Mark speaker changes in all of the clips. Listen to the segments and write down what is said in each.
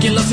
Speaker 1: quién las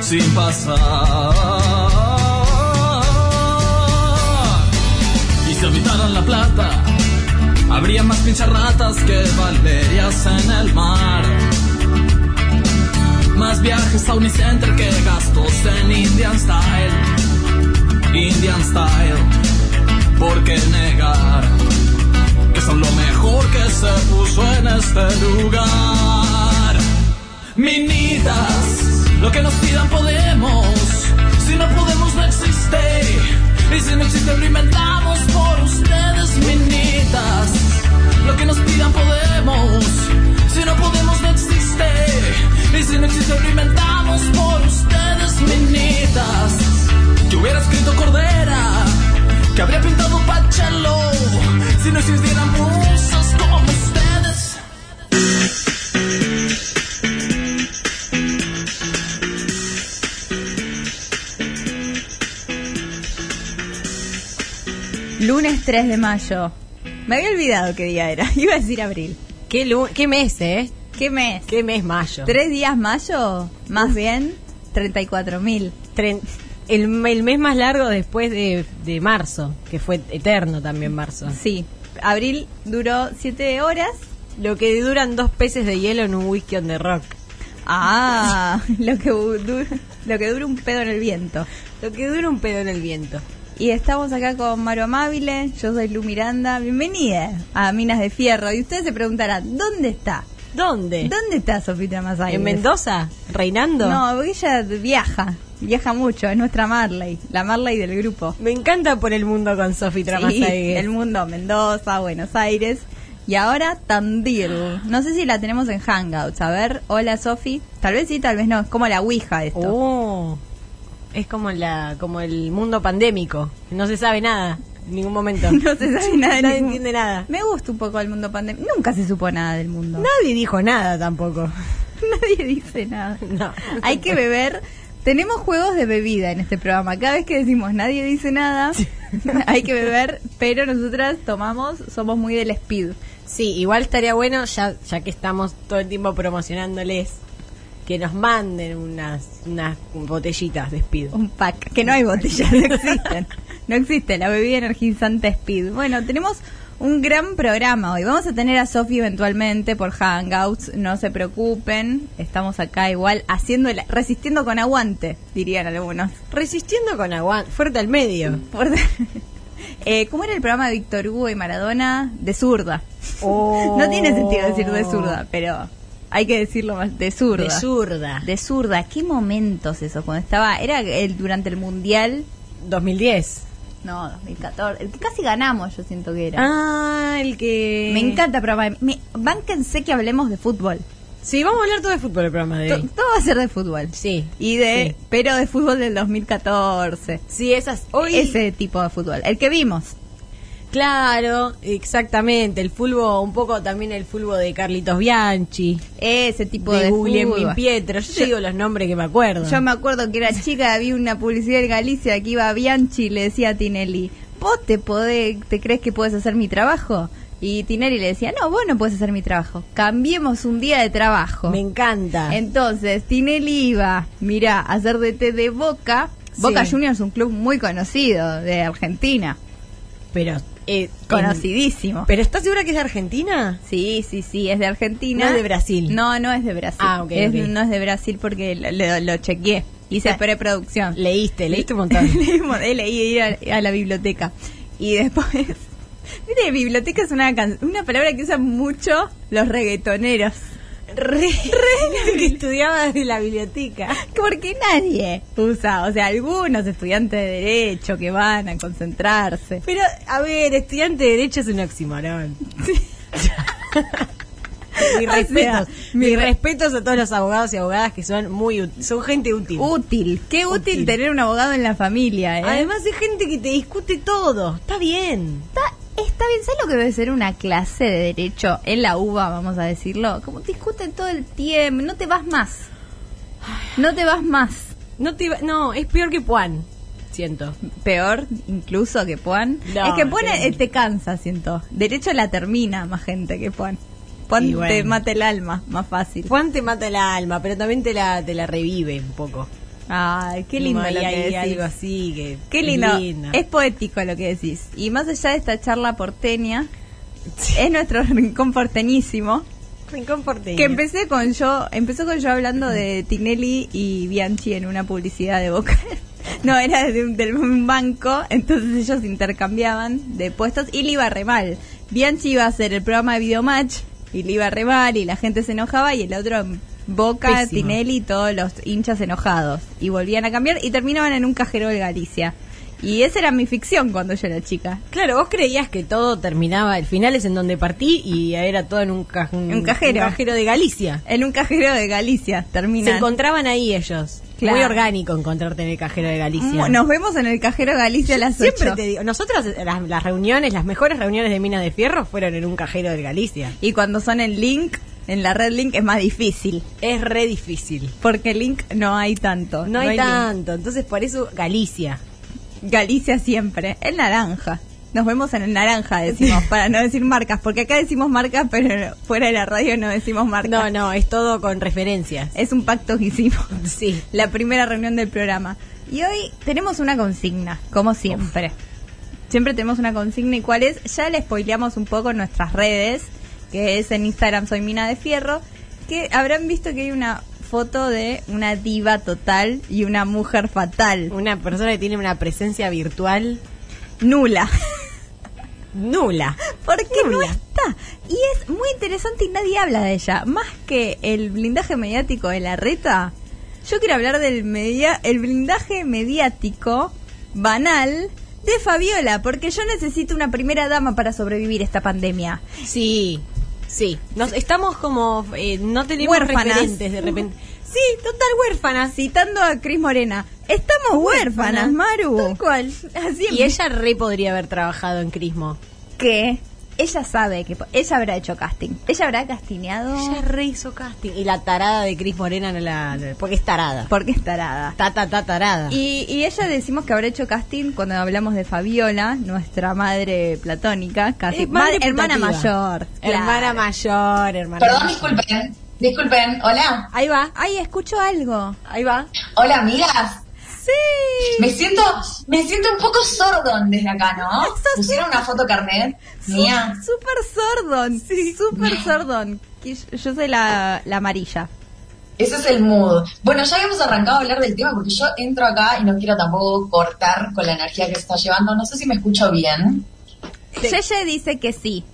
Speaker 1: Sin pasar. Y si habitaran la plata, habría más pincharratas que valerias en el mar. Más viajes a Unicenter que gastos en Indian Style. Indian Style, ¿por qué negar que son lo mejor que se puso en este lugar? Minitas, lo que nos pidan podemos. Si no podemos, no existe. Y si no existe, lo inventamos por ustedes, minitas. Lo que nos pidan podemos. Si no podemos, no existe. Y si no existe, lo inventamos por ustedes, minitas. Que hubiera escrito Cordera, que habría pintado Pachalo. Si no existieran musas como ustedes.
Speaker 2: Lunes 3 de mayo. Me había olvidado qué día era. Iba a decir abril.
Speaker 3: ¿Qué, lu- qué mes, eh?
Speaker 2: ¿Qué mes?
Speaker 3: ¿Qué mes mayo?
Speaker 2: ¿Tres días mayo? Más bien, 34 mil.
Speaker 3: Tren- el, el mes más largo después de, de marzo, que fue eterno también marzo.
Speaker 2: Sí. Abril duró 7 horas.
Speaker 3: Lo que duran dos peces de hielo en un whisky on the rock.
Speaker 2: Ah, lo que, bu- dura, lo que dura un pedo en el viento.
Speaker 3: Lo que dura un pedo en el viento.
Speaker 2: Y estamos acá con Maru Amabile, yo soy Lu Miranda. Bienvenida a Minas de Fierro. Y ustedes se preguntarán, ¿dónde está?
Speaker 3: ¿Dónde?
Speaker 2: ¿Dónde está Sofita Masay?
Speaker 3: ¿En Mendoza? ¿Reinando?
Speaker 2: No, porque ella viaja, viaja mucho, es nuestra Marley, la Marley del grupo.
Speaker 3: Me encanta por el mundo con Sofi
Speaker 2: Sí,
Speaker 3: Tramasaigue.
Speaker 2: del mundo, Mendoza, Buenos Aires. Y ahora Tandil. No sé si la tenemos en Hangouts. A ver, hola Sofi. Tal vez sí, tal vez no. Es como la Ouija esto.
Speaker 3: Oh, es como la como el mundo pandémico. No se sabe nada en ningún momento.
Speaker 2: No se sabe nada. de
Speaker 3: Nadie
Speaker 2: ningún-
Speaker 3: entiende nada.
Speaker 2: Me gusta un poco el mundo pandémico. Nunca se supo nada del mundo.
Speaker 3: Nadie dijo nada tampoco.
Speaker 2: Nadie dice nada.
Speaker 3: No.
Speaker 2: Hay que beber. Tenemos juegos de bebida en este programa. Cada vez que decimos nadie dice nada, hay que beber, pero nosotras tomamos, somos muy del speed.
Speaker 3: Sí, igual estaría bueno, ya, ya que estamos todo el tiempo promocionándoles, que nos manden unas, unas botellitas de Speed.
Speaker 2: Un pack, que no hay botellas, no existen. No existe la bebida energizante Speed. Bueno, tenemos un gran programa hoy. Vamos a tener a Sofi eventualmente por Hangouts, no se preocupen. Estamos acá igual haciendo el- resistiendo con aguante, dirían algunos.
Speaker 3: Resistiendo con aguante, fuerte al medio.
Speaker 2: Por- Eh, ¿Cómo era el programa de Víctor Hugo y Maradona? De zurda. No tiene sentido decir de zurda, pero hay que decirlo más, de zurda.
Speaker 3: De zurda.
Speaker 2: De zurda. ¿Qué momentos eso? Cuando estaba, era el, durante el Mundial,
Speaker 3: 2010.
Speaker 2: no, 2014, el que casi ganamos yo siento que era.
Speaker 3: Ah, el que...
Speaker 2: Me encanta el programa. Me, bánquense que hablemos de fútbol.
Speaker 3: Sí, vamos a hablar todo de fútbol el programa de
Speaker 2: To-
Speaker 3: hoy.
Speaker 2: todo va a ser de fútbol.
Speaker 3: Sí.
Speaker 2: Y de,
Speaker 3: Sí.
Speaker 2: pero de fútbol del 2014.
Speaker 3: Sí, esas... Hoy...
Speaker 2: Ese tipo de fútbol, el que vimos.
Speaker 3: Claro, exactamente. El fulbo, un poco también el fulbo de Carlitos Bianchi.
Speaker 2: Ese tipo de,
Speaker 3: De Guglielmin
Speaker 2: fútbol.
Speaker 3: Pietro. Yo te digo los nombres que me acuerdo.
Speaker 2: Yo me acuerdo que era chica, había una publicidad en Galicia que iba a Bianchi y le decía a Tinelli, ¿vos te, podés, te crees que puedes hacer mi trabajo? Y Tinelli le decía, no, vos no puedes hacer mi trabajo. Cambiemos un día de trabajo.
Speaker 3: Me encanta.
Speaker 2: Entonces, Tinelli iba, mirá, a hacer DT de Boca. Boca
Speaker 3: Sí.
Speaker 2: Juniors es un club muy conocido de Argentina.
Speaker 3: Pero eh,
Speaker 2: Conocidísimo.
Speaker 3: en- ¿Pero estás segura que es de Argentina?
Speaker 2: Sí, sí, sí, es de Argentina.
Speaker 3: No es de Brasil.
Speaker 2: No, no es de Brasil.
Speaker 3: Ah, ok,
Speaker 2: Es-
Speaker 3: ok.
Speaker 2: No es de Brasil porque lo, lo- lo chequeé. Hice
Speaker 3: Ah.
Speaker 2: preproducción.
Speaker 3: Leíste, leíste un montón.
Speaker 2: Leí un modelo y ir a, a la biblioteca. Y después. Mire, biblioteca es una, can- una palabra que usan mucho los reggaetoneros.
Speaker 3: Re, que estudiaba desde la biblioteca.
Speaker 2: Porque nadie usa, o sea, algunos estudiantes de derecho que van a concentrarse.
Speaker 3: Pero, a ver, estudiante de Derecho es un oxímoron. mis
Speaker 2: O sea,
Speaker 3: respetos.
Speaker 2: mi
Speaker 3: mis
Speaker 2: re-
Speaker 3: respetos a todos los abogados y abogadas que son muy ú- son gente útil.
Speaker 2: Útil. Qué útil,
Speaker 3: Útil.
Speaker 2: tener un abogado en la familia, ¿eh?
Speaker 3: Además es gente que te discute todo. Está bien.
Speaker 2: está, está bien, ¿sabes lo que debe ser una clase de derecho en la UBA, vamos a decirlo? Como discuten todo el tiempo, no te vas más. No te vas más.
Speaker 3: No te va- no, es peor que Juan. Siento.
Speaker 2: Peor incluso que Puan.
Speaker 3: No,
Speaker 2: es que Puan
Speaker 3: no.
Speaker 2: eh, te cansa, siento. Derecho la termina más gente que Puan. Puan
Speaker 3: Y
Speaker 2: te
Speaker 3: bueno.
Speaker 2: mata el alma, más fácil.
Speaker 3: Juan te mata el alma, pero también te la te la revive un poco.
Speaker 2: Ay, qué lindo
Speaker 3: Como
Speaker 2: lo que
Speaker 3: hay- hay
Speaker 2: decís.
Speaker 3: algo así que
Speaker 2: Qué
Speaker 3: es
Speaker 2: lindo.
Speaker 3: linda.
Speaker 2: Es poético lo que decís. Y más allá de esta charla porteña, es nuestro rincón porteñísimo.
Speaker 3: Rincón porteño.
Speaker 2: Que empecé con yo, empezó con yo hablando de Tinelli y Bianchi en una publicidad de Boca. No, era de un, del un banco, entonces ellos intercambiaban de puestos y le iba re mal. Bianchi iba a hacer el programa de Videomatch y le iba re mal y la gente se enojaba y el otro en Boca,
Speaker 3: Pésimo.
Speaker 2: Tinelli y todos los hinchas enojados. Y volvían a cambiar y terminaban en un cajero de Galicia. Y esa era mi ficción cuando yo era chica.
Speaker 3: Claro, vos creías que todo terminaba, el final es en donde partí y era todo en un, ca-
Speaker 2: Un cajero.
Speaker 3: un cajero de Galicia.
Speaker 2: En un cajero de Galicia
Speaker 3: Se
Speaker 2: terminan.
Speaker 3: encontraban ahí ellos.
Speaker 2: Claro.
Speaker 3: Muy orgánico encontrarte en el cajero de Galicia.
Speaker 2: Nos vemos en el cajero de Galicia a las
Speaker 3: Siempre
Speaker 2: ocho.
Speaker 3: te digo, nosotras eh, las, las reuniones, las mejores reuniones de Minas de Fierro fueron en un cajero de Galicia.
Speaker 2: Y cuando son en Link, en la red Link es más difícil.
Speaker 3: Es re difícil.
Speaker 2: Porque Link no hay tanto.
Speaker 3: No, hay,
Speaker 2: Link.
Speaker 3: tanto, entonces por eso Galicia.
Speaker 2: Galicia siempre. El naranja. Nos vemos en el naranja, decimos, para no decir marcas. Porque acá decimos marcas, pero fuera de la radio no decimos marcas.
Speaker 3: No, no, es todo con referencias.
Speaker 2: Es un pacto que hicimos.
Speaker 3: Sí.
Speaker 2: La primera reunión del programa. Y hoy tenemos una consigna, como siempre. Siempre tenemos una consigna y cuál es, ya le spoileamos un poco en nuestras redes, que es en Instagram soy Mina de Fierro, que habrán visto que hay una foto de una diva total y una mujer fatal,
Speaker 3: Una persona que tiene una presencia virtual
Speaker 2: nula.
Speaker 3: nula.
Speaker 2: Porque no
Speaker 3: Nula.
Speaker 2: está. Y es muy interesante y nadie habla de ella. Más que el blindaje mediático de la reta, yo quiero hablar del media, el blindaje mediático banal de Fabiola, porque yo necesito una primera dama para sobrevivir esta pandemia.
Speaker 3: Sí, sí. Nos, estamos como. eh, no tenemos
Speaker 2: Huérfanas.
Speaker 3: referentes de repente. Sí, total huérfanas.
Speaker 2: Citando a Cris Morena, estamos huérfanas,
Speaker 3: Huérfanas.
Speaker 2: Maru.
Speaker 3: Tal cual.
Speaker 2: Así
Speaker 3: Y ella re podría haber trabajado en Crismo.
Speaker 2: que ella sabe que po- ella habrá hecho casting. Ella habrá castineado
Speaker 3: Ella re hizo casting. Y la tarada de Cris Morena no la. no- Porque es tarada.
Speaker 2: porque es tarada.
Speaker 3: Ta, ta, ta, tarada.
Speaker 2: Y, y ella decimos que habrá hecho casting cuando hablamos de Fabiola, nuestra madre platónica, casi
Speaker 3: Es Eh, madre
Speaker 2: ma- hermana
Speaker 3: putativa.
Speaker 2: mayor.
Speaker 3: Hermana
Speaker 2: claro.
Speaker 3: mayor, hermana
Speaker 4: Perdón,
Speaker 3: mayor.
Speaker 4: disculpen. Disculpen. Hola.
Speaker 3: Ahí va,
Speaker 2: Ay, escucho algo.
Speaker 3: ahí va.
Speaker 4: Hola, amigas.
Speaker 2: Sí.
Speaker 4: Me siento, me siento un poco sordón desde acá, ¿no?
Speaker 2: Sos
Speaker 4: Pusieron una foto carnet mía.
Speaker 2: Su- Súper sordón. Sí. Súper sordón. Que yo- Yo soy la, la amarilla.
Speaker 4: Ese es el mood. Bueno, ya habíamos arrancado a hablar del tema porque yo entro acá y no quiero tampoco cortar con la energía que se está llevando. No sé si me escucho bien.
Speaker 3: Sí.
Speaker 2: Yeye dice que sí.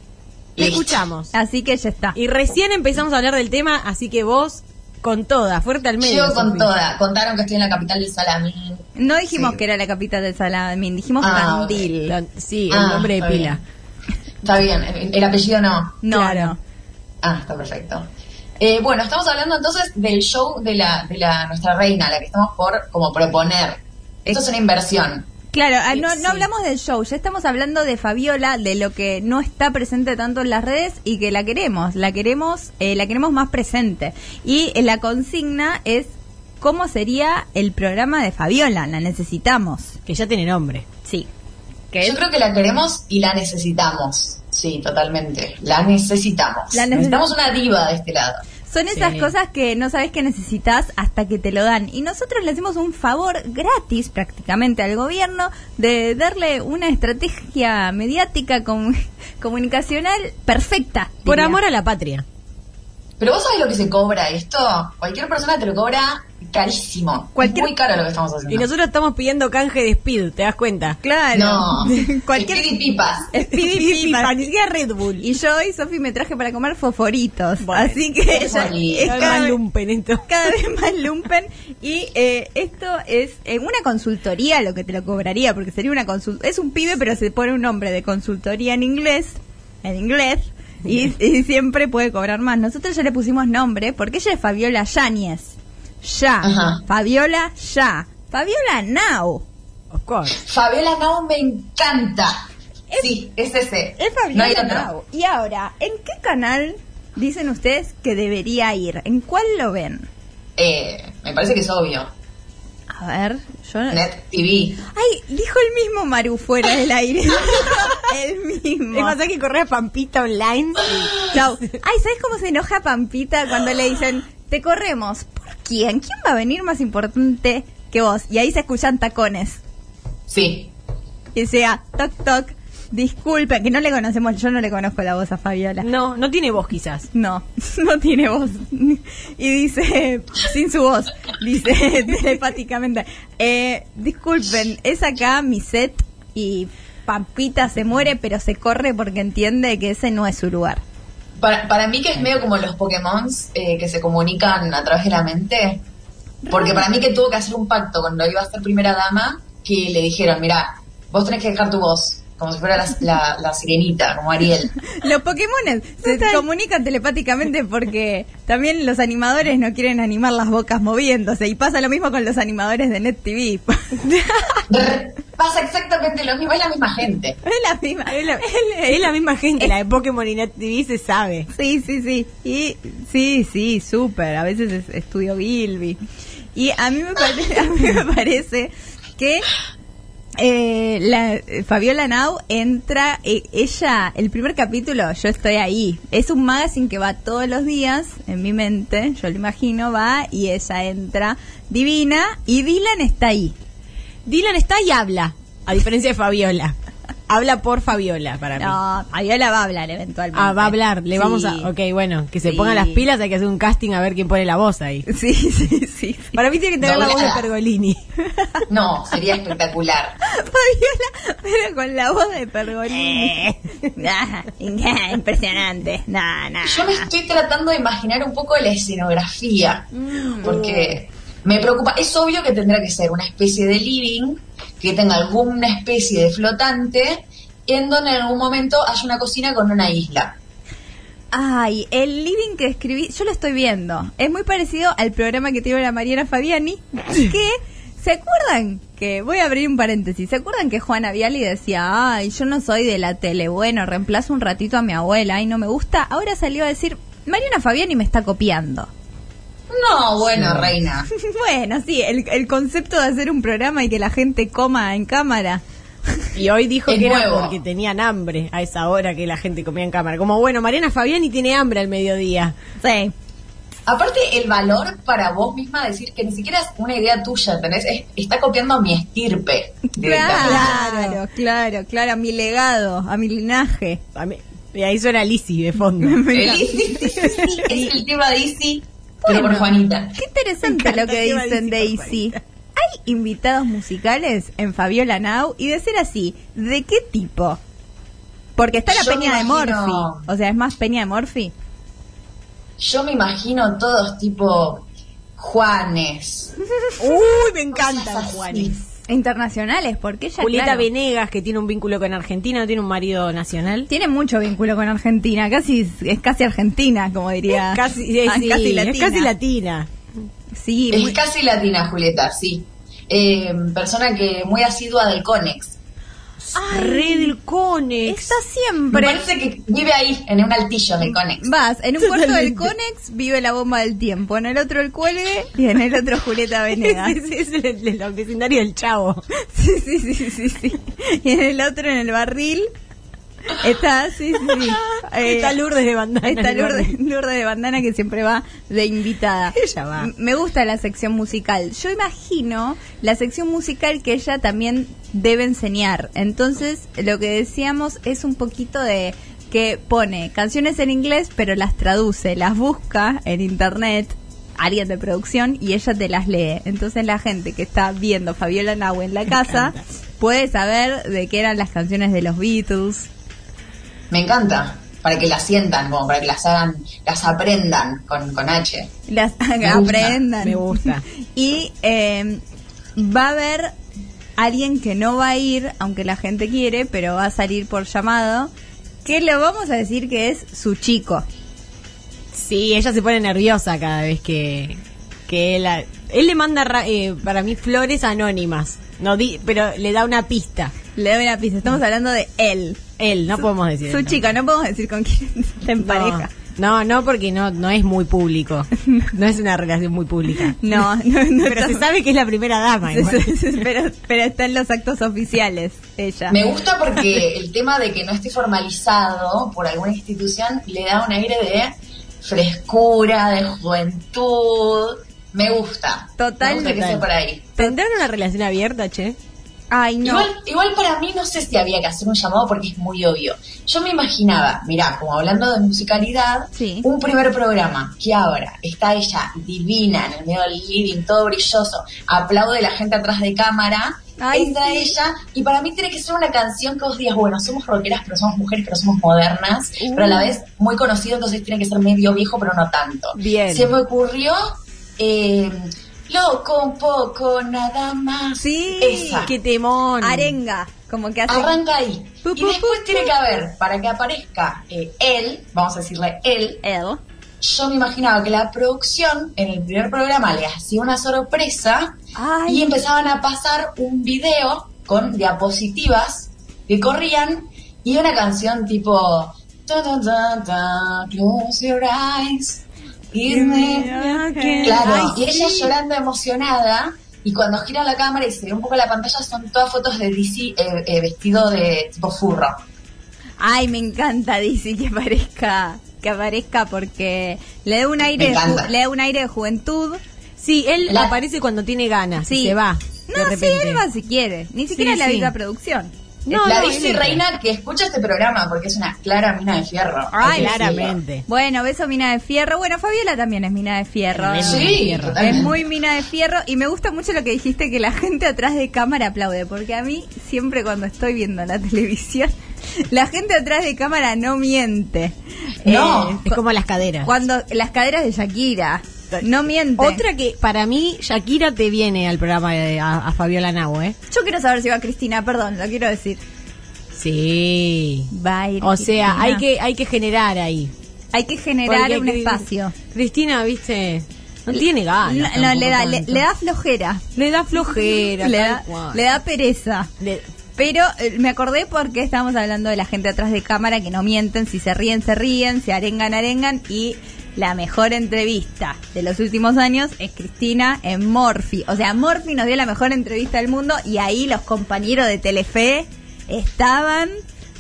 Speaker 3: Te
Speaker 4: Listo.
Speaker 3: escuchamos.
Speaker 2: Así que ya está.
Speaker 3: Y recién empezamos a hablar del tema, así que vos, con toda, fuerte al medio.
Speaker 4: Llego con
Speaker 3: Sofi.
Speaker 4: toda. Contaron que estoy en la capital del Salamín.
Speaker 2: No dijimos
Speaker 4: Sí.
Speaker 2: que era la capital del Salamín, dijimos
Speaker 4: Ah, ok.
Speaker 2: Tandil.
Speaker 3: Lo- Sí, el
Speaker 4: Ah,
Speaker 3: nombre de
Speaker 4: está
Speaker 3: pila.
Speaker 4: Está bien, el, el apellido no.
Speaker 2: No,
Speaker 3: Claro.
Speaker 2: no.
Speaker 4: Ah, está perfecto. Eh, bueno, estamos hablando entonces del show de la, de la nuestra reina, la que estamos por como proponer. Esto es una inversión.
Speaker 2: Claro, ah, no,
Speaker 3: Sí.
Speaker 2: no hablamos del show, ya estamos hablando de Fabiola, de lo que no está presente tanto en las redes y que la queremos, la queremos, eh, la queremos más presente. Y eh, la consigna es cómo sería el programa de Fabiola, la necesitamos.
Speaker 3: Que ya tiene nombre.
Speaker 2: Sí.
Speaker 4: Yo creo que la queremos y la necesitamos. Sí, totalmente. La necesitamos.
Speaker 2: La necesi-
Speaker 4: necesitamos una diva de este lado.
Speaker 2: Son esas
Speaker 3: Sí.
Speaker 2: cosas que no sabes que necesitas hasta que te lo dan. Y nosotros le hacemos un favor gratis prácticamente al gobierno de darle una estrategia mediática comu- comunicacional perfecta.
Speaker 3: Por
Speaker 2: diría.
Speaker 3: amor a la patria.
Speaker 4: Pero vos sabés lo que se cobra esto. Cualquier persona te lo cobra carísimo.
Speaker 2: Cualquier-
Speaker 4: Muy caro lo que estamos haciendo.
Speaker 3: Y nosotros estamos pidiendo canje de Speed, ¿te das cuenta?
Speaker 2: Claro.
Speaker 4: No.
Speaker 2: Cualquier
Speaker 4: Speedy pipas.
Speaker 2: Speedy Pipa.
Speaker 3: ni siquiera Red Bull.
Speaker 2: Y yo hoy, Sofi, me traje para comer fosforitos.
Speaker 3: Bueno,
Speaker 2: así que ella
Speaker 4: fosforitos.
Speaker 2: es cada,
Speaker 3: lumpen esto.
Speaker 2: cada vez más lumpen. Y eh, esto es eh, una consultoría lo que te lo cobraría, porque sería una consulta. Es un pibe, pero se pone un nombre de consultoría en inglés. En inglés. y, y siempre puede cobrar más. Nosotros ya le pusimos nombre porque ella es Fabiola Yáñez. Ya.
Speaker 4: Ajá.
Speaker 2: Fabiola ya. Fabiola now.
Speaker 3: Of course.
Speaker 4: Fabiola Nau me encanta.
Speaker 2: Es-
Speaker 4: sí, es ese.
Speaker 2: Es
Speaker 4: No hay
Speaker 2: Fabiola
Speaker 4: otro.
Speaker 2: now. Y ahora, ¿en qué canal dicen ustedes que debería ir? ¿En cuál lo ven?
Speaker 4: Eh, me parece que es obvio.
Speaker 2: A ver, yo no-
Speaker 4: Net TV.
Speaker 2: Ay, dijo el mismo Maru fuera del aire. el mismo.
Speaker 3: Es más, hay que correr a Pampita online.
Speaker 2: Chau. Ay, ¿sabes cómo se enoja Pampita cuando le dicen, te corremos? ¿Por quién? ¿Quién va a venir más importante que vos? Y ahí se escuchan tacones.
Speaker 4: Sí.
Speaker 2: Y sea, toc, toc, disculpen, que no le conocemos, yo no le conozco la voz a Fabiola.
Speaker 3: No, no tiene voz quizás.
Speaker 2: No, no tiene voz. Y dice, sin su voz, dice telepáticamente, eh, disculpen, es acá mi set y Pampita se muere, pero se corre porque entiende que ese no es su lugar.
Speaker 4: Para, para mí que es medio como los Pokémon que se comunican a través de la mente. Porque para mí que tuvo que hacer un pacto cuando iba a ser primera dama, que le dijeron, mira, vos tenés que dejar tu voz, como si fuera la, la- la sirenita, como Ariel.
Speaker 2: Los Pokémon se comunican telepáticamente porque también los animadores no quieren animar las bocas moviéndose. Y pasa lo mismo con los animadores de Net TV.
Speaker 4: Pasa exactamente lo mismo, es la misma gente.
Speaker 2: es la misma.
Speaker 3: Es la, es la misma gente, la de Pokémon y Net TV se sabe.
Speaker 2: Sí, sí, sí. Y sí, sí, súper. A veces es estudio Bilby. Y a mí me parece, a mí me parece que eh, la, Fabiola Nau entra, eh, ella, el primer capítulo, yo estoy ahí. Es un magazine que va todos los días, en mi mente, yo lo imagino, va y ella entra divina y Dylan está ahí.
Speaker 3: Dylan está y habla, a diferencia de Fabiola. Habla por Fabiola para mí.
Speaker 2: No, Ah, Fabiola va a hablar eventualmente.
Speaker 3: Ah, va a hablar, le vamos
Speaker 2: Sí.
Speaker 3: a... Ok, bueno, que se
Speaker 2: Sí.
Speaker 3: pongan las pilas, hay que hacer un casting a ver quién pone la voz ahí.
Speaker 2: Sí, sí, sí.
Speaker 3: Para mí tiene que tener la voz de
Speaker 4: Doblada.
Speaker 3: Pergolini.
Speaker 4: No, sería espectacular.
Speaker 2: Fabiola, pero con la voz de Pergolini. Nah, nah, impresionante. Nah, nah.
Speaker 4: Yo me estoy tratando de imaginar un poco la escenografía, porque me preocupa. Es obvio que tendrá que ser una especie de living, que tenga alguna especie de flotante, en donde en algún momento haya una cocina con una isla.
Speaker 2: Ay, el living que escribí, yo lo estoy viendo. Es muy parecido al programa que tiene la Mariana Fabiani, que ¿se acuerdan? Que voy a abrir un paréntesis. ¿Se acuerdan que Juana Viali decía, "Ay, yo no soy de la tele, bueno, reemplazo un ratito a mi abuela, ay, no me gusta"? Ahora salió a decir, "Mariana Fabiani me está copiando".
Speaker 4: No, bueno, reina.
Speaker 2: bueno, sí, el, el concepto de hacer un programa y que la gente coma en cámara.
Speaker 3: Y hoy dijo
Speaker 4: Es
Speaker 3: que era
Speaker 4: nuevo.
Speaker 3: porque tenían hambre a esa hora que la gente comía en cámara. Como, bueno, Mariana Fabiani tiene hambre al mediodía.
Speaker 2: Sí.
Speaker 4: Aparte, el valor para vos misma decir que ni siquiera es una idea tuya, ¿entendés? Es- está copiando mi estirpe. directamente.
Speaker 2: Claro, claro, claro, a mi legado, a mi linaje.
Speaker 3: A mí- y ahí suena Lisi de fondo.
Speaker 4: El Izzy, sí, sí, sí, es el tema de Izzy, pero por Juanita.
Speaker 2: Qué interesante lo que
Speaker 3: Iba a
Speaker 2: dicen de
Speaker 3: decir,
Speaker 2: Izzy. Hay invitados musicales en Fabiola Now y de ser así, ¿de qué tipo? Porque está la
Speaker 4: Yo me
Speaker 2: Peña de
Speaker 4: imagino-
Speaker 2: Morphy. O sea, es más Peña de Morphy.
Speaker 4: Yo me imagino todos tipo Juanes.
Speaker 3: Uy, me encanta
Speaker 4: Cosas así.
Speaker 3: Juanes.
Speaker 2: Internacionales, porque ella
Speaker 3: Julieta
Speaker 2: claro,
Speaker 3: Venegas, que tiene un vínculo con Argentina, no tiene un marido nacional.
Speaker 2: tiene mucho vínculo con Argentina. casi Es casi argentina, como diría.
Speaker 3: Casi, es,
Speaker 2: Ah,
Speaker 3: sí,
Speaker 2: casi
Speaker 3: es
Speaker 2: latina.
Speaker 3: casi latina.
Speaker 2: Sí,
Speaker 4: Es
Speaker 2: muy-
Speaker 4: casi latina, Julieta, sí. Eh, persona que muy asidua del Conex.
Speaker 2: Ay,
Speaker 3: Re del Conex.
Speaker 2: está
Speaker 4: Me
Speaker 2: siempre.
Speaker 4: parece que vive ahí, en un altillo del Conex.
Speaker 2: Vas, en un puerto del
Speaker 3: Totalmente.
Speaker 2: Conex vive la bomba del tiempo, en el otro el cuelgue y en el otro Julieta Venegas.
Speaker 3: Es, es el, el- el vecindario del Chavo.
Speaker 2: Sí, sí, sí, sí, sí. Y en el otro, en el barril, está, sí, sí, sí. Eh,
Speaker 3: está Lourdes de Bandana.
Speaker 2: Está Lourdes, Lourdes de Bandana que siempre va de invitada.
Speaker 3: Ella va.
Speaker 2: M- Me gusta la sección musical. Yo imagino la sección musical que ella también debe enseñar. Entonces, lo que decíamos es un poquito de que pone canciones en inglés, pero las traduce, las busca en internet áreas de producción y ella te las lee. Entonces la gente que está viendo Fabiola Nau en la casa puede saber de qué eran las canciones de los Beatles.
Speaker 4: Me encanta. Para que las sientan, como para que las hagan, las aprendan con, con H.
Speaker 2: Las
Speaker 4: gusta,
Speaker 2: aprendan.
Speaker 3: me gusta.
Speaker 2: Y eh, va a haber alguien que no va a ir, aunque la gente quiere, pero va a salir por llamado. que lo vamos a decir que es su chico.
Speaker 3: Sí, ella se pone nerviosa cada vez que, que él, a- él le manda ra- eh, para mí flores anónimas, no di- pero le da una pista.
Speaker 2: Le doy una pista, estamos hablando de él.
Speaker 3: Él, no podemos decir.
Speaker 2: Su
Speaker 3: el nombre.
Speaker 2: chico, no podemos decir con quién está en
Speaker 3: No.
Speaker 2: pareja.
Speaker 3: No, no, porque no, no es muy público. No es una relación muy pública.
Speaker 2: No, no, no
Speaker 3: Pero se
Speaker 2: estamos-
Speaker 3: sabe que es la primera dama. igual.
Speaker 2: Sí, sí, sí, pero, pero está en los actos oficiales ella.
Speaker 4: Me gusta porque el tema de que no esté formalizado por alguna institución le da un aire de frescura, de juventud. Me gusta.
Speaker 2: Total,
Speaker 4: Me gusta que
Speaker 2: total.
Speaker 4: sea por ahí.
Speaker 3: ¿Tendrán una relación abierta, che?
Speaker 2: Ay, no.
Speaker 4: Igual, igual para mí no sé si había que hacer un llamado porque es muy obvio. Yo me imaginaba, mirá, como hablando de musicalidad,
Speaker 2: Sí.
Speaker 4: un primer programa que ahora está ella divina en el medio del living, todo brilloso, aplaude la gente atrás de cámara,
Speaker 2: Ay,
Speaker 4: entra
Speaker 2: sí.
Speaker 4: ella y para mí tiene que ser una canción que vos digas, bueno, somos rockeras, pero somos mujeres, pero somos modernas, pero a
Speaker 2: Uh.
Speaker 4: la vez muy conocido, entonces tiene que ser medio viejo, pero no tanto.
Speaker 3: Bien.
Speaker 4: Se me ocurrió... eh, Loco, un poco, nada más.
Speaker 2: Sí,
Speaker 4: Esa.
Speaker 3: ¡Qué temón!
Speaker 2: Arenga, como que hace...
Speaker 4: Arranca ahí.
Speaker 2: Pu,
Speaker 4: y
Speaker 2: pu,
Speaker 4: después
Speaker 2: pu,
Speaker 4: tiene
Speaker 2: pu.
Speaker 4: que haber, para que aparezca eh, él, vamos a decirle él,
Speaker 2: Él.
Speaker 4: yo me imaginaba que la producción en el primer programa le hacía una sorpresa
Speaker 2: Ay.
Speaker 4: y empezaban a pasar un video con diapositivas que corrían y una canción tipo... "Dun, dun, dun, dun, close your eyes, give me Claro, y ella llorando emocionada. Y cuando gira la cámara y se ve un poco la pantalla, son todas fotos de DC eh, eh, vestido de tipo furro.
Speaker 2: Ay, me encanta Dizzy que aparezca, que aparezca porque le da un aire,
Speaker 4: Me
Speaker 2: de ju-
Speaker 4: encanta.
Speaker 2: le da un aire de juventud.
Speaker 3: Sí, él
Speaker 4: La-
Speaker 3: aparece cuando tiene ganas.
Speaker 2: Sí.
Speaker 3: Sí. Se va.
Speaker 2: No,
Speaker 3: de repente.
Speaker 2: sí, él va si quiere. Ni siquiera
Speaker 3: Sí,
Speaker 2: la
Speaker 3: sí.
Speaker 2: vida producción.
Speaker 3: No,
Speaker 4: la
Speaker 3: no,
Speaker 4: DC
Speaker 3: él-
Speaker 4: reina que escucha este programa porque es una clara mina de fierro.
Speaker 2: Ay,
Speaker 4: Hay que decirlo.
Speaker 3: claramente.
Speaker 2: Bueno, beso mina de fierro. Bueno, Fabiola también es mina de fierro.
Speaker 3: Es mina de
Speaker 4: Sí,
Speaker 3: fierro.
Speaker 4: totalmente.
Speaker 2: Es muy mina de fierro y me gusta mucho lo que dijiste que la gente atrás de cámara aplaude, porque a mí siempre cuando estoy viendo la televisión, la gente atrás de cámara no miente.
Speaker 4: No.
Speaker 2: Eh,
Speaker 3: Es como las caderas.
Speaker 2: cuando las caderas de Shakira no miente.
Speaker 3: Otra que para mí, Shakira te viene al programa de, a, a Fabiola Nau, ¿eh?
Speaker 2: yo quiero saber si va Cristina, perdón, lo quiero decir.
Speaker 3: Sí.
Speaker 2: Va a ir
Speaker 3: O sea,
Speaker 2: Cristina.
Speaker 3: hay que, hay que generar ahí.
Speaker 2: hay que generar
Speaker 3: Porque
Speaker 2: un
Speaker 3: Cri-
Speaker 2: espacio.
Speaker 3: Cristina, viste, Ah, no tiene ganas.
Speaker 2: No, no,
Speaker 3: tampoco
Speaker 2: le da le,
Speaker 3: tanto.
Speaker 2: le da flojera.
Speaker 3: Le da flojera.
Speaker 2: le,
Speaker 3: tal
Speaker 2: da,
Speaker 3: cual.
Speaker 2: le da pereza.
Speaker 3: Le-
Speaker 2: Pero eh, me acordé porque estábamos hablando de la gente atrás de cámara que no mienten, si se ríen, se ríen, si arengan, arengan. Y la mejor entrevista de los últimos años es Cristina en Morphy. O sea, Morphy nos dio la mejor entrevista del mundo y ahí los compañeros de Telefe estaban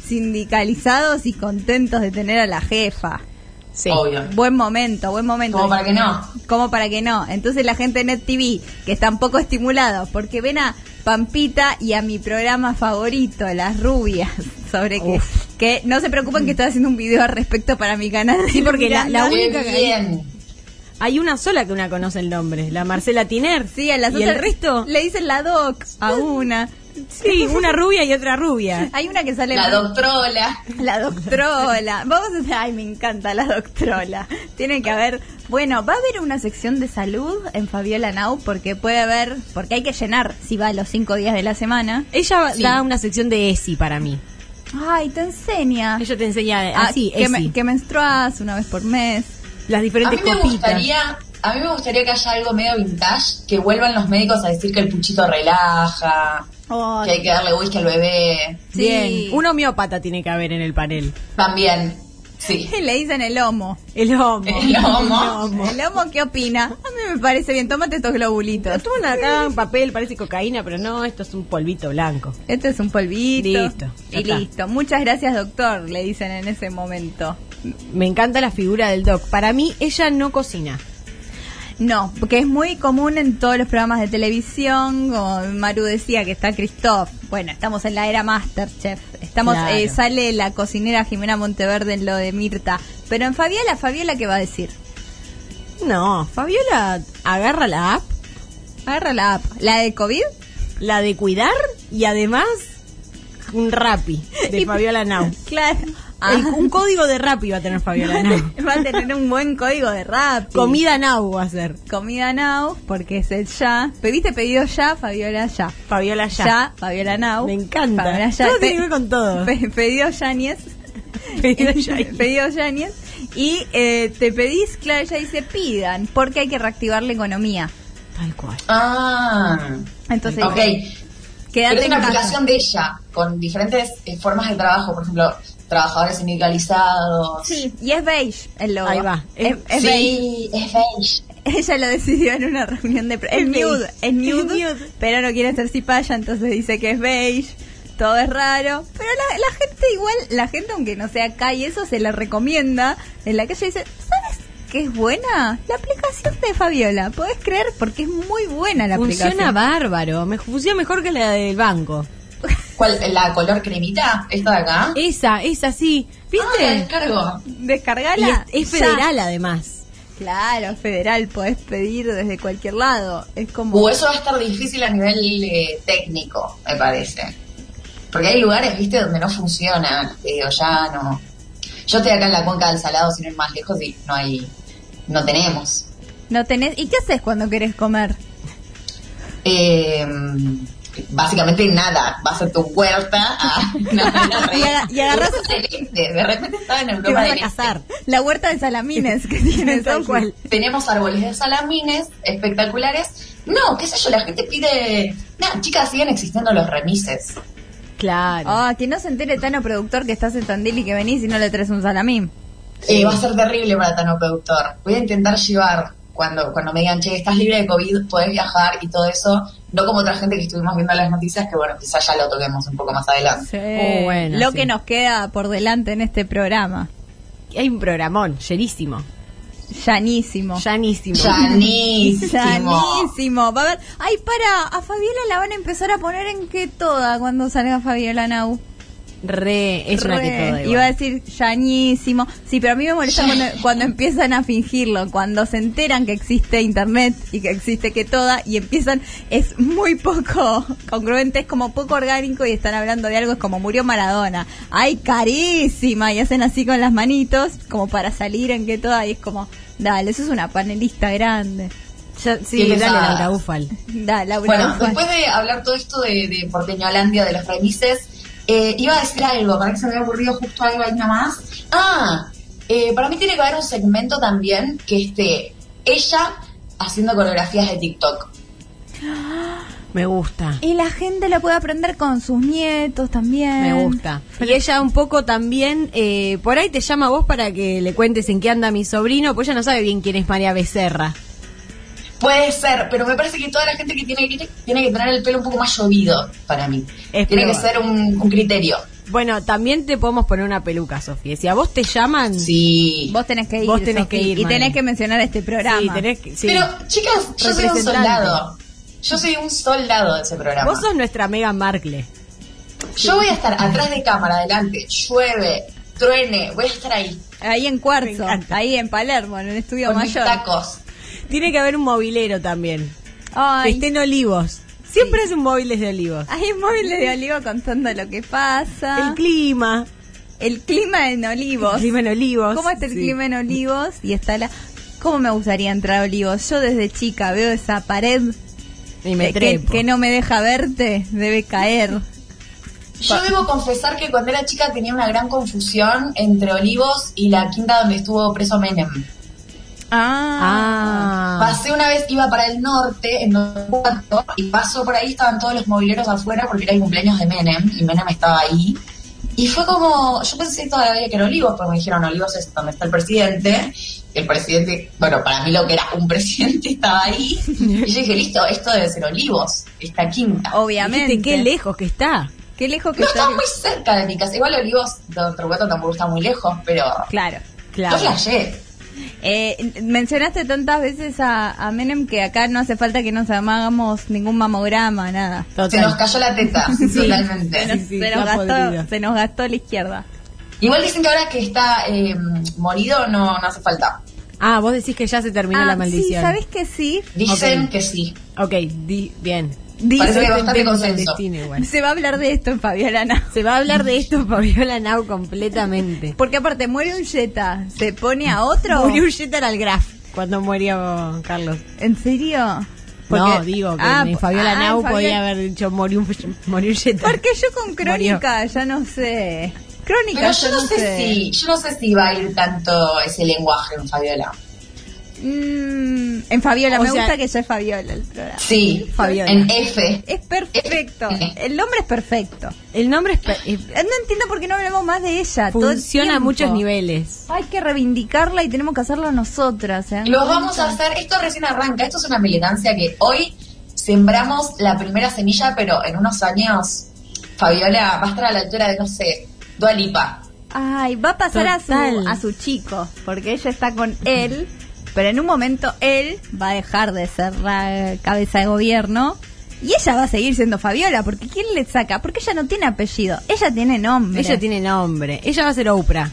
Speaker 2: sindicalizados y contentos de tener a la jefa.
Speaker 3: sí.
Speaker 4: Obvio.
Speaker 2: Buen momento, buen momento.
Speaker 4: Como para que no.
Speaker 2: Como para que no. Entonces la gente de Net TV, que están poco estimulados, porque ven a Pampita y a mi programa favorito, Las Rubias, sobre que, que no se preocupen que estoy haciendo un video al respecto para mi canal.
Speaker 3: Sí, porque la- la
Speaker 2: Miranda.
Speaker 4: Qué
Speaker 3: única que-
Speaker 4: bien.
Speaker 3: Hay una sola que una conoce el nombre, la Marcela Tiner.
Speaker 2: Sí, a las
Speaker 3: ¿Y
Speaker 2: otras
Speaker 3: el resto?
Speaker 2: Le dicen la doc a una.
Speaker 3: Sí, una rubia y otra rubia.
Speaker 2: Hay una que sale...
Speaker 4: La doctrola.
Speaker 2: La doctrola. Vamos a hacer- Ay, me encanta la doctrola. Tiene que haber... Bueno, va a haber una sección de salud en Fabiola Now porque puede haber... Porque hay que llenar si va los cinco días de la semana.
Speaker 3: Ella va-
Speaker 4: Sí.
Speaker 3: da una sección de ESI para mí.
Speaker 2: Ay, te enseña.
Speaker 3: Ella te enseña
Speaker 2: Ah,
Speaker 3: así,
Speaker 2: que,
Speaker 3: ESI.
Speaker 2: me- que menstruas una vez por mes.
Speaker 3: las
Speaker 4: A mí
Speaker 3: diferentes
Speaker 4: me
Speaker 3: copitas.
Speaker 4: gustaría... A mí me gustaría que haya algo medio vintage, que vuelvan los médicos a decir que el puchito relaja, que hay que darle whisky al bebé.
Speaker 2: Sí.
Speaker 3: Bien, un homeópata tiene que haber en el panel.
Speaker 4: También, sí.
Speaker 2: Le dicen el lomo.
Speaker 3: El homo.
Speaker 4: El homo.
Speaker 2: ¿El lomo qué opina? A mí me parece bien. Tómate estos globulitos.
Speaker 3: Estuvo una acá en papel, parece cocaína, pero no, esto es un polvito blanco.
Speaker 2: Este es un polvito.
Speaker 3: Listo, ya
Speaker 2: Y
Speaker 3: está.
Speaker 2: listo. Muchas gracias, doctor, le dicen en ese momento.
Speaker 3: Me encanta la figura del doc. Para mí, ella no cocina.
Speaker 2: No, porque es muy común en todos los programas de televisión, como Maru decía que está Christoph. Bueno, estamos en la era Masterchef. Estamos,
Speaker 3: Claro.
Speaker 2: eh, sale la cocinera Jimena Monteverde en lo de Mirta. Pero en Fabiola, Fabiola, ¿qué va a decir?
Speaker 3: No, Fabiola agarra la app,
Speaker 2: Agarra la app. ¿La de COVID?
Speaker 3: la de cuidar y además un rapi de Fabiola Now.
Speaker 2: Claro. Ah.
Speaker 3: El- un código de rapi va a tener Fabiola Now.
Speaker 2: Va a tener un buen código de rap.
Speaker 3: Comida Now va a ser.
Speaker 2: Comida now, porque es el ya. ¿Pediste pedido ya, Fabiola? Ya.
Speaker 3: Fabiola
Speaker 2: Ya,
Speaker 3: ya.
Speaker 2: Fabiola now.
Speaker 3: Me encanta.
Speaker 2: Fabiola ya.
Speaker 3: Todo tiene que ver con todo.
Speaker 2: Pe- pedido ya, Nies.
Speaker 3: Pedido Yáñez.
Speaker 2: Pedido Yáñez. Y eh, te pedís, claro, ella dice pidan, porque hay que reactivar la economía.
Speaker 3: Tal cual.
Speaker 4: Ah,
Speaker 2: Entonces,
Speaker 4: ok.
Speaker 2: quédate
Speaker 4: Pero es una
Speaker 2: en casa.
Speaker 4: aplicación de ella, con diferentes eh, formas de trabajo, por ejemplo, trabajadores sindicalizados.
Speaker 2: Sí, y es beige el logo.
Speaker 3: Ahí va.
Speaker 2: Es, es beige.
Speaker 4: sí, es beige.
Speaker 2: Ella lo decidió en una reunión de... pre- Es
Speaker 3: Es beige.
Speaker 2: nude, es nude,
Speaker 3: Es nude.
Speaker 2: pero no quiere ser cipaya, entonces dice que es beige. Todo es raro, pero la, la gente igual, la gente aunque no sea acá y eso se la recomienda, en la calle dice, ¿sabes qué es buena? La aplicación de Fabiola, ¿podés creer? Porque es muy buena la
Speaker 3: Funciona
Speaker 2: aplicación.
Speaker 3: bárbaro. Me funciona mejor que la del banco.
Speaker 4: ¿Cuál? ¿La color cremita? ¿Esta de acá?
Speaker 3: Esa, esa sí.
Speaker 4: Ah, la
Speaker 3: ¿Viste?
Speaker 4: descargo.
Speaker 3: Ah, Y es,
Speaker 2: Descargala.
Speaker 3: es
Speaker 2: ya.
Speaker 3: federal además.
Speaker 2: Claro, federal, podés pedir desde cualquier lado. Es como...
Speaker 4: O eso va a estar difícil a nivel eh, técnico, me parece. Porque hay lugares, viste, donde no funciona. Te digo, ya no. Yo estoy acá en la cuenca del Salado, sin ir más lejos, y no hay. No tenemos.
Speaker 2: No tenés... ¿Y qué haces cuando querés comer?
Speaker 4: Eh, básicamente nada. Vas a tu huerta a. No, no,
Speaker 2: Y aga- y agarrás-
Speaker 4: Europa del Este. De repente estaba en
Speaker 3: Te
Speaker 4: Europa
Speaker 3: vas
Speaker 4: del
Speaker 3: a
Speaker 4: Este.
Speaker 3: casar.
Speaker 2: La huerta de salamines que tienes
Speaker 3: Tal
Speaker 2: aquí.
Speaker 3: cual.
Speaker 4: Tenemos árboles de salamines espectaculares. No, qué sé yo, la gente pide. Nada, chicas, siguen existiendo los remises.
Speaker 3: Claro.
Speaker 2: Ah, que no se entere Tano Productor que estás en Tandil y que venís y no le traes un salamín.
Speaker 4: Eh, va a ser terrible para Tano Productor. Voy a intentar llevar, cuando, cuando me digan, che, estás libre de COVID, podés viajar y todo eso, no como otra gente que estuvimos viendo en las noticias, que bueno, quizás ya lo toquemos un poco más adelante.
Speaker 3: Oh, bueno,
Speaker 2: Lo
Speaker 3: sí.
Speaker 2: que nos queda por delante en este programa.
Speaker 3: Hay un programón, llenísimo.
Speaker 2: Llanísimo.
Speaker 3: Llanísimo.
Speaker 4: Llanísimo.
Speaker 2: Llanísimo. Va a haber... Ay, para, a Fabiola la van a empezar a poner en que toda cuando salga Fabiola Nau.
Speaker 3: Re, es una
Speaker 2: Re.
Speaker 3: que toda igual.
Speaker 2: Iba a decir llanísimo. Sí, pero a mí me molesta cuando, cuando empiezan a fingirlo, cuando se enteran que existe internet y que existe que toda y empiezan, es muy poco congruente, es como poco orgánico y están hablando de algo, es como murió Maradona. ¡Ay, carísima! Y hacen así con las manitos, como para salir en que toda y es como, dale, eso es una panelista grande.
Speaker 3: Ya- sí,
Speaker 4: Qué
Speaker 3: dale
Speaker 4: pesada.
Speaker 3: Laura Ufal.
Speaker 2: Dale, Laura.
Speaker 4: Bueno,
Speaker 2: Ufal.
Speaker 4: después de hablar todo esto de, de Porteño Holandia, de los remises, eh, iba a decir algo, para que se me había ocurrido justo algo ahí nomás. Ah, eh, para mí tiene que haber un segmento también que esté ella haciendo coreografías de TikTok.
Speaker 3: Me gusta.
Speaker 2: Y la gente lo puede aprender con sus nietos también.
Speaker 3: Me gusta. Y ella un poco también, eh, por ahí te llama a vos para que le cuentes en qué anda mi sobrino, pues ella no sabe bien quién es María Becerra.
Speaker 4: Puede ser, pero me parece que toda la gente que tiene que tiene que tener el pelo un poco más llovido para mí.
Speaker 3: Es
Speaker 4: tiene que
Speaker 3: probable.
Speaker 4: ser un, un criterio.
Speaker 3: Bueno, también te podemos poner una peluca, Sofía. Si a vos te llaman,
Speaker 4: Sí.
Speaker 2: Vos tenés que ir.
Speaker 3: Vos tenés que
Speaker 2: Sofi,
Speaker 3: ir,
Speaker 2: Y
Speaker 3: Mari.
Speaker 2: tenés que mencionar este programa.
Speaker 3: sí, tenés que- sí.
Speaker 4: Pero, chicas, yo soy un
Speaker 3: Representante.
Speaker 4: soldado. Yo soy un soldado de ese programa.
Speaker 3: vos sos nuestra Megan Markle.
Speaker 4: Yo voy a estar atrás de cámara, adelante, llueve, truene, voy a estar ahí.
Speaker 2: Ahí en
Speaker 3: Me
Speaker 2: Cuarzo,
Speaker 3: encanta.
Speaker 2: ahí en Palermo, en el estudio
Speaker 4: Con mis
Speaker 2: mayor.
Speaker 4: tacos.
Speaker 3: Tiene que haber un mobilero también. Que
Speaker 2: Ay,
Speaker 3: esté en olivos. Siempre es un móvil de olivos.
Speaker 2: hay móviles de olivo contando lo que pasa.
Speaker 3: El clima.
Speaker 2: El clima en olivos.
Speaker 3: El clima en olivos.
Speaker 2: ¿Cómo está el
Speaker 3: Sí.
Speaker 2: clima en olivos? Y está la. ¿Cómo me gustaría entrar a olivos? Yo desde chica veo esa pared
Speaker 3: Y me
Speaker 2: de- que,
Speaker 3: trepo.
Speaker 2: que no me deja verte, debe caer.
Speaker 4: Yo debo confesar que cuando era chica tenía una gran confusión entre Olivos y la quinta donde estuvo preso Menem.
Speaker 3: Ah.
Speaker 4: Pasé una vez, iba para el norte, en Don Cuarto, y paso por ahí, estaban todos los mobileros afuera porque era el cumpleaños de Menem, y Menem estaba ahí. Y fue como, yo pensé todavía que era Olivos, pero me dijeron, Olivos es donde está el presidente. El presidente, bueno, para mí lo que era un presidente estaba ahí. Y yo dije, listo, esto debe ser Olivos, esta quinta.
Speaker 2: Obviamente.
Speaker 3: Viste qué lejos que está.
Speaker 2: Qué lejos que
Speaker 4: No
Speaker 2: está.
Speaker 4: está muy cerca de mi casa. Igual Olivos, Don Torcuato tampoco está muy lejos, pero...
Speaker 2: Claro.
Speaker 4: Yo
Speaker 3: Claro.
Speaker 4: flashé.
Speaker 2: Eh, mencionaste tantas veces a, a Menem que acá no hace falta que nos hagamos ningún mamograma, nada.
Speaker 4: Se nos cayó la teta,
Speaker 2: Se
Speaker 4: totalmente.
Speaker 2: nos,
Speaker 3: sí,
Speaker 2: se nos
Speaker 3: está
Speaker 2: gastó,
Speaker 3: podrido.
Speaker 2: se nos gastó la izquierda.
Speaker 4: Igual dicen que ahora que está eh, morido no, no hace falta.
Speaker 3: Ah, vos decís que ya se terminó
Speaker 2: Ah,
Speaker 3: la
Speaker 2: sí,
Speaker 3: maldición.
Speaker 2: ¿sabes que sí?
Speaker 4: Dicen
Speaker 3: Ok.
Speaker 4: que sí.
Speaker 3: Ok, di- bien.
Speaker 2: Dice,
Speaker 4: Parece que hay bastante
Speaker 3: Tentemos al
Speaker 4: consenso.
Speaker 3: destino igual.
Speaker 2: se va a hablar de esto en Fabiola Nau.
Speaker 3: Se va a hablar de esto Fabiola Nau completamente.
Speaker 2: Porque aparte muere un Jetta, se pone a otro.
Speaker 3: Murió un Jeter al Graf cuando murió Carlos.
Speaker 2: ¿En serio?
Speaker 3: no, digo que
Speaker 2: Ah,
Speaker 3: en Fabiola
Speaker 2: ah,
Speaker 3: Nau
Speaker 2: Fabiola-
Speaker 3: podía haber dicho murió un, murió un Jeter.
Speaker 2: Porque yo con crónica ya no sé.
Speaker 4: Pero
Speaker 2: Crónicas,
Speaker 4: yo no sé si, yo no sé si va a ir tanto ese lenguaje en Fabiola.
Speaker 2: Mm, en Fabiola,
Speaker 3: O
Speaker 2: me
Speaker 3: sea-
Speaker 2: gusta que sea Fabiola el programa.
Speaker 4: Sí,
Speaker 3: Fabiola.
Speaker 4: en F.
Speaker 2: Es perfecto, el nombre es perfecto.
Speaker 3: El nombre es pe- es-
Speaker 2: No entiendo por qué no hablamos más de ella. todo el
Speaker 3: funciona a
Speaker 2: tiempo.
Speaker 3: muchos niveles.
Speaker 2: Hay que reivindicarla y tenemos que hacerlo nosotras. ¿eh?
Speaker 4: Los vamos a hacer, esto recién arranca, esto es una militancia que hoy sembramos la primera semilla, pero en unos años Fabiola va a estar a la altura de, no sé, Dualipa.
Speaker 2: Ay, va a pasar a su,
Speaker 3: Total.
Speaker 2: a su chico, porque ella está con él, pero en un momento él va a dejar de ser la cabeza de gobierno y ella va a seguir siendo Fabiola, porque ¿quién le saca? Porque ella no tiene apellido, ella tiene nombre.
Speaker 3: Ella tiene nombre. Ella va a ser Oprah.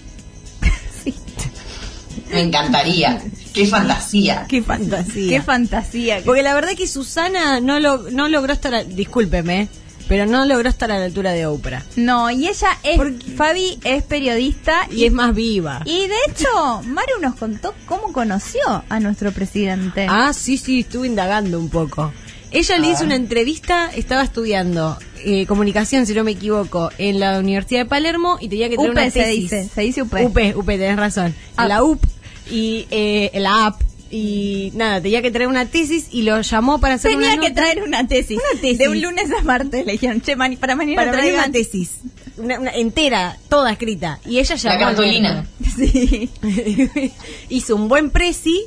Speaker 4: Me encantaría. Qué fantasía.
Speaker 3: Qué fantasía.
Speaker 2: Qué fantasía.
Speaker 3: Porque la verdad que Susana no, lo, no logró estar, a- discúlpeme, pero no logró estar a la altura de Oprah.
Speaker 2: No, y ella es, Fabi es periodista
Speaker 3: Y es más viva.
Speaker 2: y de hecho Maru nos contó cómo conoció a nuestro presidente.
Speaker 3: Ah, sí, sí, estuve indagando un poco. Ella
Speaker 2: Ah.
Speaker 3: le hizo una entrevista, estaba estudiando eh, comunicación, si no me equivoco, en la Universidad de Palermo y tenía que tener
Speaker 2: UP
Speaker 3: una
Speaker 2: se
Speaker 3: tesis.
Speaker 2: dice, se dice Ah. UP.
Speaker 3: UP, UP, tenés razón.
Speaker 2: Up.
Speaker 3: La UP y eh, la AP. Y nada, tenía que traer una tesis y lo llamó para hacer
Speaker 2: Tenía
Speaker 3: una
Speaker 2: que
Speaker 3: nota.
Speaker 2: traer una tesis.
Speaker 3: Una tesis.
Speaker 2: De un lunes a martes le dijeron, che, Mani, para mañana
Speaker 3: para traer
Speaker 2: traigan-
Speaker 3: una tesis. Una, una entera, toda escrita. Y ella llamó.
Speaker 4: La
Speaker 3: al
Speaker 4: cartulina.
Speaker 2: Sí.
Speaker 3: hizo un buen presi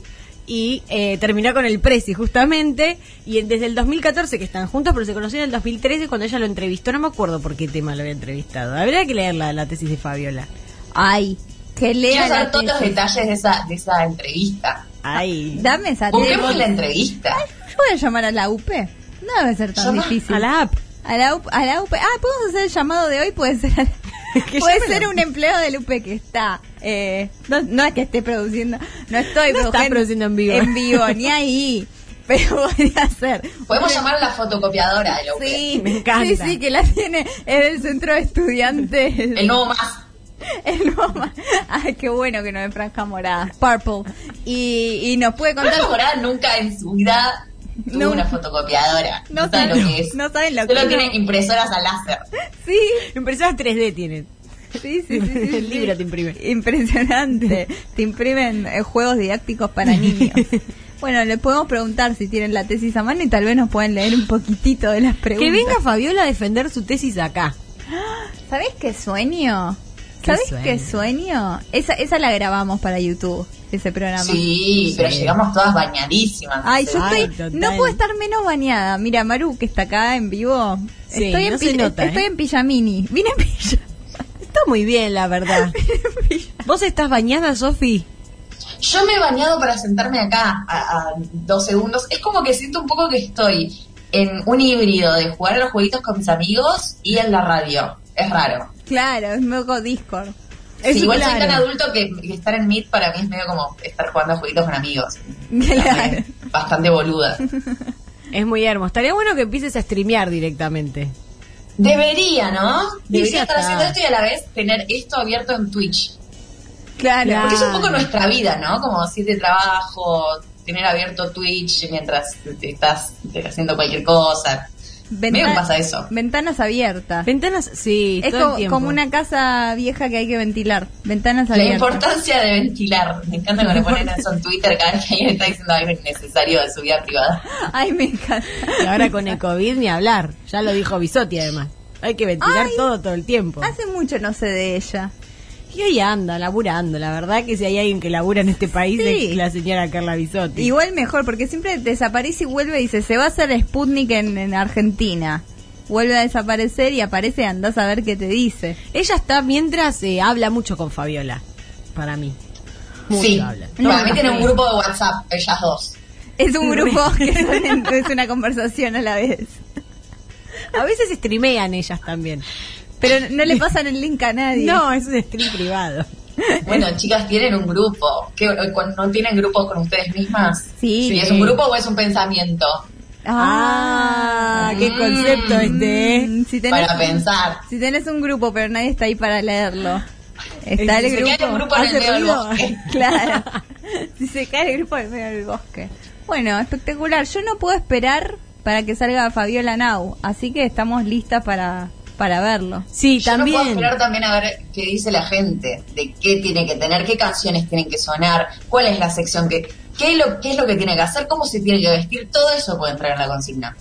Speaker 3: y eh, terminó con el presi justamente y en- desde el 2014 que están juntos pero se conocieron en el 2013 cuando ella lo entrevistó no me acuerdo por qué tema lo había entrevistado habría que leer la, la tesis de Fabiola
Speaker 2: Ay, que lea la
Speaker 4: Quiero saber todos los
Speaker 2: tesis.
Speaker 4: detalles de esa, de esa entrevista.
Speaker 3: ay
Speaker 2: Dame esa tesis.
Speaker 4: Busquemos la entrevista.
Speaker 2: Yo voy a llamar a la UP. No debe ser tan
Speaker 4: Llama
Speaker 2: difícil.
Speaker 3: a la app
Speaker 2: A la UP. A la UP. Ah, podemos hacer el llamado de hoy. Puede ser,
Speaker 3: Que
Speaker 2: puede
Speaker 3: llamen a
Speaker 2: ser
Speaker 3: la-
Speaker 2: un empleado del UP que está. eh, no, no es que esté produciendo. No estoy
Speaker 3: No está produciendo en vivo.
Speaker 2: En vivo, ni ahí. Pero podría ser.
Speaker 4: Podemos llamar a la fotocopiadora de la UP.
Speaker 2: Sí,
Speaker 3: Me encanta.
Speaker 2: Sí, sí, que la tiene en el centro de estudiantes.
Speaker 4: El nuevo más.
Speaker 2: El Roma. Ay, qué bueno que no es franja morada. Purple. Y, y nos puede contar.
Speaker 4: Franco Morán nunca en su vida tuvo
Speaker 2: No.
Speaker 4: una fotocopiadora.
Speaker 2: No
Speaker 4: No, saben
Speaker 2: saben-
Speaker 4: lo que es.
Speaker 2: no saben lo
Speaker 4: Solo
Speaker 2: que-
Speaker 4: tienen impresoras a láser.
Speaker 2: Sí,
Speaker 3: impresoras 3D tienen
Speaker 2: sí, sí. sí, sí, sí.
Speaker 3: el libro te imprime
Speaker 2: Impresionante. Te imprimen eh, juegos didácticos para niños. Bueno, le podemos preguntar si tienen la tesis a mano y tal vez nos pueden leer un poquitito de las preguntas.
Speaker 3: que venga Fabiola a defender su tesis acá
Speaker 2: ¿Sabés qué sueño?
Speaker 3: ¿Qué
Speaker 2: ¿Sabés
Speaker 3: sueño?
Speaker 2: qué sueño? Esa, esa la grabamos para YouTube, ese programa.
Speaker 4: Sí, pero llegamos todas bañadísimas.
Speaker 2: Ay, yo
Speaker 3: Ay,
Speaker 2: estoy,
Speaker 3: Ah, total.
Speaker 2: no puedo estar menos bañada. Mira, Maru, que está acá en vivo.
Speaker 3: Sí,
Speaker 2: estoy
Speaker 3: no
Speaker 2: en
Speaker 3: se
Speaker 2: pi-
Speaker 3: nota,
Speaker 2: estoy
Speaker 3: ¿eh?
Speaker 2: en pijamini. Vine en pijama.
Speaker 3: está muy bien la verdad vos estás bañada Sofi
Speaker 4: Yo me he bañado para sentarme acá a, a dos segundos. Es como que siento un poco que estoy en un híbrido de jugar a los jueguitos con mis amigos y en la radio. Es raro.
Speaker 2: Claro, es moco Discord.
Speaker 4: Sí, igual soy
Speaker 3: claro.
Speaker 4: tan adulto que, que estar en Meet para mí es medio como estar jugando a jueguitos con amigos.
Speaker 2: Claro.
Speaker 4: Bastante boluda.
Speaker 3: es muy hermoso estaría bueno que empieces a streamear directamente
Speaker 4: Debería, ¿no?
Speaker 3: ya
Speaker 4: Debería estar
Speaker 3: está.
Speaker 4: haciendo esto y a la vez tener esto abierto en Twitch.
Speaker 2: Claro.
Speaker 3: Claro.
Speaker 4: Porque es un poco nuestra vida, ¿no? Como siete trabajo, tener abierto Twitch mientras te estás te- haciendo cualquier cosa. Medio que pasa eso.
Speaker 2: Ventanas abiertas.
Speaker 3: Ventanas, sí,
Speaker 2: es
Speaker 3: todo el
Speaker 2: co-
Speaker 3: tiempo.
Speaker 2: como una casa vieja que hay que ventilar. Ventanas
Speaker 4: La
Speaker 2: abiertas.
Speaker 4: importancia de ventilar. Me encanta cuando ponen eso en Twitter cada vez que alguien está diciendo algo innecesario de su vida privada.
Speaker 2: Ay, me encanta.
Speaker 3: Y ahora con el COVID ni hablar. Ya lo dijo Bisotti además. Hay que ventilar
Speaker 2: Ay. Ah,
Speaker 3: todo todo el tiempo.
Speaker 2: Hace mucho no sé de ella.
Speaker 3: Y ahí anda, laburando. La verdad que si hay alguien que labura en este país
Speaker 2: Sí.
Speaker 3: es la señora Carla Bisotti.
Speaker 2: Igual mejor, porque siempre desaparece y vuelve y dice, se va a hacer Sputnik en, en Argentina. Vuelve a desaparecer y aparece, andás a ver qué te dice.
Speaker 3: Ella está mientras eh, habla mucho con Fabiola. Para mí. Mucho
Speaker 4: sí.
Speaker 3: habla.
Speaker 4: Para mí tiene un grupo de WhatsApp, ellas dos.
Speaker 2: Es un grupo que son- es una conversación a la vez.
Speaker 3: A veces streamean ellas también.
Speaker 2: Pero no le pasan el link a nadie.
Speaker 3: No, es un stream privado.
Speaker 4: Bueno, chicas, tienen un grupo. ¿Qué, cu- ¿No tienen grupo con ustedes mismas?
Speaker 2: Sí.
Speaker 4: ¿Es un grupo o es un pensamiento?
Speaker 3: Ah, qué
Speaker 4: Mm.
Speaker 3: concepto este. ¿eh?
Speaker 2: Mm, si tenés,
Speaker 4: Para pensar.
Speaker 2: Si tenés un grupo, pero nadie está ahí para leerlo. Está
Speaker 3: Si
Speaker 2: el
Speaker 3: se
Speaker 2: grupo.
Speaker 4: cae un grupo en el
Speaker 2: ¿Hace
Speaker 4: medio del
Speaker 2: ruido?
Speaker 4: bosque.
Speaker 2: claro. Si se cae el grupo en medio del bosque. Bueno, espectacular. Yo no puedo esperar para que salga Fabiola Nau. Así que estamos listas para, para verlo.
Speaker 3: Sí,
Speaker 4: Yo no puedo
Speaker 3: también.
Speaker 4: esperar también a ver qué dice la gente, de qué tiene que tener, qué canciones tienen que sonar, cuál es la sección que... ¿Qué es, lo, ¿Qué es lo que tiene que hacer? ¿Cómo se tiene que vestir? Todo eso puede entrar en la consigna.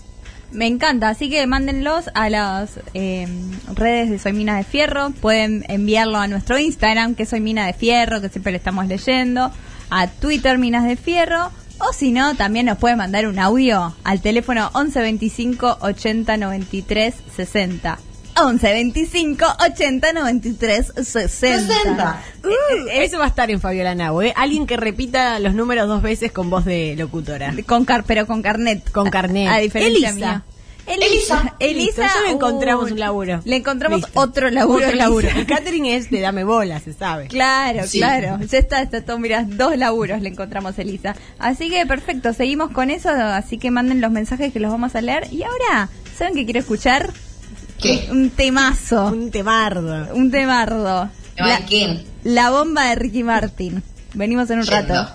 Speaker 2: Me encanta, así que mándenlos a las eh, redes de Soy Mina de Fierro. Pueden enviarlo a nuestro Instagram, que soy Mina de Fierro, que siempre le estamos leyendo. A Twitter, Minas de Fierro. O si no, también nos pueden mandar un audio al teléfono 11 25 80 93 60. 11 25 80 93 60.
Speaker 4: 60.
Speaker 3: Uh, eso va a estar en Fabiola Nau, ¿eh? Alguien que repita los números dos veces con voz de locutora.
Speaker 2: Con car, pero con carnet.
Speaker 3: Con carnet.
Speaker 2: A, a diferencia
Speaker 3: Elisa.
Speaker 2: mía.
Speaker 4: Elisa.
Speaker 2: Elisa.
Speaker 3: Listo, ya le encontramos
Speaker 2: uy,
Speaker 3: un laburo.
Speaker 2: Le encontramos
Speaker 3: Listo.
Speaker 2: otro laburo.
Speaker 3: Otro
Speaker 2: Elisa.
Speaker 3: laburo. Catherine es de dame bola, se sabe.
Speaker 2: Claro,
Speaker 4: Sí.
Speaker 2: claro. Ya está, está todo, mirá, dos laburos le encontramos a Elisa. Así que perfecto, seguimos con eso, así que manden los mensajes que los vamos a leer. Y ahora, ¿saben qué quiero escuchar?
Speaker 4: ¿Qué?
Speaker 2: Un temazo,
Speaker 3: Un temardo.
Speaker 2: un temardo.
Speaker 4: No
Speaker 2: La,
Speaker 4: hay quién.
Speaker 2: la bomba de Ricky Martin. Venimos en un rato.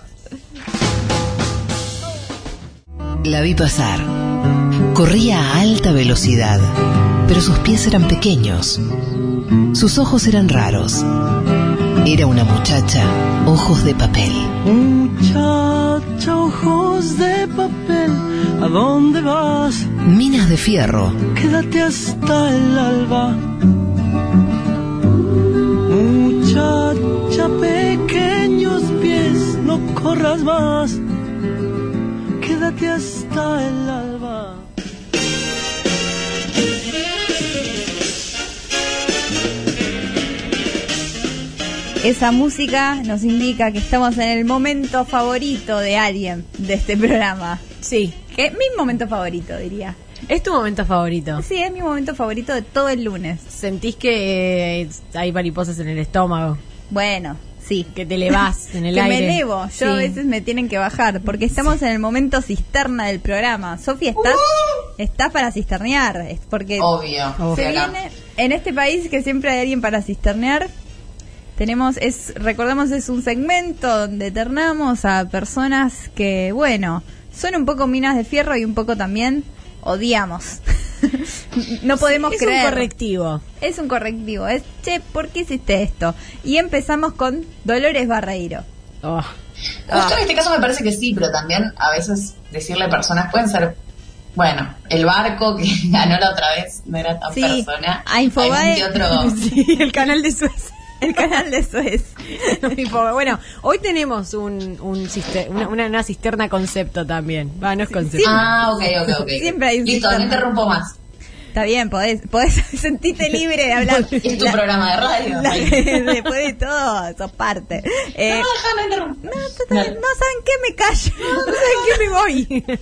Speaker 5: La vi pasar. Corría a alta velocidad, pero sus pies eran pequeños. Sus ojos eran raros. Era una muchacha, ojos de papel.
Speaker 6: Muchacha, ojos de papel, ¿a dónde vas?
Speaker 5: Minas de fierro,
Speaker 6: Quédate hasta el alba. Muchacha, pequeños pies, no corras más. Quédate hasta el alba.
Speaker 2: Esa música nos indica que estamos en el momento favorito de alguien de este programa.
Speaker 3: Sí.
Speaker 2: Que es mi momento favorito, diría.
Speaker 3: Es tu momento favorito.
Speaker 2: Sí, es mi momento favorito de todo el lunes.
Speaker 3: Sentís que eh, hay mariposas en el estómago,
Speaker 2: Bueno, sí.
Speaker 3: que te elevás en el
Speaker 2: que
Speaker 3: aire.
Speaker 2: me elevo. Yo
Speaker 3: Sí.
Speaker 2: a veces me tienen que bajar porque estamos en el momento cisterna del programa. Sofía, estás,
Speaker 3: Uh.
Speaker 2: estás para cisternear. Es porque
Speaker 4: Obvio.
Speaker 2: se
Speaker 4: Acá.
Speaker 2: viene en este país que siempre hay alguien para cisternear. Tenemos, es, recordemos, es un segmento donde ternamos a personas que, bueno, son un poco minas de fierro y un poco también odiamos. no podemos
Speaker 3: es
Speaker 2: creer.
Speaker 3: un correctivo.
Speaker 2: Es un correctivo, es che, ¿por qué hiciste esto? Y empezamos con Dolores Barreiro.
Speaker 3: Oh.
Speaker 4: Justo en este caso me parece que sí, pero también a veces decirle a personas pueden ser, bueno, el barco que ganó la otra vez no era tan
Speaker 2: Sí,
Speaker 4: persona.
Speaker 2: a Infobae.
Speaker 4: Algún que otro.
Speaker 3: Sí, el canal de Suez.
Speaker 2: El canal de Suez.
Speaker 3: bueno, hoy tenemos un, un cister- una, una- una cisterna concepto también. Va, no es concepto.
Speaker 4: Ah, ok, ok, ok.
Speaker 2: Siempre hay un
Speaker 4: Listo, no
Speaker 2: sistema.
Speaker 4: interrumpo más.
Speaker 2: Está bien, podés, podés sentirte libre de hablar.
Speaker 4: Es tu
Speaker 2: La-
Speaker 4: programa de radio.
Speaker 2: la-
Speaker 4: Ay,
Speaker 2: después de todo, sos parte. Eh,
Speaker 4: no, déjame interrumpir.
Speaker 2: no, total, no, ¿saben qué? Me callo. No, ¿Saben qué? Me voy.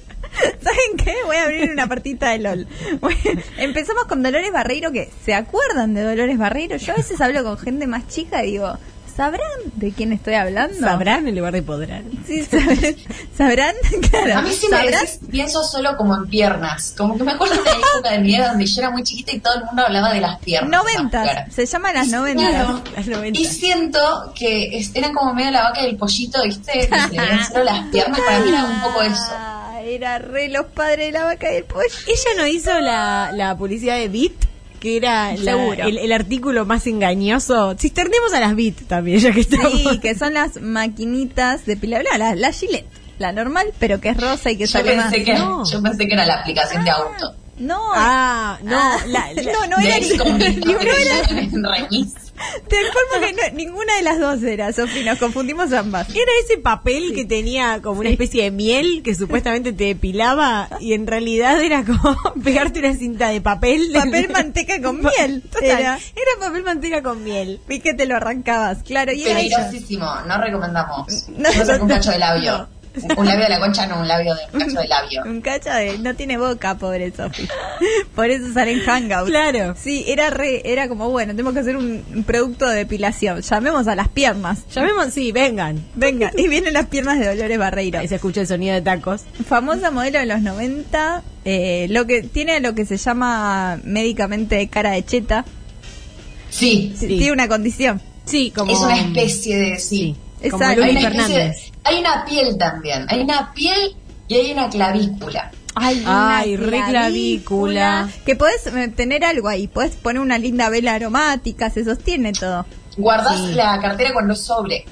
Speaker 2: ¿Saben qué? Voy a abrir una partita de LOL. Bueno, empezamos con Dolores Barreiro, que ¿se acuerdan de Dolores Barreiro? Yo a veces hablo con gente más chica y digo, ¿sabrán de quién estoy hablando?
Speaker 3: Sabrán en lugar de podrán.
Speaker 2: Sí, sabrán. ¿Sabrán? Claro.
Speaker 4: A mí sí me
Speaker 2: ¿Sabrán?
Speaker 4: decís, pienso solo como en piernas. Como que me acuerdo de la época de mi vida donde yo era muy chiquita y todo el mundo hablaba de las piernas.
Speaker 2: Noventas.
Speaker 4: Claro.
Speaker 2: Se llama las noventas.
Speaker 4: Claro.
Speaker 3: Las 90.
Speaker 4: Y siento que es- eran como medio la vaca y el pollito, ¿viste? Que se le veían solo las piernas. Para mí era un poco eso.
Speaker 2: Ah, Era re los padres de la vaca y el pollo.
Speaker 3: Ella no hizo la, la publicidad de Bit, que era la-
Speaker 2: Seguro.
Speaker 3: el, el artículo más engañoso. Cisternemos a las Bit también, ya que estamos.
Speaker 2: Sí, que son las maquinitas de pila bla, la, la Gillette, la normal, pero que es rosa y que
Speaker 4: Yo
Speaker 2: sale más.
Speaker 4: pensé, que,
Speaker 3: No.
Speaker 4: yo pensé que era la aplicación de auto.
Speaker 2: No,
Speaker 3: Ah, no,
Speaker 2: Ah.
Speaker 3: la- la-
Speaker 2: no, no
Speaker 4: de
Speaker 2: era ni-
Speaker 4: ex convicto
Speaker 2: no
Speaker 4: que
Speaker 2: era-
Speaker 4: tenían en Reñiz.
Speaker 2: Te informo que no- ninguna de las dos era, Sofi, nos confundimos ambas.
Speaker 3: Era ese papel que tenía como una especie de miel que supuestamente te depilaba y en realidad era como pegarte una cinta de papel.
Speaker 2: Papel manteca con miel, total.
Speaker 3: Era, era papel manteca con miel.
Speaker 2: Vi que te lo arrancabas, claro, y era ella.
Speaker 4: Peligrosísimo, no recomendamos.
Speaker 2: No,
Speaker 4: No, ser un
Speaker 2: no,
Speaker 4: cacho de labio. Un labio de la concha, no, un labio de un cacho de labio.
Speaker 2: Un cacho de... No tiene boca, pobre Sofi. Por eso salen hangouts.
Speaker 3: Claro.
Speaker 2: Sí, era re, era como, bueno, tenemos que hacer un, un producto de depilación. Llamemos a las piernas.
Speaker 3: Llamemos, sí, vengan.
Speaker 2: Venga, y vienen las piernas de Dolores Barreiro.
Speaker 3: Ahí se escucha el sonido de tacos.
Speaker 2: Famosa modelo de los 90, eh, lo que tiene lo que se llama médicamente cara de cheta.
Speaker 4: Sí,
Speaker 3: Sí.
Speaker 2: Tiene una condición.
Speaker 3: Sí, como.
Speaker 4: es una especie de sí.
Speaker 2: Es
Speaker 3: como
Speaker 2: Ay, una
Speaker 3: Ay, re clavícula.
Speaker 2: Que podés eh, tener algo ahí, podés poner una linda vela aromática, se sostiene todo.
Speaker 4: Guardás la cartera cuando es sobre.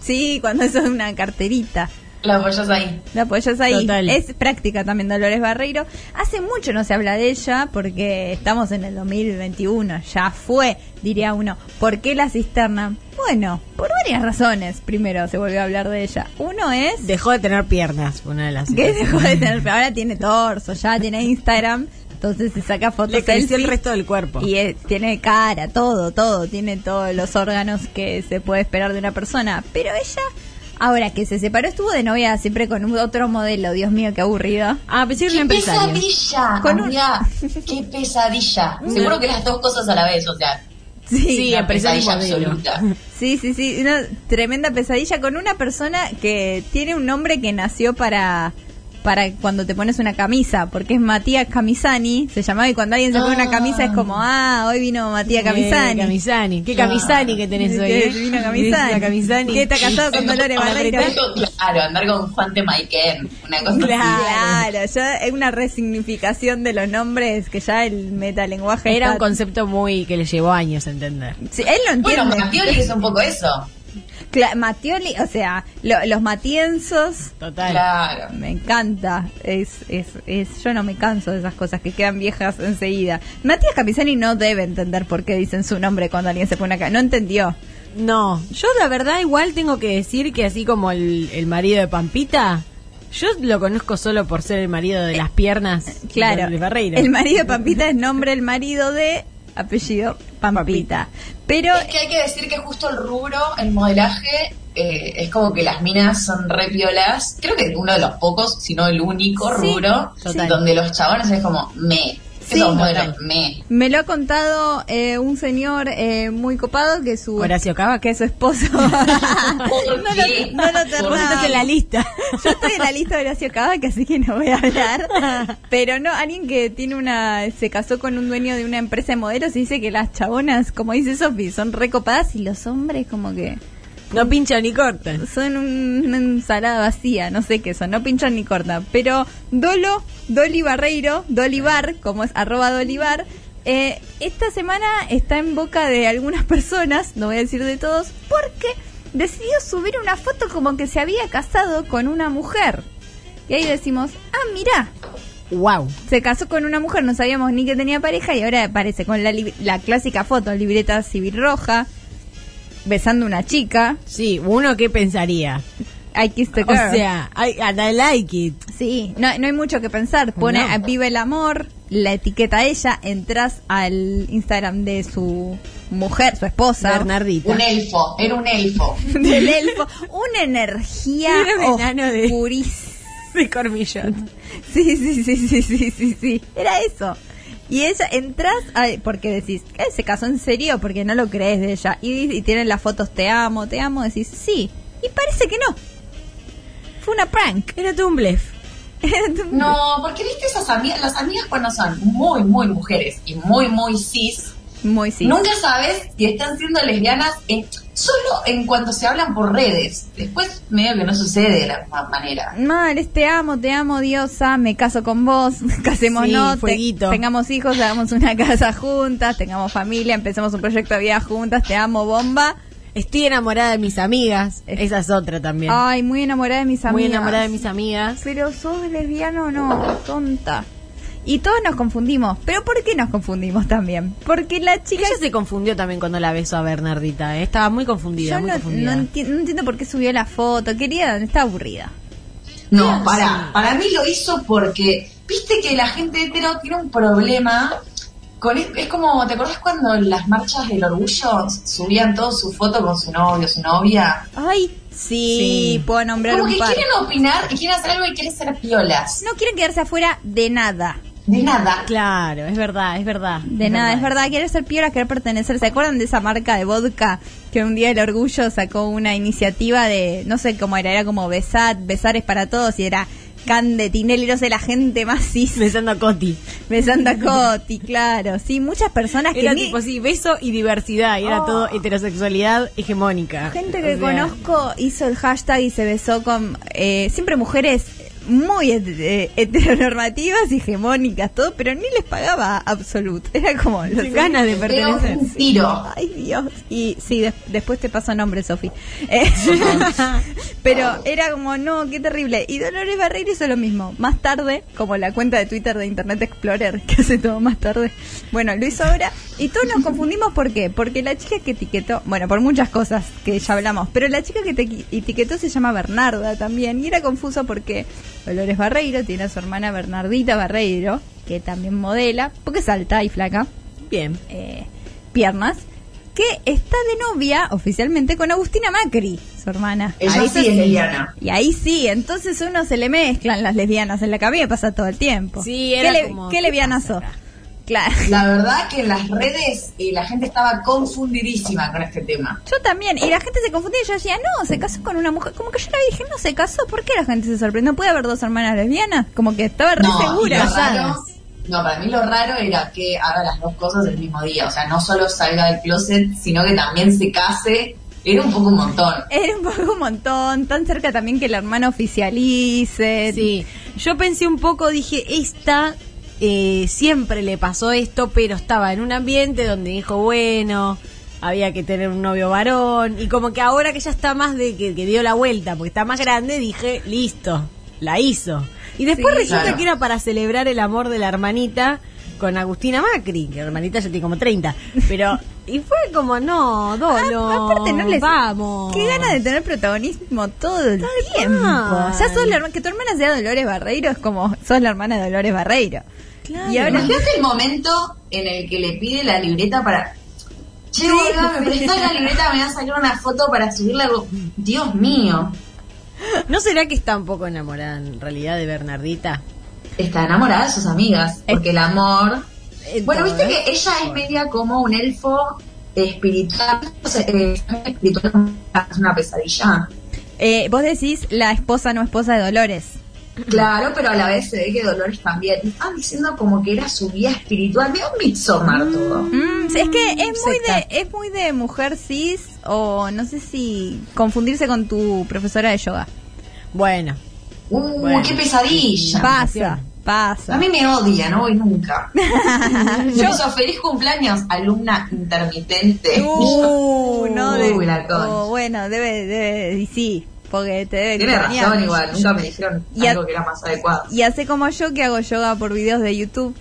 Speaker 2: Sí, cuando eso es una carterita.
Speaker 4: La apoyas ahí.
Speaker 2: La apoyas ahí.
Speaker 3: Total.
Speaker 2: Es práctica también Dolores Barreiro. Hace mucho no se habla de ella porque estamos en el 2021. Ya fue, diría uno. ¿Por qué la cisterna? Bueno, por varias razones. Primero se volvió a hablar de ella. Uno es
Speaker 3: Dejó de tener piernas, una de las.
Speaker 2: que dejó de tener, ahora tiene torso, ya tiene Instagram. Entonces se saca fotos
Speaker 3: Le creció el
Speaker 2: selfie.
Speaker 3: resto del cuerpo.
Speaker 2: Y eh, tiene cara, todo, todo, tiene todos los órganos que se puede esperar de una persona. Pero ella, ahora que se separó, estuvo de novia siempre con un- otro modelo. Dios mío, qué aburrido.
Speaker 3: Ah, pensé que era una
Speaker 4: ¡Qué
Speaker 3: empresaria.
Speaker 4: pesadilla!
Speaker 2: Con un-
Speaker 4: amiga! ¡Qué pesadilla! Seguro que las dos cosas a la vez, o sea.
Speaker 3: Sí,
Speaker 4: una
Speaker 3: empresaria
Speaker 4: pesadilla
Speaker 3: y modelo.
Speaker 4: absoluta.
Speaker 2: Sí, sí, sí, una tremenda pesadilla con una persona que tiene un nombre que nació para para cuando te pones una camisa, porque es Matías Camisani, se llamaba y cuando alguien se pone una
Speaker 4: Ah.
Speaker 2: camisa es como, ah, hoy vino Matías
Speaker 3: Eh,
Speaker 2: Camisani. Ah.
Speaker 3: Camisani. ¿Qué
Speaker 4: Claro.
Speaker 3: Camisani que tenés hoy? eh?
Speaker 2: Que vino
Speaker 3: Vino
Speaker 2: Camisani.
Speaker 3: Camisani.
Speaker 2: Que está casado con Dolores
Speaker 3: Con la
Speaker 2: Barreiro.
Speaker 3: Bretán.
Speaker 4: Claro, andar con Juan de Maiken, una cosa así.
Speaker 2: Claro, ya es una resignificación de los nombres que ya el metalenguaje
Speaker 3: Era un
Speaker 2: está-
Speaker 3: concepto muy que le llevó años a entender.
Speaker 2: Sí, él lo
Speaker 4: Bueno,
Speaker 2: entiende.
Speaker 4: Matioli es un poco eso.
Speaker 2: Cla- Matioli, o sea, lo- los matienzos.
Speaker 3: Total.
Speaker 4: Claro.
Speaker 2: Me encanta, es, es, es, yo no me canso de esas cosas que quedan viejas enseguida. Matías Capizani no debe entender por qué dicen su nombre cuando alguien se pone acá, no entendió.
Speaker 3: No, yo la verdad igual tengo que decir que así como el, el marido de Pampita, yo lo conozco solo por ser el marido de las piernas. de
Speaker 2: Claro,
Speaker 3: Dolores Barreiro.
Speaker 2: el marido de Pampita es nombre el marido de apellido Pampita. Pero
Speaker 4: Es que hay que decir que justo el rubro, el modelaje, eh, es como que las minas son re piolas. Creo que uno de los pocos, si no el único
Speaker 2: Sí,
Speaker 4: rubro,
Speaker 3: total.
Speaker 4: donde los chabones es como me.
Speaker 2: Sí,
Speaker 4: ¿Qué son modelos?
Speaker 3: total.
Speaker 4: Me.
Speaker 2: Me lo ha contado eh, un señor eh, muy copado que su
Speaker 3: Horacio Cava,
Speaker 2: que
Speaker 3: que
Speaker 2: su esposo no
Speaker 4: ¿Por qué?
Speaker 2: lo, no lo
Speaker 4: ¿Por
Speaker 3: vos
Speaker 2: terminaba.
Speaker 3: estás en la lista.
Speaker 2: Yo estoy en la lista de Horacio Cava, que así que no voy a hablar. Pero no, alguien que tiene una se casó con un dueño de una empresa de modelos y dice que las chabonas, como dice Sofi, son recopadas y los hombres como que
Speaker 3: No pinchan ni cortan.
Speaker 2: son un- una ensalada vacía, no sé qué son, no pinchan ni cortan. Pero Dolo, Doli Barreiro, Dolivar, como es arroba Dolivar, eh, esta semana está en boca de algunas personas, no voy a decir de todos, porque decidió subir una foto como que se había casado con una mujer. Y ahí decimos, ah, mirá,
Speaker 3: Wow.
Speaker 2: se casó con una mujer, no sabíamos ni que tenía pareja y ahora aparece con la, lib- la clásica foto, libreta civil roja, besando a una chica.
Speaker 3: Sí, uno qué pensaría.
Speaker 2: I kissed the
Speaker 3: O
Speaker 2: girl.
Speaker 3: sea, I, and I like it.
Speaker 2: Sí, no, no hay mucho que pensar. Pone
Speaker 3: No.
Speaker 2: a Vive el amor, la etiqueta a ella, entras al Instagram de su mujer, su esposa,
Speaker 3: Bernardita.
Speaker 4: Un elfo, era un elfo.
Speaker 2: del elfo, una energía
Speaker 3: Era un enano de-
Speaker 2: oscurísima.
Speaker 3: Ah, oh. de Cormillón.
Speaker 2: Sí, sí, sí, sí, sí, sí, sí. Era eso. Y ella entras a- porque decís, ¿qué? ¿Se casó en serio? Porque no lo crees de ella. Y, y tienen las fotos, te amo, te amo, decís, sí. Y parece que no. Fue una prank.
Speaker 3: Era todo un blef.
Speaker 4: No, porque viste esas amigas, las amigas cuando son muy, muy mujeres y muy, muy cis,
Speaker 2: Muy sí.
Speaker 4: nunca sabes si están siendo lesbianas en- solo en cuanto se hablan por redes. Después medio que no sucede de la misma manera.
Speaker 2: Madres, te amo, te amo, diosa, me caso con vos, casémonos,
Speaker 3: Sí,
Speaker 2: te-
Speaker 3: fueguito.
Speaker 2: tengamos hijos, hagamos una casa juntas, tengamos familia, empecemos un proyecto de vida juntas, te amo, bomba.
Speaker 3: Estoy enamorada de mis amigas.
Speaker 2: Es-
Speaker 3: Esa es otra también.
Speaker 2: Ay, muy enamorada de Ah, mis amigas.
Speaker 3: Muy enamorada de mis amigas.
Speaker 2: Pero sos lesbiana o no, tonta. Y todos nos confundimos, pero ¿por qué nos confundimos también? Porque la chica...
Speaker 3: Ella se confundió también cuando la besó a Bernardita. eh. Estaba muy confundida,
Speaker 2: Yo
Speaker 3: muy
Speaker 2: no,
Speaker 3: confundida.
Speaker 2: no enti- no entiendo por qué subió la foto, querida, está aburrida.
Speaker 4: No, para, para mí lo hizo porque, viste que la gente hetero tiene un problema. Con, es, es como, ¿te acordás cuando en las marchas del orgullo subían todos su foto con su novio, su novia?
Speaker 2: Ay, sí,
Speaker 3: Sí.
Speaker 2: puedo nombrar
Speaker 4: Como
Speaker 2: un
Speaker 4: que
Speaker 2: par.
Speaker 4: quieren opinar y quieren hacer algo y quieren ser piolas.
Speaker 2: No quieren quedarse afuera de nada.
Speaker 4: De nada.
Speaker 3: Claro, es verdad, es verdad.
Speaker 2: De nada, es verdad, quiere ser piola, quiere pertenecer. ¿Se acuerdan de esa marca de vodka que un día el orgullo sacó una iniciativa de, no sé cómo era, era como besar, besar es para todos y era Cande, Tinelli, no sé, la gente más cis,
Speaker 3: Besando a Coti.
Speaker 2: besando a Coti, claro. Sí, muchas personas Ah, que
Speaker 3: Era
Speaker 2: ni-
Speaker 3: tipo así, beso y diversidad. Y era
Speaker 2: Oh.
Speaker 3: todo heterosexualidad hegemónica.
Speaker 2: gente
Speaker 3: O
Speaker 2: que
Speaker 3: sea,
Speaker 2: conozco hizo el hashtag y se besó con, eh, siempre mujeres muy het- eh, heteronormativas, hegemónicas, todo, pero ni les pagaba absoluto. Era como los
Speaker 3: Sin ganas de
Speaker 4: Era
Speaker 3: pertenecer.
Speaker 4: un tiro.
Speaker 2: Ay, Dios. Y sí, des- después te paso nombre, Sofi. Eh, pero era como, no, qué terrible. Y Dolores Barreiro hizo lo mismo. Más tarde, como la cuenta de Twitter de Internet Explorer, que hace todo más tarde. Bueno, lo hizo ahora. Y todos nos confundimos, ¿por qué? Porque la chica que etiquetó, bueno, por muchas cosas que ya hablamos, pero la chica que te equi- etiquetó se llama Bernarda también. Y era confuso porque Dolores Barreiro tiene a su hermana Bernardita Barreiro, que también modela, porque es alta y flaca
Speaker 3: Bien.
Speaker 2: eh, piernas, que está de novia oficialmente con Agustina Macri, su hermana.
Speaker 4: Ella sí
Speaker 2: se-
Speaker 4: es lesbiana.
Speaker 2: Y ahí sí, entonces uno se le mezclan las lesbianas en la que a mí me pasa todo el tiempo.
Speaker 3: Sí, era
Speaker 2: ¿Qué, le-
Speaker 3: como,
Speaker 2: qué
Speaker 3: ¿qué
Speaker 2: lesbiana
Speaker 3: pasa
Speaker 2: sos?
Speaker 3: acá?
Speaker 2: Claro.
Speaker 4: La verdad que en las redes eh, la gente estaba confundidísima con este tema.
Speaker 2: Yo también, y la gente se confundía y yo decía, no, se casó con una mujer. Como que yo la dije, no se casó, ¿por qué la gente se sorprendió? ¿Puede haber dos hermanas lesbianas? Como que estaba re
Speaker 4: No,
Speaker 2: segura.
Speaker 4: y lo raro- no, para mí lo raro era que haga las dos cosas el mismo día. O sea, no solo salga del closet, sino que también se case. Era un poco un montón.
Speaker 2: Era un poco un montón, tan cerca también que la hermana oficialice.
Speaker 3: Sí, yo pensé un poco, dije, esta eh, siempre le pasó esto, pero estaba en un ambiente donde dijo, bueno, había que tener un novio varón, y como que ahora que ya está más de que, que dio la vuelta, porque está más grande, dije, listo, la hizo. Y después
Speaker 2: Sí,
Speaker 3: resulta
Speaker 4: claro.
Speaker 3: que era para celebrar el amor de la hermanita con Agustina Macri, que la hermanita ya tiene como 30, pero... Y fue como, no, Dolo,
Speaker 2: Ah, aparte no les...
Speaker 3: vamos.
Speaker 2: Qué gana de tener protagonismo todo el tiempo.
Speaker 3: cual.
Speaker 2: Ya sos la herma- que tu hermana sea Dolores Barreiro es como sos la hermana de Dolores Barreiro. Y ahora
Speaker 4: Imagínate el momento en el que le pide la libreta para. Che,
Speaker 2: Sí.
Speaker 4: boluda, me prestás la libreta, me vas a sacar una foto para subirla. Dios mío,
Speaker 3: ¿No será que está un poco enamorada en realidad de Bernardita?
Speaker 4: está enamorada de sus amigas. Porque el amor.
Speaker 3: En
Speaker 4: Bueno,
Speaker 3: todo,
Speaker 4: viste
Speaker 3: ¿eh?
Speaker 4: que ella es media como un elfo espiritual. o sea, eh, espiritual es una pesadilla.
Speaker 2: eh, vos decís la esposa no esposa de Dolores.
Speaker 4: Claro, pero a la vez se ve que Dolores también. Están diciendo como que era su guía espiritual. Veo un midsommar todo.
Speaker 2: Mm, es que es muy
Speaker 3: secta.
Speaker 2: de es muy de mujer cis o no sé si confundirse con tu profesora de yoga.
Speaker 3: Bueno,
Speaker 4: Uy,
Speaker 3: Bueno.
Speaker 4: qué pesadilla.
Speaker 2: Pasa,
Speaker 4: A
Speaker 2: pasa.
Speaker 4: mí me odia, no voy nunca. Yo
Speaker 2: Yo-
Speaker 4: hizo feliz cumpleaños, alumna intermitente.
Speaker 2: Uh, no
Speaker 4: Uy,
Speaker 2: de-
Speaker 4: la concha.
Speaker 2: oh, bueno, debe debe y sí, porque te debe
Speaker 4: Tiene
Speaker 2: extrañar.
Speaker 4: razón igual, nunca me dijeron
Speaker 2: Y a-
Speaker 4: algo que era más adecuado.
Speaker 2: Y hace como yo que hago yoga por videos de YouTube.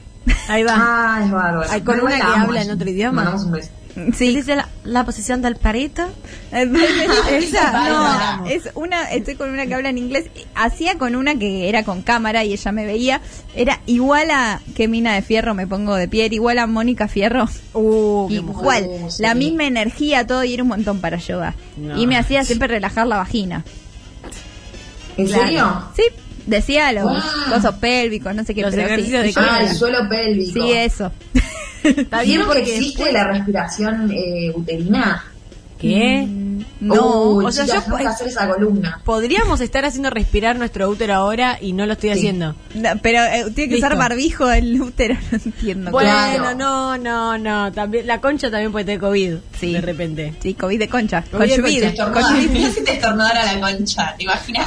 Speaker 3: ahí va.
Speaker 4: Ah, es bárbaro.
Speaker 3: Ay, con
Speaker 4: Pero
Speaker 3: una
Speaker 4: igual la
Speaker 3: que
Speaker 4: amo,
Speaker 3: habla
Speaker 4: ella.
Speaker 3: en otro idioma.
Speaker 4: Mandamos un beso.
Speaker 2: Sí. Eh,
Speaker 3: Dice la, la posición del pareto.
Speaker 2: Esa,
Speaker 3: Bárbara.
Speaker 2: no, es una, estoy con una que habla en inglés. Hacía con una que era con cámara y ella me veía. Era igual a que mina de fierro, me pongo de pie, era igual a Mónica Fierro.
Speaker 3: Uh, qué mujer.
Speaker 2: Igual,
Speaker 4: sí.
Speaker 2: la misma energía, todo y era un montón para yoga.
Speaker 3: No.
Speaker 2: Y me hacía siempre relajar la vagina.
Speaker 4: ¿En serio?
Speaker 2: Sí, decía los
Speaker 4: Wow.
Speaker 2: cosos pélvicos, no sé qué,
Speaker 3: Los
Speaker 2: pero sí.
Speaker 3: ejercicios de
Speaker 4: Ah, el
Speaker 3: Sí.
Speaker 4: suelo pélvico.
Speaker 2: Sí, eso.
Speaker 3: Está bien
Speaker 4: ¿Vieron que
Speaker 3: porque
Speaker 4: existe
Speaker 3: después-
Speaker 4: la respiración eh, uterina?
Speaker 3: ¿Qué?
Speaker 2: No,
Speaker 4: Uy,
Speaker 3: o sea,
Speaker 4: chicas,
Speaker 3: yo- pues,
Speaker 4: nunca hacer esa columna.
Speaker 3: Podríamos estar haciendo respirar nuestro útero ahora y no lo estoy
Speaker 4: Sí.
Speaker 3: haciendo.
Speaker 2: No, pero eh, tiene que usar
Speaker 3: Listo.
Speaker 2: barbijo el útero, no entiendo.
Speaker 3: Bueno,
Speaker 4: Claro.
Speaker 3: no, no, no. También, la concha también puede tener COVID.
Speaker 2: Sí.
Speaker 3: De repente.
Speaker 2: Sí, COVID de concha.
Speaker 3: COVID de
Speaker 2: Conchubido.
Speaker 3: concha.
Speaker 4: Estornudar. Mirá si te estornudara la concha, ¿te imaginas?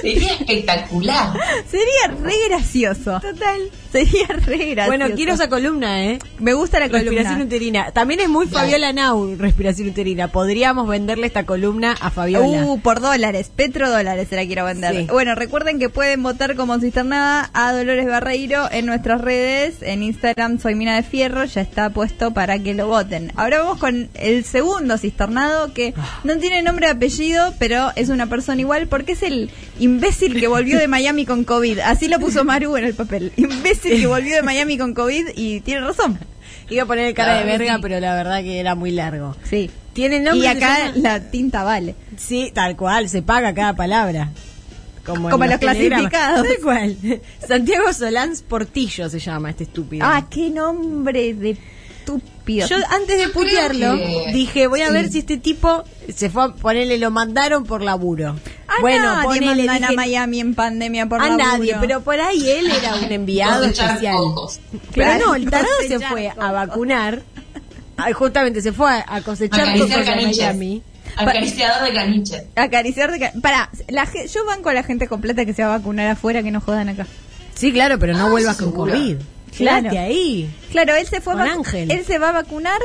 Speaker 4: Sería espectacular.
Speaker 2: Sería re gracioso. Total. Sería re gracioso.
Speaker 3: Bueno, quiero esa columna, ¿eh?
Speaker 2: Me gusta la
Speaker 3: Respiración
Speaker 2: columna.
Speaker 3: uterina. También es muy Fabiola Nau, respiración uterina. Podríamos venderle esta columna a Fabiola.
Speaker 2: Uh, por dólares, petrodólares se la quiero vender.
Speaker 3: Sí.
Speaker 2: Bueno, recuerden que pueden votar como cisternada a Dolores Barreiro en nuestras redes, en Instagram soy Mina de Fierro, ya está puesto para que lo voten. Ahora vamos con el segundo cisternado que
Speaker 3: Ah.
Speaker 2: no tiene nombre de apellido, pero es una persona igual porque es el imbécil que volvió de Miami con COVID. Así lo puso Maru en el papel. Imbécil que volvió de Miami con COVID y tiene razón.
Speaker 3: Iba a poner cara de
Speaker 4: Claro,
Speaker 3: verga,
Speaker 4: sí.
Speaker 3: pero la verdad que era muy largo.
Speaker 2: Sí.
Speaker 3: Tiene
Speaker 2: Y
Speaker 3: nombre se
Speaker 2: acá
Speaker 3: llama-
Speaker 2: la tinta vale.
Speaker 3: Sí, tal cual, se paga cada palabra. Como, en
Speaker 2: Como los
Speaker 3: telegramas.
Speaker 2: clasificados.
Speaker 3: Tal cual. Santiago Solans Portillo se llama este estúpido.
Speaker 2: Ah, qué nombre de estúpido.
Speaker 3: yo antes de
Speaker 4: Yo creo
Speaker 3: putearlo
Speaker 4: que-
Speaker 3: dije, voy a
Speaker 4: sí.
Speaker 3: ver si este tipo se fue a ponerle, lo mandaron por laburo.
Speaker 2: Ah,
Speaker 3: bueno,
Speaker 2: nadie
Speaker 3: ponele,
Speaker 2: mandan a
Speaker 3: dije,
Speaker 2: Miami en pandemia por
Speaker 3: a
Speaker 2: laburo.
Speaker 3: nadie, pero por ahí él era un enviado
Speaker 4: Cosechar
Speaker 3: especial.
Speaker 4: cocos.
Speaker 3: Pero
Speaker 2: Claro,
Speaker 3: no, el tarado se
Speaker 2: cosechar
Speaker 3: fue a
Speaker 2: cocos.
Speaker 3: vacunar. Ah, Justamente se fue a a cosechar
Speaker 4: Organizar
Speaker 3: cocos a
Speaker 4: caniches.
Speaker 3: Miami.
Speaker 4: Acariciador de caniche.
Speaker 2: Acariciar de... ca- Pará, la, ge- yo banco a la gente completa que se va a vacunar afuera, que no jodan acá.
Speaker 3: Sí, claro, pero no
Speaker 4: Ah,
Speaker 3: vuelvas con
Speaker 4: seguro.
Speaker 3: COVID.
Speaker 2: Claro.
Speaker 3: Quédate ahí.
Speaker 2: Claro, él se fue a
Speaker 3: Con
Speaker 2: vac-
Speaker 3: Ángel.
Speaker 2: Él se va a vacunar.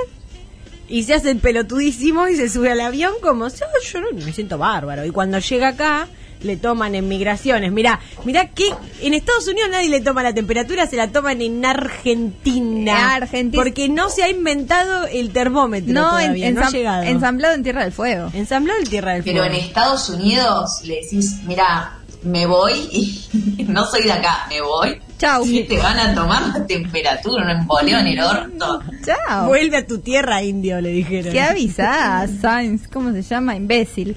Speaker 3: Y se hace el pelotudísimo y se sube al avión como yo, yo no- me siento bárbaro. Y cuando llega acá, le toman en migraciones. Mirá, mirá que en Estados Unidos nadie le toma la temperatura, se la toman en Argentina.
Speaker 2: En Argentina.
Speaker 3: Porque no se ha inventado el termómetro.
Speaker 2: No, en-
Speaker 3: todavía,
Speaker 2: en
Speaker 3: no ha
Speaker 2: San-
Speaker 3: llegado.
Speaker 2: ensamblado en Tierra del Fuego.
Speaker 3: Ensamblado el Tierra del
Speaker 4: Pero en
Speaker 3: Fuego.
Speaker 4: Estados Unidos le decís, mira, me voy y no soy de acá, me voy.
Speaker 2: Chau.
Speaker 4: Sí, te van a tomar la temperatura, un emboleo en el orto.
Speaker 2: Chao.
Speaker 3: Vuelve a tu tierra, indio, le dijeron.
Speaker 2: ¿Qué avisás, Sainz? ¿Cómo se llama? Imbécil.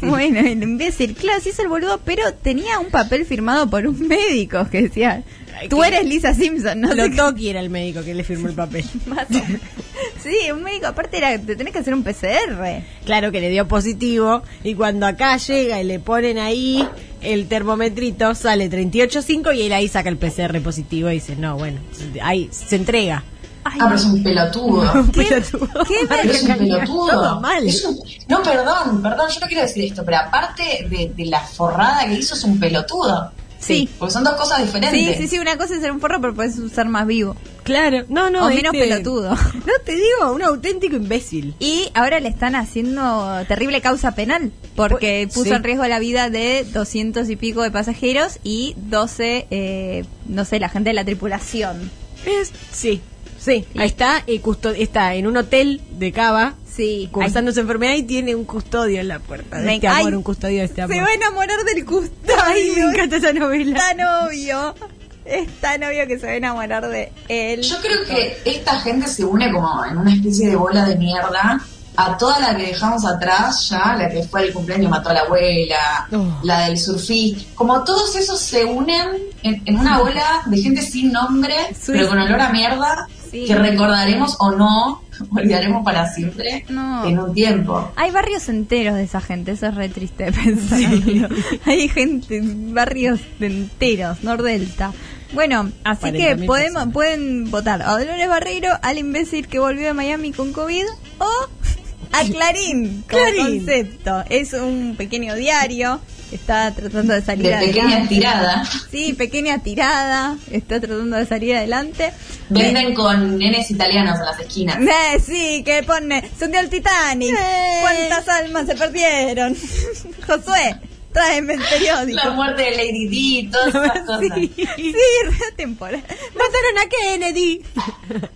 Speaker 2: Bueno, el imbécil. Claro, sí es el boludo, pero tenía un papel firmado por un médico que decía,
Speaker 3: Ay,
Speaker 2: tú
Speaker 3: que-
Speaker 2: eres Lisa Simpson, no sé
Speaker 3: Lo
Speaker 2: qué
Speaker 3: toqui era el médico que le firmó el papel.
Speaker 2: más. Sí, un médico, aparte era, te tenés que hacer un PCR.
Speaker 3: Claro que le dio positivo y cuando acá llega y le ponen ahí el termometrito sale 38.5 y él ahí saca el PCR positivo y dice, no, bueno, ahí se entrega.
Speaker 2: Ay,
Speaker 4: Ah, pero es un pelotudo.
Speaker 3: Un pelotudo.
Speaker 2: qué
Speaker 4: Pero es un pelotudo.
Speaker 3: Todo mal.
Speaker 4: Es un- No, perdón, perdón, yo no quiero decir esto, pero aparte de, de la forrada que hizo, es un pelotudo.
Speaker 2: Sí.
Speaker 4: Porque son dos cosas
Speaker 2: sí,
Speaker 4: diferentes.
Speaker 2: sí, sí, una cosa es ser un forro, pero puedes ser más vivo.
Speaker 3: Claro, no, no. este,
Speaker 2: O menos pelotudo.
Speaker 3: No te digo, un auténtico imbécil.
Speaker 2: Y ahora le están haciendo terrible causa penal, porque
Speaker 3: Pues,
Speaker 2: puso
Speaker 3: sí.
Speaker 2: en riesgo la vida de 200 y pico de pasajeros y 12, eh, no sé, la gente de la tripulación.
Speaker 3: Es- sí, sí. Ahí está, eh, custo- está en un hotel de Cava
Speaker 2: Sí,
Speaker 3: cursando su enfermedad y tiene un custodio en la puerta. De
Speaker 2: Me-
Speaker 3: este amor,
Speaker 2: ay,
Speaker 3: un custodio de este amor.
Speaker 2: Se va a enamorar del
Speaker 3: Ay, me
Speaker 2: custodio.
Speaker 3: encanta esa novela.
Speaker 2: Está novio. Está novio que se va a enamorar de él.
Speaker 4: Yo creo que esta gente se une como en una especie de bola de mierda a toda la que dejamos atrás ya, la que fue el cumpleaños y mató a la abuela,
Speaker 3: Oh.
Speaker 4: la del surfí, como todos esos se unen en, en una bola de gente sin nombre,
Speaker 2: Sí.
Speaker 4: pero con olor a mierda,
Speaker 2: Sí.
Speaker 4: que recordaremos o no, olvidaremos para siempre
Speaker 2: No.
Speaker 4: en un tiempo.
Speaker 2: Hay barrios enteros de esa gente, eso es re triste de pensar. Hay gente, barrios enteros, Nordelta. Bueno, así
Speaker 3: 40.000
Speaker 2: que podemos,
Speaker 3: personas.
Speaker 2: pueden votar a Dolores Barreiro, al imbécil que volvió de Miami con COVID o a Clarín. como
Speaker 3: Clarín.
Speaker 2: concepto. Es un pequeño diario, está tratando de salir
Speaker 4: De pequeña
Speaker 2: adelante.
Speaker 4: estirada.
Speaker 2: Sí, pequeña tirada, está tratando de salir adelante.
Speaker 4: Venden con nenes italianos en las esquinas.
Speaker 2: Eh, sí, que pone, se hundió el Titanic. ¿Cuántas almas se perdieron? Josué, tráeme el periódico.
Speaker 4: La muerte de Lady Di, todas esas cosas.
Speaker 2: Sí, sí, re temporal.
Speaker 3: Mataron a Kennedy.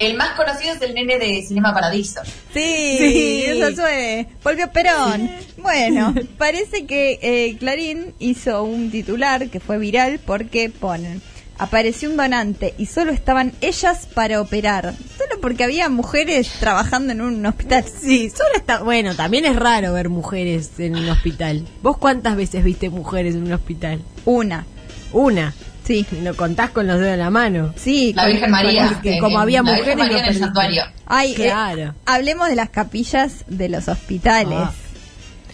Speaker 4: El más conocido es el nene de Cinema Paradiso.
Speaker 2: Sí,
Speaker 3: Sí.
Speaker 2: Josué, volvió Perón. Bueno, parece que eh, Clarín hizo un titular que fue viral porque ponen. Apareció un donante y solo estaban ellas para operar. Solo porque había mujeres trabajando en un hospital.
Speaker 3: Sí, solo está. Bueno, también es raro ver mujeres en un hospital. ¿Vos cuántas veces viste mujeres en un hospital?
Speaker 2: Una.
Speaker 3: Una.
Speaker 2: Sí.
Speaker 3: Lo contás con los dedos de la mano.
Speaker 2: Sí,
Speaker 4: La
Speaker 2: con-
Speaker 4: Virgen María.
Speaker 3: Porque
Speaker 4: eh,
Speaker 3: como había
Speaker 4: la
Speaker 3: mujeres,
Speaker 4: Virgen María
Speaker 3: lo
Speaker 4: en el
Speaker 3: perdiste.
Speaker 4: santuario.
Speaker 2: Ay, eh,
Speaker 3: Claro.
Speaker 2: hablemos de las capillas de los hospitales.
Speaker 3: Ah.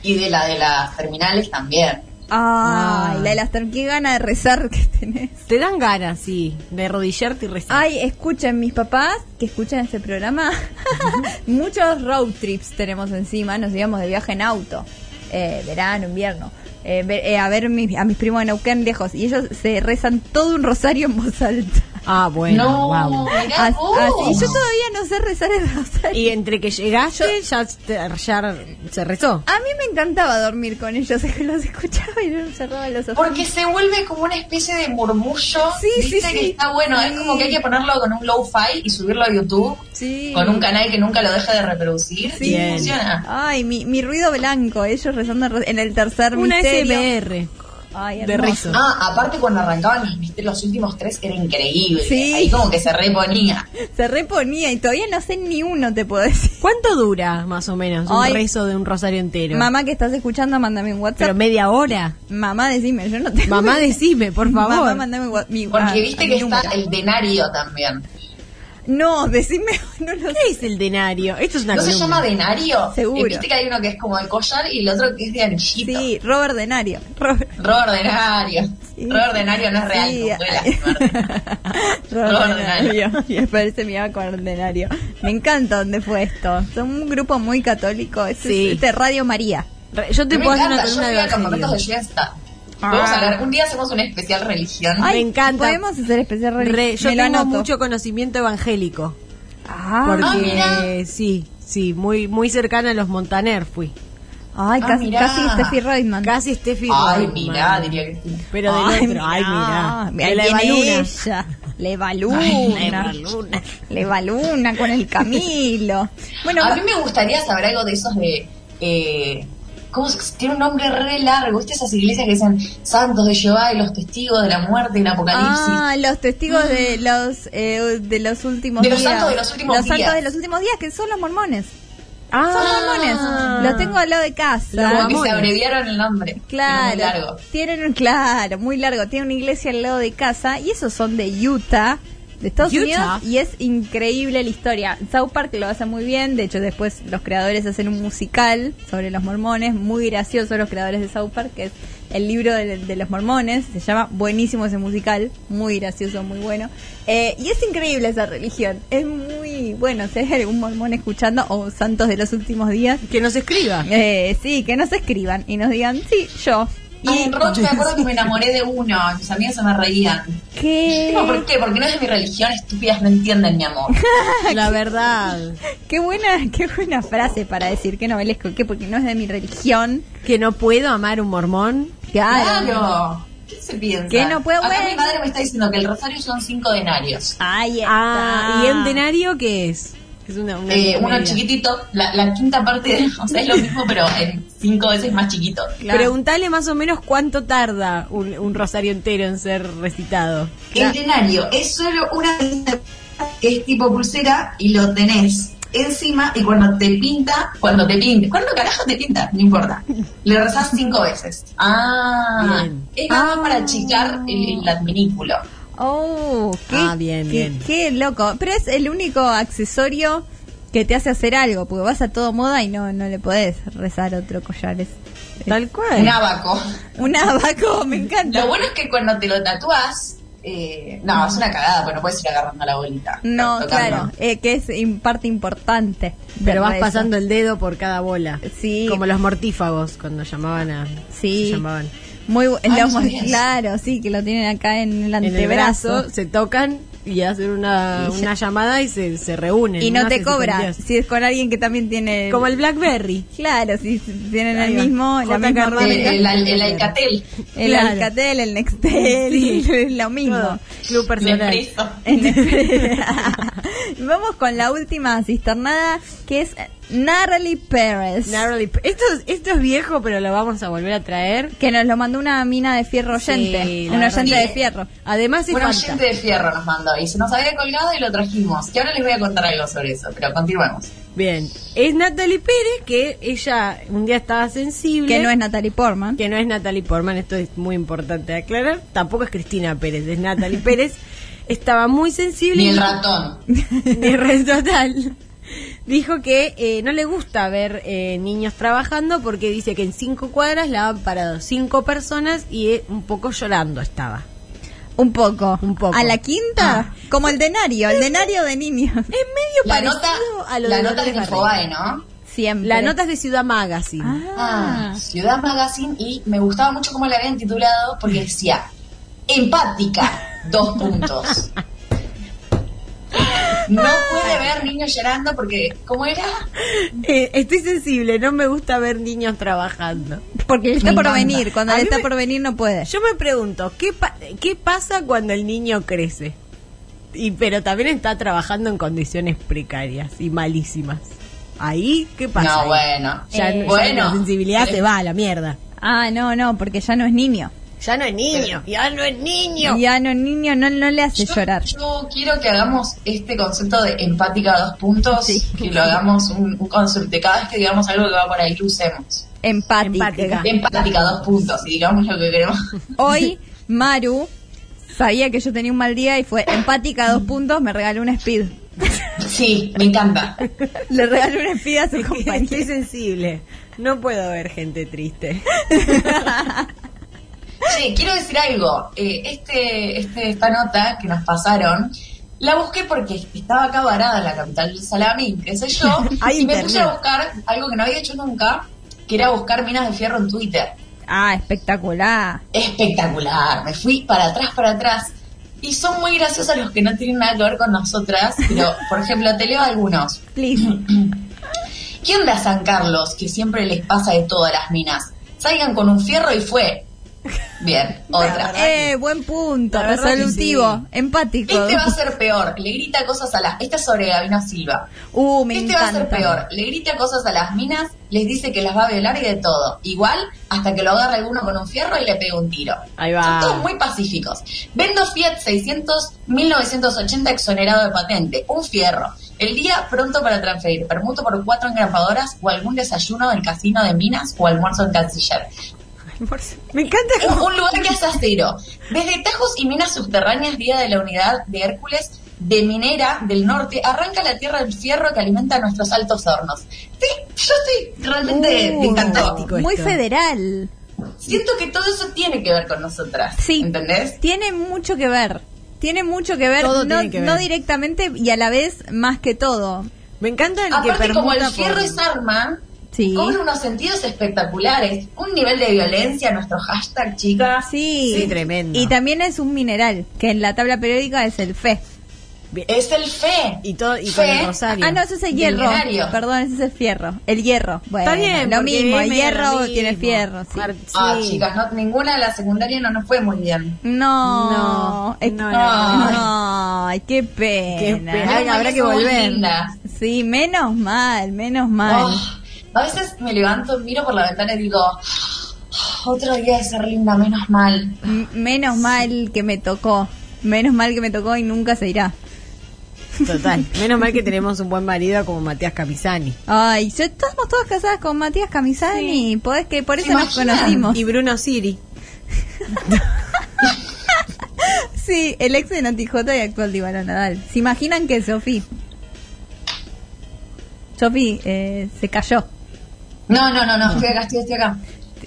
Speaker 4: Y de la de las terminales también.
Speaker 2: Ay,
Speaker 3: Ah.
Speaker 2: la de las tar- qué gana de rezar que tenés.
Speaker 3: Te dan ganas, sí, de arrodillarte y rezar.
Speaker 2: Ay, escuchen mis papás que escuchan este programa. Muchos road trips tenemos encima, nos íbamos de viaje en auto, eh, verano, invierno, eh, ve- eh, a ver mis- a mis primos de Neuquén lejos y ellos se rezan todo un rosario en voz alta.
Speaker 3: Ah, bueno,
Speaker 4: no,
Speaker 3: wow.
Speaker 4: mirá
Speaker 2: As-
Speaker 4: vos.
Speaker 2: así- y yo todavía no sé rezar el rosario.
Speaker 3: Y entre que llegaste, ya, te- ya se rezó.
Speaker 2: A mí me encantaba dormir con ellos, los escuchaba y yo cerraba los ojos.
Speaker 4: Porque se vuelve como una especie de murmullo.
Speaker 2: Sí,
Speaker 4: ¿viste?
Speaker 2: sí,
Speaker 4: que
Speaker 2: sí.
Speaker 4: está bueno. Es como que hay que ponerlo con un low-fi y subirlo a YouTube.
Speaker 2: Sí.
Speaker 4: Con un canal que nunca lo deja de reproducir.
Speaker 2: Sí.
Speaker 4: Y funciona.
Speaker 2: Ay, mi, mi ruido blanco, ellos rezando en ro- en el tercer
Speaker 3: Una
Speaker 2: misterio.
Speaker 3: SMR.
Speaker 2: Ay,
Speaker 3: de
Speaker 2: hermoso.
Speaker 3: rezo.
Speaker 4: Ah, aparte cuando arrancaban los, misterios, los últimos tres era increíble.
Speaker 2: Sí.
Speaker 4: Ahí como que se reponía.
Speaker 2: Se reponía y todavía no sé ni uno, te puedo decir.
Speaker 3: ¿Cuánto dura, más o menos, un
Speaker 2: Ay.
Speaker 3: rezo de un rosario entero?
Speaker 2: Mamá que estás escuchando, mándame un
Speaker 3: ¿Pero
Speaker 2: WhatsApp.
Speaker 3: media hora?
Speaker 2: Mamá, decime, yo no tengo...
Speaker 3: Mamá, decime, por favor.
Speaker 2: Mamá, mándame un wa- mi
Speaker 4: Porque
Speaker 2: ah,
Speaker 4: viste
Speaker 2: mi
Speaker 4: que está
Speaker 2: número.
Speaker 4: el denario también.
Speaker 2: No, decime, no lo
Speaker 3: ¿Qué es el denario? Esto es una
Speaker 4: ¿No se
Speaker 3: columna.
Speaker 4: llama denario?
Speaker 2: Seguro.
Speaker 4: Eh, Viste que hay uno que es como el collar y el otro que es de anillito.
Speaker 2: Sí, Robert Denario. Robert,
Speaker 4: Robert denario.
Speaker 2: Sí.
Speaker 4: Robert denario no es real,
Speaker 2: Sí.
Speaker 4: no fue la suerte.
Speaker 2: Robert
Speaker 4: Denario.
Speaker 2: Denario. Y aparece mi mamá con Denario. Me encanta dónde fue esto. Son un grupo muy católico. Este,
Speaker 3: Sí.
Speaker 2: es- este es Radio María.
Speaker 3: Re- Yo te
Speaker 4: Me
Speaker 3: puedo hacer una
Speaker 4: encanta, yo
Speaker 3: columna
Speaker 4: fui
Speaker 3: de
Speaker 4: a campamentos de
Speaker 3: evangelio.
Speaker 4: fiesta. Vamos a hablar, un día hacemos un especial religión.
Speaker 3: Ay, encanta.
Speaker 2: Podemos hacer especial relig-
Speaker 3: Re- yo
Speaker 2: Me lo
Speaker 3: tengo
Speaker 2: anoto.
Speaker 3: mucho conocimiento evangélico.
Speaker 2: Ah,
Speaker 4: Ah,
Speaker 3: Porque
Speaker 4: mira.
Speaker 3: sí, sí, muy muy cercana a los Montaner fui.
Speaker 2: Ay,
Speaker 4: Ah,
Speaker 2: casi,
Speaker 4: mirá.
Speaker 2: casi Steffi Reutemann.
Speaker 3: Casi Steffi
Speaker 4: Ay,
Speaker 3: Reutemann.
Speaker 4: mirá, diría que sí.
Speaker 3: Pero de
Speaker 2: Ay,
Speaker 3: nuestro, ay, mirá.
Speaker 2: mirá
Speaker 3: De la
Speaker 2: quién
Speaker 3: Evaluna.
Speaker 2: es ella. La
Speaker 3: Ay, la
Speaker 2: Evaluna.
Speaker 3: Evaluna.
Speaker 2: La Evaluna con el Camilo. Bueno,
Speaker 4: a mí me gustaría saber algo de esos de. eh, ¿Cómo se- tiene un nombre re largo? ¿Viste esas iglesias que dicen santos de Jehová y los testigos de la muerte y el apocalipsis?
Speaker 2: Ah, los testigos de los eh, de los últimos
Speaker 4: De los
Speaker 2: días.
Speaker 4: santos de los últimos
Speaker 2: Los santos
Speaker 4: días.
Speaker 2: de los últimos días, que son los mormones.
Speaker 3: Ah,
Speaker 2: Son mormones. Los tengo al lado de casa.
Speaker 3: Los
Speaker 4: Como que se
Speaker 3: Ramones.
Speaker 4: abreviaron el nombre.
Speaker 2: Claro.
Speaker 4: Tiene un largo.
Speaker 2: Tienen un claro, muy largo. Tienen una iglesia al lado de casa y esos son de Utah, de Estados
Speaker 3: Utah.
Speaker 2: Unidos y es increíble la historia. South Park lo hace muy bien, de hecho después los creadores hacen un musical sobre los mormones, muy gracioso los creadores de South Park, que es el libro de, de los mormones, se llama buenísimo ese musical, muy gracioso, muy bueno. Eh, y es increíble esa religión, es muy bueno, si hay algún mormón escuchando o santos de los últimos días,
Speaker 3: Que nos escriba.
Speaker 2: eh, sí, que nos escriban y nos digan, sí, yo. Y
Speaker 4: Ay, Roche, me acuerdo que me enamoré de uno. Mis amigas se me reían.
Speaker 2: qué,
Speaker 4: No, ¿por qué? Porque no es de mi religión, estúpidas no entienden mi amor.
Speaker 3: La verdad.
Speaker 2: qué buena, qué buena frase para decir que no obelezco, que porque no es de mi religión.
Speaker 3: Que no puedo amar un mormón.
Speaker 4: Claro. ¿Qué se piensa?
Speaker 2: Que no puedo,
Speaker 4: Acá
Speaker 2: bueno.
Speaker 4: mi madre me está diciendo que el rosario son cinco denarios.
Speaker 2: Ahí está.
Speaker 3: Ah, ¿y un denario qué es? Es una, una
Speaker 4: Eh, uno
Speaker 3: medida.
Speaker 4: chiquitito, la, la quinta parte, de- o sea, es lo mismo, pero en cinco veces más chiquito.
Speaker 2: Claro.
Speaker 3: Preguntale más o menos cuánto tarda un, un rosario entero en ser recitado.
Speaker 4: El denario es solo una medida que es tipo pulsera y lo tenés encima y cuando te pinta, cuando te pinta, ¿cuándo carajo te pinta? No importa. Le rezás cinco veces. Ah,
Speaker 3: Bien.
Speaker 4: es nada más
Speaker 2: Ah.
Speaker 4: para achicar el, el adminículo.
Speaker 2: Oh, qué,
Speaker 3: Ah, bien,
Speaker 2: qué-
Speaker 3: bien.
Speaker 2: qué loco. Pero es el único accesorio que te hace hacer algo, porque vas a todo moda y no, no le podés rezar otro collar. Es
Speaker 3: Tal cual.
Speaker 4: Un abaco.
Speaker 2: un abaco, me encanta.
Speaker 4: Lo bueno es que cuando te lo tatuás, eh, no, es una cagada, pero no puedes ir agarrando la bolita.
Speaker 2: No,
Speaker 4: Tocando.
Speaker 2: claro, eh, que es in- parte importante. del
Speaker 3: Pero vas
Speaker 2: rezo.
Speaker 3: pasando el dedo por cada bola.
Speaker 2: Sí.
Speaker 3: Como los mortífagos cuando llamaban a.
Speaker 2: Sí.
Speaker 3: se llamaban.
Speaker 2: Muy bu-
Speaker 4: Ah,
Speaker 2: lo
Speaker 4: no sabía
Speaker 2: mu-
Speaker 4: eso.
Speaker 2: claro, sí, que lo tienen acá en el
Speaker 3: En el
Speaker 2: antebrazo.
Speaker 3: brazo se tocan y hacen una,
Speaker 2: Y ya-
Speaker 3: una llamada y se, se reúnen.
Speaker 2: y no
Speaker 3: Una
Speaker 2: te
Speaker 3: se
Speaker 2: cobra
Speaker 3: siente-
Speaker 2: si es con alguien que también tiene
Speaker 3: Como el Blackberry.
Speaker 2: claro, si tienen
Speaker 3: Ahí
Speaker 2: el
Speaker 3: va.
Speaker 2: mismo la
Speaker 3: J.
Speaker 2: misma
Speaker 3: Carnal.
Speaker 4: El,
Speaker 2: ordenanza.
Speaker 4: Eh, el, el, el alcatel.
Speaker 2: el
Speaker 3: Claro.
Speaker 2: Alcatel, el Nextel, es lo mismo.
Speaker 3: Todo. Club
Speaker 4: de
Speaker 3: personal.
Speaker 4: preso.
Speaker 2: El- Vamos con la última cisternada que es Natalie Pérez.
Speaker 3: Narrowly- Esto, es- esto es viejo, pero lo vamos a volver a traer.
Speaker 2: que nos lo mandó una mina de fierro oyente,
Speaker 3: Sí, la
Speaker 2: un
Speaker 3: verdad.
Speaker 2: oyente de fierro.
Speaker 3: Además, es
Speaker 4: Bueno,
Speaker 3: falta.
Speaker 4: gente de fierro nos mandó y se nos había colgado y lo trajimos. Que ahora les voy a contar algo sobre eso, pero continuemos.
Speaker 3: Bien. Es Natalie Pérez que ella un día estaba sensible.
Speaker 2: Que no es Natalie Portman.
Speaker 3: que no es Natalie Portman, esto es muy importante de aclarar. Tampoco es Cristina Pérez, es Natalie Pérez. Estaba muy sensible.
Speaker 4: Ni
Speaker 3: y-
Speaker 4: el ratón.
Speaker 3: de Red Total. Dijo que eh, no le gusta ver eh, niños trabajando porque dice que en cinco cuadras la han parado cinco personas y eh, un poco llorando estaba.
Speaker 2: Un poco. Ah.
Speaker 3: Un poco.
Speaker 2: A la quinta, como el denario, el denario de niños.
Speaker 3: Es medio
Speaker 4: La
Speaker 3: parecido
Speaker 4: nota,
Speaker 3: a lo
Speaker 4: la
Speaker 3: de
Speaker 4: nota
Speaker 3: Dolores
Speaker 4: de
Speaker 3: Barreiro.
Speaker 4: Infobae, ¿no?
Speaker 2: Siempre.
Speaker 3: La nota es de Ciudad Magazine.
Speaker 2: Ah.
Speaker 4: Ah, Ciudad Magazine y me gustaba mucho cómo la habían titulado porque decía empática, dos puntos. No puede ver niños llorando porque, ¿cómo era?
Speaker 3: Eh, estoy sensible, no me gusta ver niños trabajando.
Speaker 2: Porque le está
Speaker 4: Me
Speaker 2: por
Speaker 4: encanta.
Speaker 2: venir. Cuando
Speaker 3: A
Speaker 2: le
Speaker 3: mí
Speaker 2: está
Speaker 3: me-
Speaker 2: por venir no puede.
Speaker 3: Yo me pregunto, ¿qué, pa- qué pasa cuando el niño crece? Y, pero también está trabajando en condiciones precarias y malísimas. Ahí, ¿qué pasa?
Speaker 4: No,
Speaker 3: ahí?
Speaker 4: bueno.
Speaker 3: Ya,
Speaker 4: Eh,
Speaker 3: ya
Speaker 4: bueno. Eh.
Speaker 3: la sensibilidad
Speaker 4: Pero-
Speaker 3: se va a la mierda.
Speaker 2: Ah, no, no, porque ya no es niño.
Speaker 3: Ya no es niño,
Speaker 4: Eh.
Speaker 3: ya no es niño.
Speaker 2: Ya no es niño, no, no le hace
Speaker 4: Yo-
Speaker 2: llorar.
Speaker 4: Yo quiero que hagamos este concepto de empática a dos puntos, que lo hagamos un, un concepto, que cada vez que digamos algo que va por ahí, lo usemos.
Speaker 2: Empática.
Speaker 3: Empática.
Speaker 4: Empática a dos puntos, y digamos lo que queremos.
Speaker 2: Hoy, Maru sabía que yo tenía un mal día y fue empática a dos puntos, me regaló un speed.
Speaker 4: Sí, me encanta.
Speaker 2: Le regaló una espida a su
Speaker 3: Estoy
Speaker 2: compañero.
Speaker 3: sensible. No puedo ver gente triste.
Speaker 4: Che, quiero decir algo. Eh, este, este, esta nota que nos pasaron, la busqué porque estaba acá varada en la capital del salami, qué sé yo,
Speaker 3: Hay
Speaker 4: y me
Speaker 3: internet.
Speaker 4: puse a buscar algo que no había hecho nunca, que era buscar minas de fierro en Twitter.
Speaker 2: Ah, espectacular.
Speaker 4: Espectacular, me fui para atrás, para atrás. Y son muy graciosos los que no tienen nada que ver con nosotras, pero por ejemplo, te leo algunos.
Speaker 2: Please.
Speaker 4: ¿Qué onda San Carlos, que siempre les pasa de todas las minas? Salgan con un fierro y fue. Bien, otra.
Speaker 2: Eh, buen punto,
Speaker 3: La verdad que
Speaker 2: resolutivo, empático.
Speaker 4: Este va a ser peor, le grita cosas a las... Esta es sobre Gabino Silva.
Speaker 2: Uh, me
Speaker 4: este va a ser
Speaker 2: encanta.
Speaker 4: peor, le grita cosas a las minas, les dice que las va a violar y de todo. Igual, hasta que lo agarra alguno con un fierro y le pega un tiro.
Speaker 3: Ahí va.
Speaker 4: Son todos muy pacíficos. Vendo Fiat 600 1980 exonerado de patente, un fierro. El día pronto para transferir, permuto por cuatro engrampadoras o algún desayuno del casino de minas o almuerzo en canciller.
Speaker 3: Me encanta
Speaker 2: Este
Speaker 4: Un, un lugar que hace acero. Desde tajos y minas subterráneas, día de la unidad de Hércules de Minera del Norte, arranca la tierra del fierro que alimenta nuestros altos hornos. Sí, yo estoy realmente
Speaker 2: Uh,
Speaker 4: me encantó.
Speaker 3: fantástico.
Speaker 2: Muy
Speaker 3: esto.
Speaker 2: federal.
Speaker 4: Siento que todo eso tiene que ver con nosotras.
Speaker 2: Sí.
Speaker 4: ¿Entendés?
Speaker 2: Tiene mucho que ver. Tiene mucho que ver,
Speaker 3: Todo
Speaker 2: no,
Speaker 3: tiene que ver.
Speaker 2: no directamente y a la vez más que todo.
Speaker 3: Me encanta el que
Speaker 4: Aparte,
Speaker 3: permuta
Speaker 4: como el
Speaker 3: por-
Speaker 4: fierro es arma,
Speaker 2: Sí.
Speaker 4: cobra unos sentidos espectaculares. Un nivel de violencia, nuestro hashtag, chicas.
Speaker 2: Sí.
Speaker 3: Sí, tremendo.
Speaker 2: Y también es un mineral, que en la tabla periódica es el fe.
Speaker 4: Es el fe.
Speaker 3: Y todo y con el
Speaker 4: Fe.
Speaker 3: rosario.
Speaker 2: Ah, no, ese es el
Speaker 4: Del
Speaker 2: hierro.
Speaker 4: binario.
Speaker 2: Perdón, ese es el fierro. El hierro. Bueno,
Speaker 3: Está bien,
Speaker 2: lo
Speaker 3: porque
Speaker 2: mismo.
Speaker 3: es
Speaker 2: El
Speaker 3: medio lo
Speaker 2: hierro
Speaker 3: mismo.
Speaker 2: tiene fierro. sí.
Speaker 3: Mar-
Speaker 4: Ah,
Speaker 3: sí.
Speaker 4: chicas, no, ninguna de la secundaria no nos fue muy bien.
Speaker 2: No,
Speaker 3: No,
Speaker 2: Es-
Speaker 3: no, no,
Speaker 4: no,
Speaker 2: Ay, qué pena.
Speaker 3: Qué pena.
Speaker 4: Menos
Speaker 3: Ay,
Speaker 4: mal
Speaker 3: habrá que
Speaker 4: somos
Speaker 3: volver.
Speaker 4: lindas.
Speaker 2: Sí, menos mal, menos mal.
Speaker 4: Oh, a veces me levanto, miro por la ventana y digo, otro día de ser linda, menos mal.
Speaker 2: M- Menos mal que me tocó. Menos mal que me tocó y nunca se irá.
Speaker 3: Total. Menos mal que tenemos un buen marido como Matías Capizani.
Speaker 2: Ay, yo, estamos todas casadas con Matías Camisani. Podés que por eso nos
Speaker 4: imaginan?
Speaker 2: conocimos.
Speaker 3: Y Bruno Siri.
Speaker 2: Sí, el ex de Notijota y actual Divana Nadal. ¿Se imaginan que Sofi? Sofi eh, se cayó.
Speaker 4: No, no, no, no, estoy acá, estoy, estoy acá.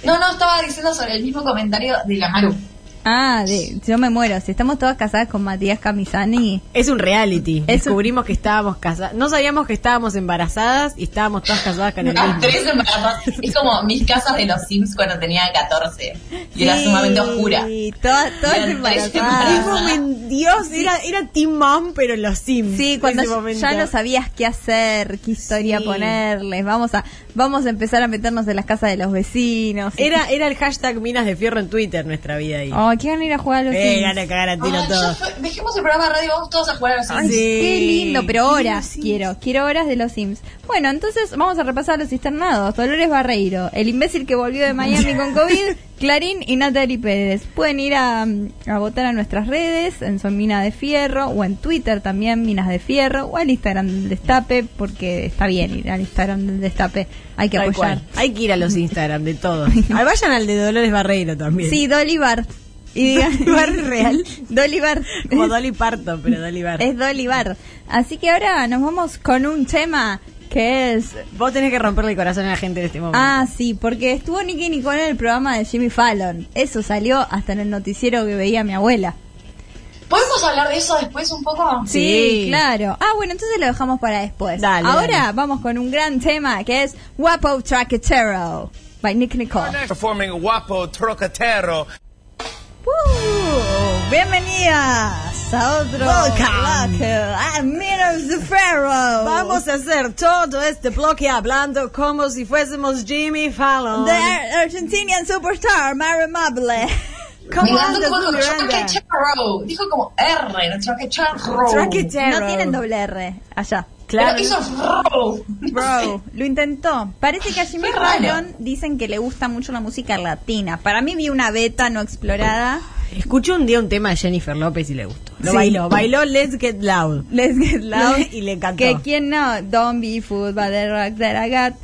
Speaker 4: No, no, estaba diciendo sobre el mismo comentario de la Maru.
Speaker 2: Ah, de- yo me muero. Si estamos todas casadas con Matías Camisani.
Speaker 3: Es un reality.
Speaker 2: Es un-
Speaker 3: Descubrimos que estábamos casadas. No sabíamos que estábamos embarazadas y estábamos todas casadas con el
Speaker 4: A
Speaker 3: mismo.
Speaker 4: Ah, tres embarazadas. Es como mis casas de los Sims cuando tenía 14. Y era sumamente oscura.
Speaker 2: Sí, todas, todas
Speaker 4: Eran tres
Speaker 3: Qué
Speaker 2: embarazadas.
Speaker 4: embarazadas.
Speaker 3: momen- Dios, era, era Team Mom, pero en los Sims.
Speaker 2: Sí, cuando
Speaker 3: Ese
Speaker 2: ya-
Speaker 3: momento.
Speaker 2: ya no sabías qué hacer, qué historia
Speaker 3: Sí.
Speaker 2: ponerles. Vamos a, vamos a empezar a meternos en las casas de los vecinos.
Speaker 3: Era, era el hashtag Minas de Fierro en Twitter nuestra vida ahí.
Speaker 2: Oh, Ah, ¿qué van a ir a jugar a los
Speaker 3: eh,
Speaker 2: Sims?
Speaker 3: gana cagar a tiro
Speaker 4: Ay, ya
Speaker 3: todo.
Speaker 4: fue. Dejemos el programa de radio, vamos todos a jugar a los Sims.
Speaker 3: Sí.
Speaker 2: Qué lindo, pero horas
Speaker 3: Sí, sí.
Speaker 2: quiero, quiero horas de los Sims. Bueno, entonces vamos a repasar los cisternados. Dolores Barreiro, el imbécil que volvió de Miami con COVID, Clarín y Natalie Pérez. Pueden ir a, a votar a nuestras redes, en Son Minas de Fierro, o en Twitter también, Minas de Fierro, o al Instagram del Destape, porque está bien ir al Instagram del Destape, hay que
Speaker 3: Tal
Speaker 2: apoyar.
Speaker 3: cual. Hay que ir a los Instagram de todos. Ah, Vayan al de Dolores Barreiro también.
Speaker 2: Sí, Dolly Bar. Y digan,
Speaker 3: Dolly Bar real.
Speaker 2: Dolly Bar.
Speaker 3: Como Dolly Parton, pero Dolly Bar.
Speaker 2: Es Dolly Bar. Así que ahora nos vamos con un tema que es
Speaker 3: Vos tenés que romperle el corazón a la gente en este momento.
Speaker 2: Ah, sí, porque estuvo Nicky Nicole en el programa de Jimmy Fallon. Eso salió hasta en el noticiero que veía mi abuela.
Speaker 4: ¿Podemos hablar de eso después un poco?
Speaker 3: Sí.
Speaker 2: claro. Ah, bueno, entonces lo dejamos para después.
Speaker 3: Dale,
Speaker 2: Ahora
Speaker 3: dale.
Speaker 2: vamos con un gran tema que es Wapo Tracketero by Nick Nicole.
Speaker 7: Performing Guapo Trocatero.
Speaker 2: Uh, bienvenidas a otro
Speaker 3: Welcome.
Speaker 2: bloque. Ah, Minos de Ferro.
Speaker 3: Vamos a hacer todo este bloque hablando como si fuésemos Jimmy Fallon.
Speaker 2: The Ar- Argentinian superstar Mary Mable.
Speaker 3: ¿Cómo
Speaker 4: Mirando
Speaker 3: andas,
Speaker 4: con
Speaker 3: Miranda?
Speaker 4: Choquecharo. Dijo como R, Choquecharo.
Speaker 3: Traquetero.
Speaker 2: No tienen doble R allá.
Speaker 4: Pero
Speaker 3: Claro.
Speaker 4: hizo Row.
Speaker 2: Bro, lo intentó. Parece que a Jimmy
Speaker 4: Qué raro.
Speaker 2: Fallon dicen que le gusta mucho la música latina. Para mí vi una beta no explorada.
Speaker 3: Escuché un día un tema de Jennifer López y le gustó. Lo
Speaker 2: Sí.
Speaker 3: bailó. Bailó Let's Get Loud.
Speaker 2: Let's Get Loud.
Speaker 3: Y le encantó.
Speaker 2: Que quien no, Don't Be Fooled by the Rock That I Got.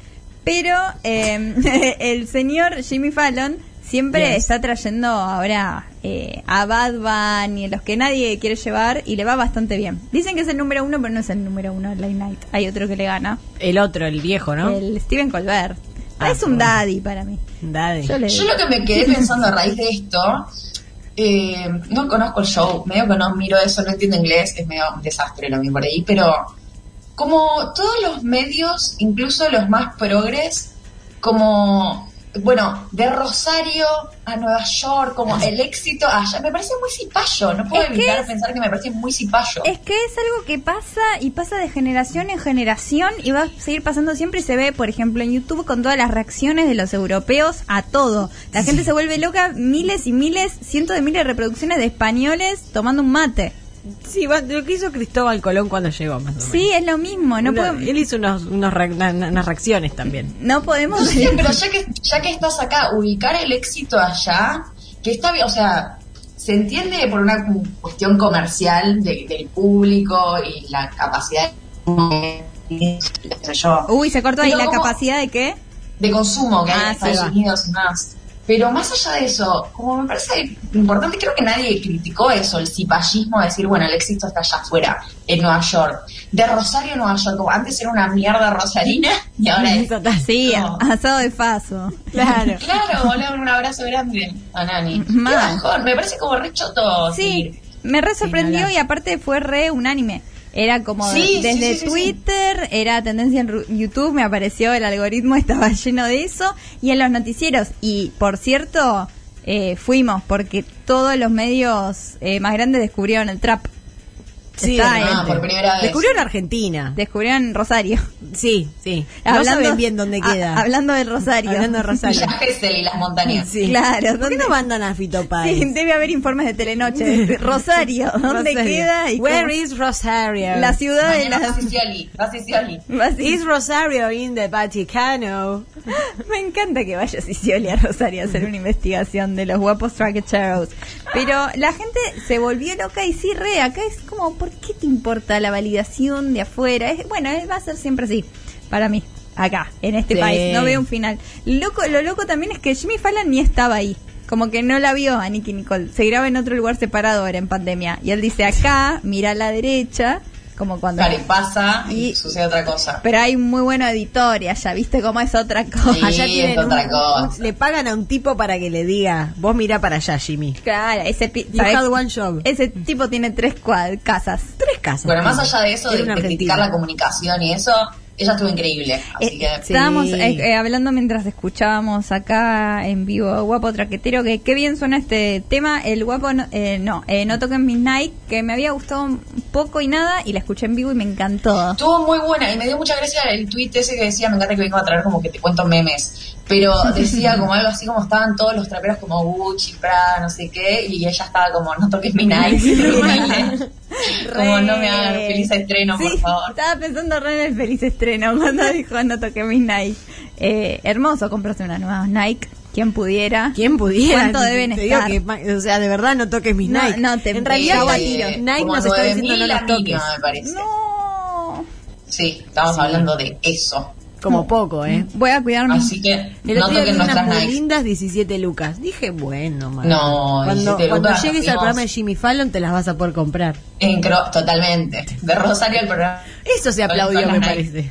Speaker 2: Pero eh, el señor Jimmy Fallon siempre
Speaker 3: Yes.
Speaker 2: está trayendo ahora eh, a Bad Bunny, los que nadie quiere llevar, y le va bastante bien. Dicen que es el número uno, pero no es el número uno en Late Night. Hay otro que le gana,
Speaker 3: El otro, el viejo, ¿no?
Speaker 2: el Steven Colbert.
Speaker 3: Ah,
Speaker 2: es un
Speaker 3: perdón.
Speaker 2: daddy para mí.
Speaker 3: Daddy.
Speaker 2: Yo le
Speaker 4: Yo lo que me quedé pensando a raíz de esto, eh, no conozco el show, medio que no miro eso, no entiendo inglés, es medio un desastre lo mío por ahí, pero como todos los medios, incluso los más progres, como, bueno, de Rosario a Nueva York, como el éxito allá, me parece muy cipayo, no puedo
Speaker 2: Ah. Es que
Speaker 4: evitar
Speaker 2: es-
Speaker 4: pensar que me parece muy cipayo.
Speaker 2: Es que es algo que pasa y pasa de generación en generación y va a seguir pasando siempre y se ve, por ejemplo, en YouTube con todas las reacciones de los europeos a todo. La gente se vuelve loca, miles y miles, cientos de miles de reproducciones de españoles tomando un mate.
Speaker 3: Sí, va- lo que hizo Cristóbal Colón cuando llegó, más o menos.
Speaker 2: Sí, es lo mismo, no,
Speaker 3: Una-
Speaker 2: podemos-
Speaker 3: Él hizo unos, unos re- na- na- unas reacciones también.
Speaker 2: no podemos...
Speaker 4: Sí, pero ya que, ya que estás acá, ubicar el éxito allá, que está bien, o sea, se entiende por una cu- cuestión comercial de- del público y la capacidad de, qué sé yo,
Speaker 2: Uy, se cortó ahí la
Speaker 4: Pero como-
Speaker 2: capacidad de qué.
Speaker 4: de consumo que hay
Speaker 2: Ah,
Speaker 4: en
Speaker 2: sí,
Speaker 4: Estados
Speaker 2: va.
Speaker 4: Unidos y más. Pero más allá de eso, como me parece importante, creo que nadie criticó eso, el cipallismo de decir, bueno, el éxito está allá afuera, en Nueva York. De Rosario a Nueva York, como antes era una mierda rosarina y ahora es...
Speaker 3: Total,
Speaker 2: Sí,
Speaker 4: No.
Speaker 2: asado de faso.
Speaker 3: Claro.
Speaker 4: Claro, boludo, un abrazo grande a Nani. Qué
Speaker 2: Mal.
Speaker 4: bajón, me parece como re choto.
Speaker 2: Sí, me re sorprendió y aparte fue re unánime. Era como
Speaker 4: Sí, sí,
Speaker 2: desde
Speaker 4: sí, sí, sí.
Speaker 2: Twitter, era tendencia en Ru- YouTube, me apareció el algoritmo, estaba lleno de eso, y en los noticieros. Y por cierto, eh, fuimos, porque todos los medios eh, más grandes descubrieron el trap.
Speaker 3: Sí,
Speaker 2: Está
Speaker 3: de
Speaker 2: ahí.
Speaker 4: Ah,
Speaker 3: repente.
Speaker 4: por primera vez.
Speaker 3: Descubrieron Argentina.
Speaker 2: Descubrieron Rosario.
Speaker 3: Sí, sí. no saben bien dónde
Speaker 2: a-
Speaker 3: queda.
Speaker 2: hablando de Rosario.
Speaker 3: Hablando de
Speaker 4: Y
Speaker 3: Rosario.
Speaker 4: la Gesell y las montañas.
Speaker 3: Sí.
Speaker 2: Claro,
Speaker 3: ¿Por qué
Speaker 2: ¿dónde-
Speaker 3: no mandan a Fito Páez?
Speaker 2: Sí, debe haber informes de Telenoche. Rosario, ¿dónde
Speaker 3: Rosario.
Speaker 2: queda? Y
Speaker 3: Where
Speaker 2: cómo-
Speaker 3: is Rosario?
Speaker 2: La ciudad de
Speaker 4: Mañana
Speaker 2: las...
Speaker 4: vas a Sicioli, vas a Sicioli.
Speaker 3: Is Rosario in the Vaticano?
Speaker 2: Me encanta que vaya Sicioli a Rosario a hacer una investigación de los guapos traqueteros. Pero la gente se volvió loca y sí, re, acá es como, ¿por qué te importa la validación de afuera? Es, bueno, es- va a ser siempre así, para mí, acá, en este
Speaker 3: Sí.
Speaker 2: país. No veo un final. Loco, lo loco también es que Jimmy Fallon ni estaba ahí. Como que no la vio a Nicky Nicole. Se graba en otro lugar separado ahora en pandemia. Y él dice acá, mira a la derecha, como cuando...
Speaker 4: Claro, y pasa y,
Speaker 2: Y-
Speaker 4: sucede otra cosa.
Speaker 2: Pero hay muy buena editoria, ya viste cómo es otra cosa.
Speaker 4: Sí, es otra cosa.
Speaker 3: Le pagan a un tipo para que le diga, vos mirá para allá, Jimmy.
Speaker 2: Claro, ese, pi-
Speaker 3: You
Speaker 2: ¿sabes?
Speaker 3: had one job.
Speaker 2: ese tipo tiene tres cuad- casas.
Speaker 3: Tres casas.
Speaker 4: Bueno, más allá de eso,
Speaker 3: Era
Speaker 4: de,
Speaker 3: una
Speaker 4: de
Speaker 3: argentina.
Speaker 4: criticar la comunicación y eso, ella estuvo increíble. Así
Speaker 2: Eh,
Speaker 4: que.
Speaker 3: sí.
Speaker 2: Estábamos eh, eh, hablando mientras escuchábamos acá en vivo Guapo Traquetero, que qué bien suena este tema, el guapo no, eh, no, eh, no toquen Midnight, que me había gustado un poco y nada, y la escuché en vivo y me encantó.
Speaker 4: Estuvo muy buena y me dio mucha gracia el tuit ese que decía, me encanta que vengo a traer como que te cuento memes, pero decía como algo así como estaban todos los traperos como Gucci, Prada, no sé qué, y ella estaba como, no toques mi Nike, como no me hagan
Speaker 2: Re.
Speaker 4: feliz estreno,
Speaker 2: Sí,
Speaker 4: por favor.
Speaker 2: Estaba pensando re en el feliz estreno cuando dijo no toqué mis Nike. Eh, hermoso, comprarse una nueva Nike, quien pudiera.
Speaker 3: ¿Quién pudiera?
Speaker 2: ¿Cuánto deben
Speaker 3: Te
Speaker 2: estar?
Speaker 3: digo que, ma- o sea, de verdad no toques mis
Speaker 2: No,
Speaker 3: Nike.
Speaker 2: no, te-
Speaker 3: en realidad,
Speaker 2: cago a
Speaker 3: eh,
Speaker 2: tiro.
Speaker 3: Nike
Speaker 4: este, como
Speaker 3: nos está
Speaker 4: 9.000
Speaker 3: diciendo no
Speaker 4: la
Speaker 3: las toques.
Speaker 4: mínima, me parece.
Speaker 2: No.
Speaker 4: Sí, estamos hablando de eso.
Speaker 3: Como poco, ¿eh?
Speaker 2: Voy a cuidarme.
Speaker 4: Así que
Speaker 3: El
Speaker 4: no
Speaker 3: otro día vi
Speaker 4: toquen
Speaker 3: unas
Speaker 4: nuestras
Speaker 3: muy
Speaker 4: Nikes.
Speaker 3: lindas 17 lucas. Dije, bueno, man.
Speaker 4: No,
Speaker 3: cuando,
Speaker 4: 17
Speaker 3: cuando
Speaker 4: lucas,
Speaker 3: llegues al
Speaker 4: amigos.
Speaker 3: programa de Jimmy Fallon te las vas a poder comprar.
Speaker 4: En cro- totalmente. De Rosario al programa.
Speaker 3: Eso se aplaudió,
Speaker 4: Con
Speaker 3: me
Speaker 4: las
Speaker 3: parece.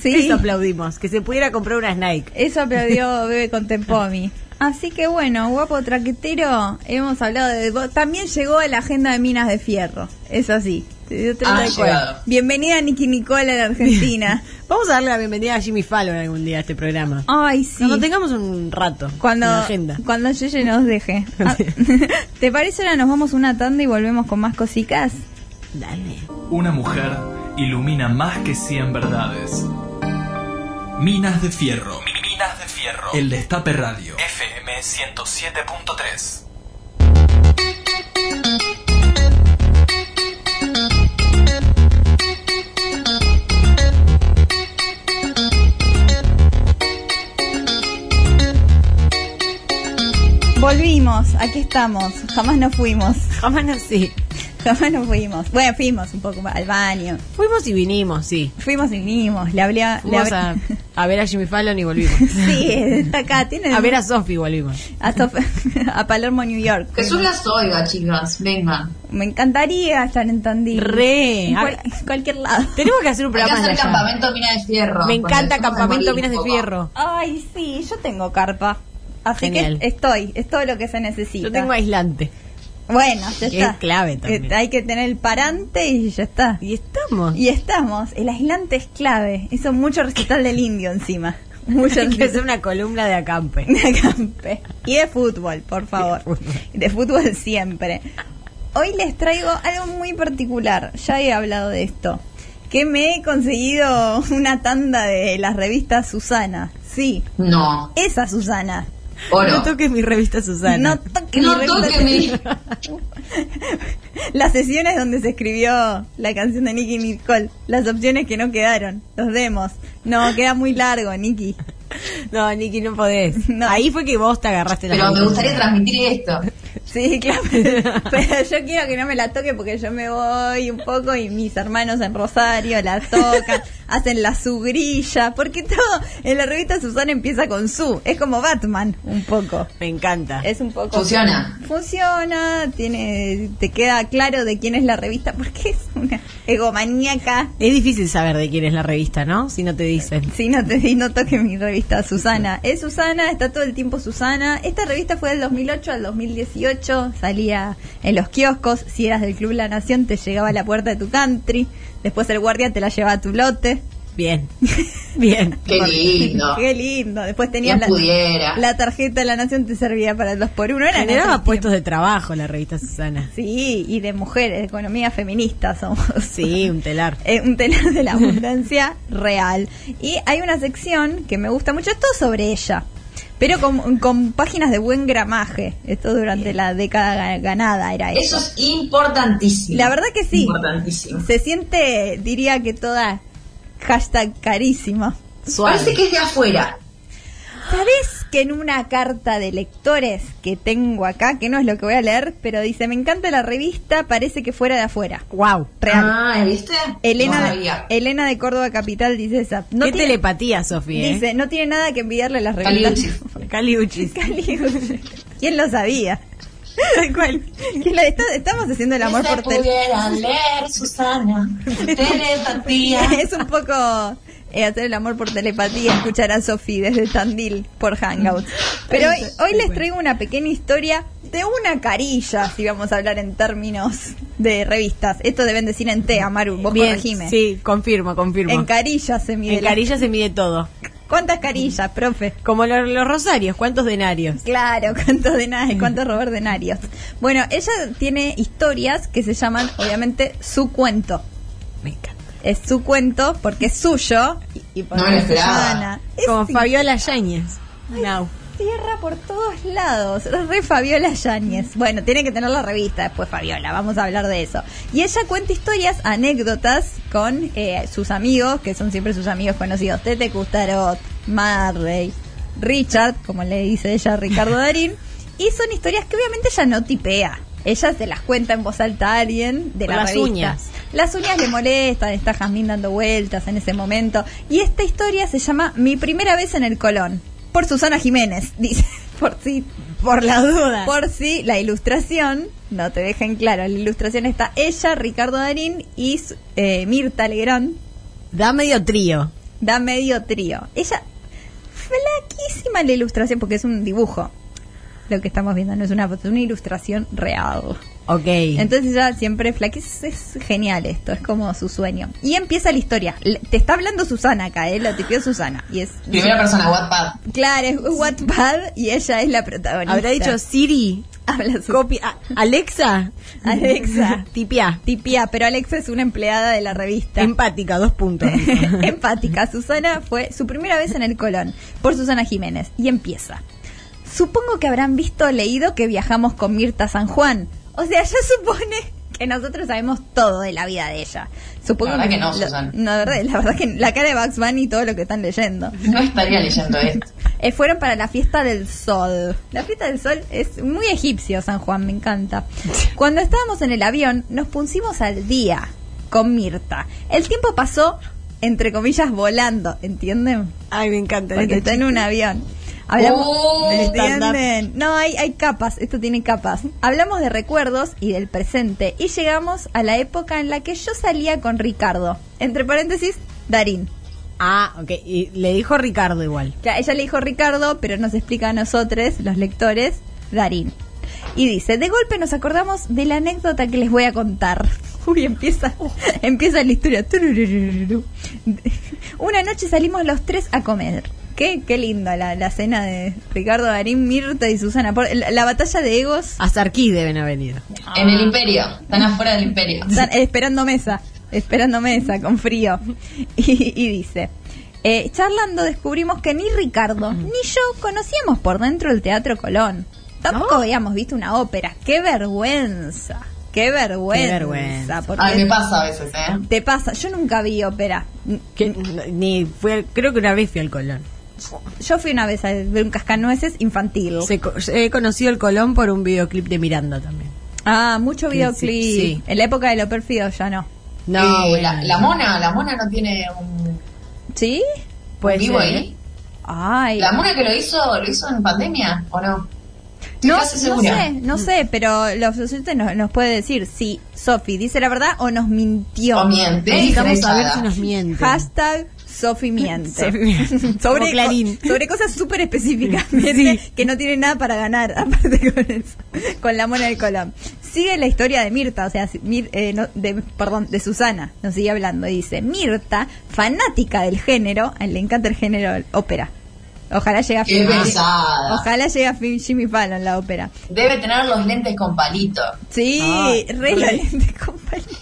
Speaker 2: Sí.
Speaker 3: Eso aplaudimos, que se pudiera comprar unas Nike.
Speaker 2: Eso aplaudió Bebe con Tempomi. Así que bueno, guapo traquetero, hemos hablado de... vos- También llegó a la agenda de minas de fierro, es así. Te dio
Speaker 3: Ah,
Speaker 2: 34.
Speaker 4: llegado.
Speaker 2: Bienvenida Niki Nicola a la Argentina.
Speaker 3: Vamos a darle la bienvenida a Jimmy Fallon algún día a este programa.
Speaker 2: Ay, Ah, sí.
Speaker 3: Cuando tengamos un rato.
Speaker 2: Cuando,
Speaker 3: una agenda.
Speaker 2: cuando Yeye nos deje. Ah, ¿Te parece ahora nos vamos una tanda y volvemos con más cositas?
Speaker 3: Dale.
Speaker 8: Una mujer ilumina más que 100 verdades. Minas de Fierro. Minas de Fierro. El Destape Radio. FM 107.3.
Speaker 2: Volvimos, aquí estamos, jamás nos fuimos,
Speaker 3: Jamás no, sí.
Speaker 2: jamás nos fuimos. Bueno, fuimos un poco al baño,
Speaker 3: Fuimos y vinimos, sí.
Speaker 2: fuimos y vinimos, le hablé a... le
Speaker 3: Fuimos
Speaker 2: hablé-
Speaker 3: a A ver a Jimmy Fallon y volvimos.
Speaker 2: Sí, está acá. Tiene
Speaker 3: A ver a Sofi y volvimos.
Speaker 2: a Sof- a Palermo, New York.
Speaker 4: Jesús las oiga, chicas, vengan.
Speaker 2: Me encantaría estar en Tandil.
Speaker 3: Re. Ah.
Speaker 2: En cual- cualquier lado.
Speaker 3: Tenemos que hacer un
Speaker 4: Hay que
Speaker 3: programa
Speaker 4: hacer
Speaker 3: de allá.
Speaker 4: campamento pues, mina de fierro.
Speaker 3: Me encanta
Speaker 4: Cuando
Speaker 3: Campamento
Speaker 4: empezamos a
Speaker 3: Minas de
Speaker 4: morir un
Speaker 3: Fierro.
Speaker 2: Ay, sí, yo tengo carpa. Así
Speaker 3: Genial.
Speaker 2: que estoy, es todo lo que se necesita.
Speaker 3: Yo tengo aislante.
Speaker 2: Bueno, ya
Speaker 3: Que
Speaker 2: está.
Speaker 3: es clave también.
Speaker 2: Eh, Hay que tener el parante y ya está.
Speaker 3: Y estamos.
Speaker 2: Y estamos, el aislante es clave. Hizo mucho recital del indio encima. Mucho
Speaker 3: Hay que
Speaker 2: recital.
Speaker 3: hacer una columna de acampe.
Speaker 2: de acampe. Y de fútbol, por favor.
Speaker 3: Y de fútbol.
Speaker 2: De fútbol siempre. Hoy les traigo algo muy particular. Ya he hablado de esto. Que me he conseguido una tanda de las revistas Susana. Sí,
Speaker 4: poco. No,
Speaker 2: esa Susana.
Speaker 3: No
Speaker 4: oro.
Speaker 3: toques mi revista Susana.
Speaker 2: No toque
Speaker 4: No
Speaker 2: mi
Speaker 4: toque
Speaker 2: revista-
Speaker 4: mi-
Speaker 2: Las sesiones donde se escribió la canción de Nicky Nicole. Las opciones que no quedaron. Los demos. No, queda muy largo, Nicky.
Speaker 3: No, Niki, no podés.
Speaker 2: No.
Speaker 3: Ahí fue que vos te agarraste la
Speaker 4: Pero me
Speaker 3: columna.
Speaker 4: gustaría transmitir esto.
Speaker 2: Sí, claro. Pero yo quiero que no me la toque porque yo me voy un poco y mis hermanos en Rosario la tocan, hacen la su grilla, porque todo en la revista Susana empieza con su. Es como Batman, un poco.
Speaker 3: Me encanta.
Speaker 2: Es un poco.
Speaker 4: Funciona.
Speaker 2: Funciona, tiene, te queda claro de quién es la revista, porque es una egomaníaca.
Speaker 3: Es difícil saber de quién es la revista, ¿no? Si no te dicen.
Speaker 2: Sí, no te di, no toque mi revista Susana. Es Susana, está todo el tiempo Susana. Esta revista fue del 2008 al 2018, salía en los kioscos. Si eras del Club La Nación, te llegaba a la puerta de tu country. Después el guardia te la llevaba a tu lote.
Speaker 3: Bien. Bien.
Speaker 4: Qué lindo.
Speaker 2: Qué lindo. Después tenías
Speaker 4: Quien
Speaker 2: la,
Speaker 4: pudiera.
Speaker 2: la tarjeta de La Nación, te servía para el 2x1. Era en
Speaker 3: Generaba
Speaker 2: esos
Speaker 3: puestos de trabajo la revista Susana.
Speaker 2: tiempos. Sí, y de mujeres, de economía feminista somos.
Speaker 3: Sí, un telar.
Speaker 2: Eh, un telar de la abundancia real. Y hay una sección que me gusta mucho, es todo sobre ella, pero con, con páginas de buen gramaje. Esto durante la década ga- ganada era eso.
Speaker 4: Eso es importantísimo.
Speaker 2: La verdad que sí.
Speaker 4: Importantísimo.
Speaker 2: Se siente, diría que toda hashtag carísima.
Speaker 4: Parece que es de afuera.
Speaker 2: ¿Sabes que en una carta de lectores que tengo acá, que no es lo que voy a leer, pero dice, me encanta la revista, parece que fuera de afuera?
Speaker 3: Wow.
Speaker 2: Real.
Speaker 4: Ah, ¿viste? No
Speaker 2: Elena,
Speaker 4: sabía.
Speaker 2: de, Elena de Córdoba Capital dice esa. No
Speaker 3: Qué
Speaker 2: tiene-
Speaker 3: telepatía, Sofía. ¿eh?
Speaker 2: Dice, no tiene nada que envidiarle a las revistas.
Speaker 4: Caliucci.
Speaker 3: Caliuchis.
Speaker 2: Caliucci. ¿Quién lo sabía? Tal cual. ¿Quién la- está- estamos haciendo el amor
Speaker 4: Si se
Speaker 2: por teléfono.
Speaker 4: pudieran leer, Susana, telepatía.
Speaker 2: Es un poco eh, hacer el amor por telepatía, escuchar a Sofi desde Tandil por Hangouts. Pero hoy, hoy les traigo una pequeña historia de una carilla, si vamos a hablar en términos de revistas. Esto deben decir en TEA, Maru, vos
Speaker 3: Bien,
Speaker 2: corregime.
Speaker 3: Sí, confirmo, confirmo.
Speaker 2: En carillas se mide.
Speaker 3: En
Speaker 2: la-
Speaker 3: Carilla se mide todo.
Speaker 2: ¿Cuántas carillas, profe?
Speaker 3: Como lo- los rosarios, ¿cuántos denarios?
Speaker 2: Claro, cuántos denarios, cuántos robar denarios. Bueno, ella tiene historias que se llaman, obviamente, su cuento.
Speaker 3: Me encanta.
Speaker 2: Es su cuento porque es suyo y, y
Speaker 4: No
Speaker 2: porque
Speaker 4: me lo
Speaker 2: es
Speaker 4: esperaba.
Speaker 2: Susana. Es
Speaker 3: Como
Speaker 2: sí,
Speaker 3: Fabiola Yáñez. Now.
Speaker 2: Tierra por todos lados. Es Re Fabiola Yáñez. Bueno, tiene que tener la revista después, Fabiola. Vamos a hablar de eso. Y ella cuenta historias, anécdotas con eh, sus amigos, que son siempre sus amigos conocidos. Tete Custarot, Marley, Richard, como le dice ella a Ricardo Darín. Y son historias que obviamente ella no tipea. Ella se las cuenta en voz alta a alguien de
Speaker 3: Con
Speaker 2: la
Speaker 3: las
Speaker 2: revista.
Speaker 3: uñas.
Speaker 2: Las uñas le molestan, está Jazmín dando vueltas en ese momento. Y esta historia se llama Mi primera vez en el Colón, por Susana Jiménez, dice, por si,
Speaker 3: Por la duda.
Speaker 2: por si la ilustración, no te dejen claro, la ilustración está ella, Ricardo Darín y su- eh, Mirta Legrand,
Speaker 3: Da medio trío.
Speaker 2: da medio trío. Ella, flaquísima la ilustración, porque es un dibujo. Lo que estamos viendo no es una foto, es una ilustración real.
Speaker 3: Ok.
Speaker 2: Entonces ya siempre flaque es, es genial esto, es como su sueño. Y empieza la historia. Le- te está hablando Susana acá, ¿eh? lo tipió Susana. Y es
Speaker 4: Primera persona, Wattpad.
Speaker 2: claro, es Wattpad y ella es la protagonista.
Speaker 3: Habrá dicho Siri,
Speaker 2: habla Susana.
Speaker 3: copia, ah, Alexa.
Speaker 2: Alexa.
Speaker 3: Tipia.
Speaker 2: Tipía, pero Alexa es una empleada de la revista.
Speaker 3: Empática, dos puntos.
Speaker 2: Empática. Susana fue su primera vez en el Colón por Susana Jiménez. Y empieza. Supongo que habrán visto o leído que viajamos con Mirta San Juan. O sea, ya supone que nosotros sabemos todo de la vida de ella. Supongo
Speaker 4: La verdad que no, Susana.
Speaker 2: no, de verdad, la verdad que la cara de Bugs Bunny y todo lo que están leyendo.
Speaker 4: No estaría leyendo esto.
Speaker 2: Eh, fueron para la fiesta del sol. La fiesta del sol es muy egipcio, San Juan, me encanta. Cuando estábamos en el avión, nos pusimos al día con Mirta. El tiempo pasó entre comillas, volando, ¿entienden?
Speaker 3: Ay, me encanta.
Speaker 2: Porque
Speaker 3: este
Speaker 2: está en
Speaker 3: chiste.
Speaker 2: un avión. Hablamos,
Speaker 4: Oh,
Speaker 2: ¿me
Speaker 3: stand-up.
Speaker 2: ¿entienden? No, hay, hay capas, esto tiene capas. Hablamos de recuerdos y del presente y llegamos a la época en la que yo salía con Ricardo. Entre paréntesis, Darín.
Speaker 3: Ah, ok. Y le dijo Ricardo igual.
Speaker 2: Claro, ella le dijo Ricardo, pero nos explica a nosotros, los lectores, Darín. Y dice, de golpe nos acordamos de la anécdota que les voy a contar. Uy, empieza, empieza la historia. Tururururu. Una noche salimos los tres a comer. Qué, qué linda la, la cena de Ricardo, Darín, Mirta y Susana. Por- la, la batalla de egos,
Speaker 3: A Sarquí deben haber ido.
Speaker 4: En el imperio, están afuera del imperio.
Speaker 2: están esperando mesa, esperando mesa, con frío. Y, y dice, eh, charlando descubrimos que ni Ricardo ni yo conocíamos por dentro el Teatro Colón. Tampoco habíamos visto una ópera. ¡Qué vergüenza! ¡Qué vergüenza!
Speaker 3: vergüenza.
Speaker 2: Porque
Speaker 4: Ay, Ah, me pasa a veces, ¿eh?
Speaker 2: te pasa, yo nunca vi ópera.
Speaker 3: Que n- ni fui al- creo que una vez fui al Colón.
Speaker 2: Yo fui una vez a ver un cascanueces infantil.
Speaker 3: Se co- he conocido el Colón por un videoclip de Miranda también.
Speaker 2: Ah, mucho
Speaker 3: Sí,
Speaker 2: videoclip.
Speaker 3: sí, sí.
Speaker 2: En la época de lo perfido ya no.
Speaker 3: No,
Speaker 4: Eh,
Speaker 3: bueno,
Speaker 4: la, la mona, la mona no tiene un
Speaker 2: ¿Sí?
Speaker 3: puede
Speaker 4: vivo
Speaker 3: ser,
Speaker 4: ahí.
Speaker 2: Ay.
Speaker 4: La mona que lo hizo, lo hizo en pandemia, ¿o no? Estoy
Speaker 2: No,
Speaker 4: casi
Speaker 2: no
Speaker 4: segura.
Speaker 2: sé, no sé, pero los oyentes nos, nos puede decir si Sofi dice la verdad o nos mintió.
Speaker 4: O miente.
Speaker 3: Necesitamos
Speaker 4: Estrellada.
Speaker 3: saber si nos mienten.
Speaker 2: Hashtag Sofi miente.
Speaker 3: Sofi miente.
Speaker 2: sobre,
Speaker 3: Como Clarín.
Speaker 2: co- sobre cosas súper específicas. miente, Que no tiene nada para ganar, aparte con eso, con la mona del Colón. Sigue la historia de Mirta, o sea, si- Mir- eh, no, de, perdón, de Susana. Nos sigue hablando. y Dice, Mirta, fanática del género, a él le encanta el género ópera. Ojalá llegue a
Speaker 4: Qué
Speaker 2: Jimmy-
Speaker 4: pesada.
Speaker 2: Ojalá llegue a Jimmy Fallon la ópera.
Speaker 4: Debe tener los lentes con palito.
Speaker 2: Sí,
Speaker 3: Ay,
Speaker 2: re la lente con palito.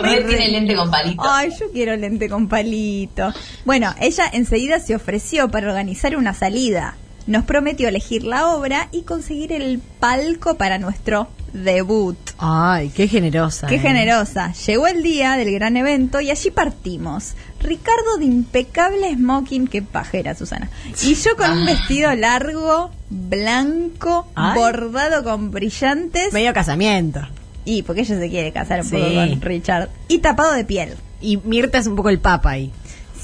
Speaker 4: Re tiene lente con palito.
Speaker 2: Ay, yo quiero lente con palito. Bueno, ella enseguida se ofreció para organizar una salida. Nos prometió elegir la obra y conseguir el palco para nuestro debut.
Speaker 3: Ay, qué generosa.
Speaker 2: Qué
Speaker 3: eh.
Speaker 2: generosa. Llegó el día del gran evento y allí partimos. Ricardo de impecable smoking, que pajera Susana. Y yo con un vestido largo, blanco,
Speaker 3: Ah. Ay.
Speaker 2: bordado con brillantes.
Speaker 3: Medio casamiento.
Speaker 2: Y porque ella se quiere casar un
Speaker 3: Sí.
Speaker 2: poco con Richard. Y tapado de piel.
Speaker 3: Y Mirta es un poco el papa ahí.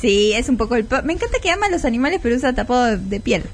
Speaker 2: Sí, es un poco el... pa- Me encanta que ama a los animales, pero usa tapado de, de piel.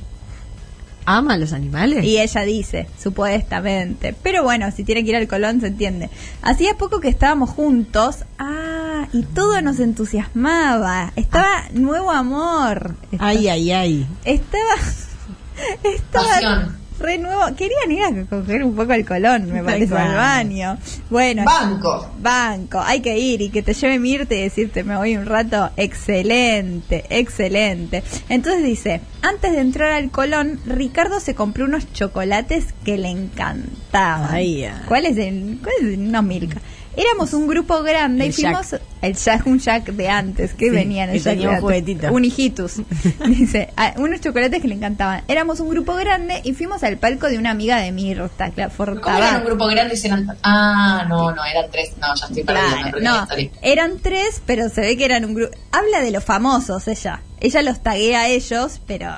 Speaker 3: ¿Ama a los animales?
Speaker 2: Y ella dice, supuestamente. Pero bueno, si tiene que ir al Colón, se entiende. Hacía poco que estábamos juntos. Ah, y todo nos entusiasmaba. Estaba
Speaker 3: Ah.
Speaker 2: nuevo amor. Estaba-
Speaker 3: Ay, ay, ay.
Speaker 2: Estaba... Estaba
Speaker 4: Pasión.
Speaker 2: re nuevo. Querían ir a coger un poco al Colón, me
Speaker 3: Tal
Speaker 2: parece, al
Speaker 3: cual.
Speaker 2: baño. Bueno,
Speaker 4: Banco.
Speaker 2: Banco, hay que ir y que te lleve Mirta y decirte me voy un rato. Excelente, excelente. Entonces dice, antes de entrar al Colón, Ricardo se compró unos chocolates que le encantaban.
Speaker 3: Ay, ah. ay.
Speaker 2: ¿Cuál es el? ¿Cuál es el? No, Milka. Éramos un grupo grande y
Speaker 3: El
Speaker 2: fuimos el Jack, un Jack de antes, que
Speaker 3: Sí,
Speaker 2: venían el
Speaker 3: que
Speaker 2: Jack
Speaker 3: tenía
Speaker 2: de
Speaker 3: un
Speaker 2: antes.
Speaker 3: juguetito.
Speaker 2: Un hijitus. Dice, ah, unos chocolates que le encantaban. Éramos un grupo grande y fuimos al palco de una amiga de Mirta, claro,
Speaker 4: ¿Cómo
Speaker 2: Fortabat.
Speaker 4: era un grupo grande y se eran- Ah, no, no, eran tres. No, ya estoy perdida. me
Speaker 2: Claro,
Speaker 4: perdí la
Speaker 2: no,
Speaker 4: historia.
Speaker 2: eran tres, pero se ve que eran un grupo. Habla de los famosos ella. Ella los taguea a ellos, pero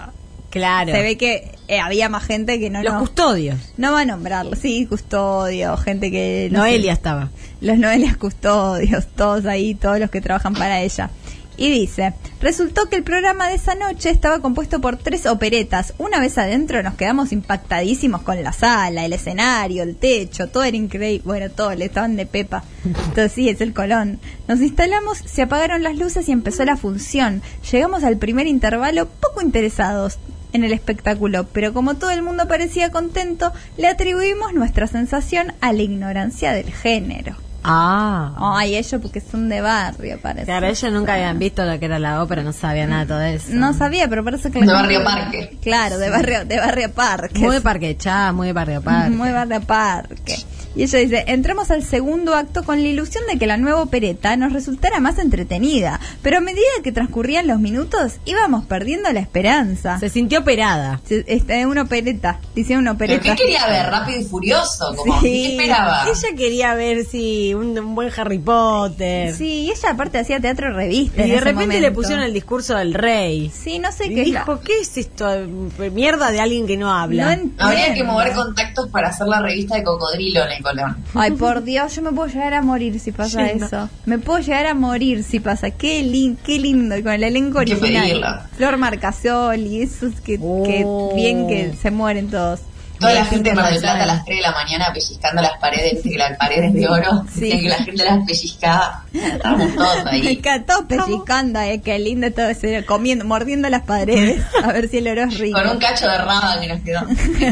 Speaker 3: Claro.
Speaker 2: se ve que eh, había más gente que no,
Speaker 3: los
Speaker 2: no,
Speaker 3: custodios.
Speaker 2: no va a nombrarlo. Sí, custodio, gente que. no sé,
Speaker 3: Noelia estaba.
Speaker 2: los Noelias Custodios, todos ahí, todos los que trabajan para ella. Y dice, resultó que el programa de esa noche estaba compuesto por tres operetas. Una vez adentro nos quedamos impactadísimos con la sala, el escenario, el techo, todo era increíble. Bueno, todo, le estaban de pepa. Entonces sí, es el colón. Nos instalamos, se apagaron las luces y empezó la función. Llegamos al primer intervalo poco interesados en el espectáculo, pero como todo el mundo parecía contento, le atribuimos nuestra sensación a la ignorancia del género.
Speaker 3: Ah.
Speaker 2: Ay, ellos porque son de barrio, parece.
Speaker 3: Claro, ellos nunca habían visto lo que era la ópera, no sabían nada de todo eso.
Speaker 2: No sabía, pero parece que...
Speaker 4: De Barrio Parque.
Speaker 2: Claro, de barrio, de barrio parque.
Speaker 3: Muy parquechada, muy barrio parque.
Speaker 2: Muy barrio parque. Y ella dice, entramos al segundo acto con la ilusión de que la nueva opereta nos resultara más entretenida, pero a medida que transcurrían los minutos íbamos perdiendo la esperanza.
Speaker 3: Se sintió operada.
Speaker 2: Se- este, una opereta, dice una
Speaker 4: ¿Pero
Speaker 2: opereta.
Speaker 4: qué quería ver? Rápido y furioso. Como,
Speaker 3: Sí.
Speaker 4: ¿Qué esperaba?
Speaker 3: Ella quería ver si un, un buen Harry Potter.
Speaker 2: Sí, y ella aparte hacía teatro revista.
Speaker 3: y
Speaker 2: en
Speaker 3: de
Speaker 2: ese
Speaker 3: repente le
Speaker 2: momento.
Speaker 3: pusieron el discurso del rey.
Speaker 2: Sí, no sé
Speaker 3: Y
Speaker 2: qué es la-
Speaker 3: dijo, ¿qué es esto? de Mierda de alguien que no habla.
Speaker 2: No
Speaker 4: Habría que
Speaker 2: entiendo.
Speaker 4: mover contactos para hacer la revista de cocodrilo, le Nico León.
Speaker 2: Ay, por Dios, yo me puedo llegar a morir si pasa
Speaker 3: Sí, no.
Speaker 2: eso. Me puedo llegar a morir si pasa. Qué, lin- qué lindo, y con el elenco
Speaker 4: Hay que
Speaker 2: original.
Speaker 4: pedirla.
Speaker 2: Flor Marcasoli, esos que, que
Speaker 3: Oh.
Speaker 2: bien que se mueren todos.
Speaker 4: Toda la
Speaker 2: Bien,
Speaker 4: gente de Mar del Plata a
Speaker 2: internacional.
Speaker 4: las 3 de la mañana pellizcando las paredes, viste que las paredes de oro,
Speaker 2: Sí.
Speaker 4: decían que la gente las pellizcaba. Estábamos todos
Speaker 2: Me
Speaker 4: ahí.
Speaker 2: encantó pellizcando, eh, qué lindo todo ese, comiendo, mordiendo las paredes, a ver si el oro es rico.
Speaker 4: Con un cacho de raba que nos quedó.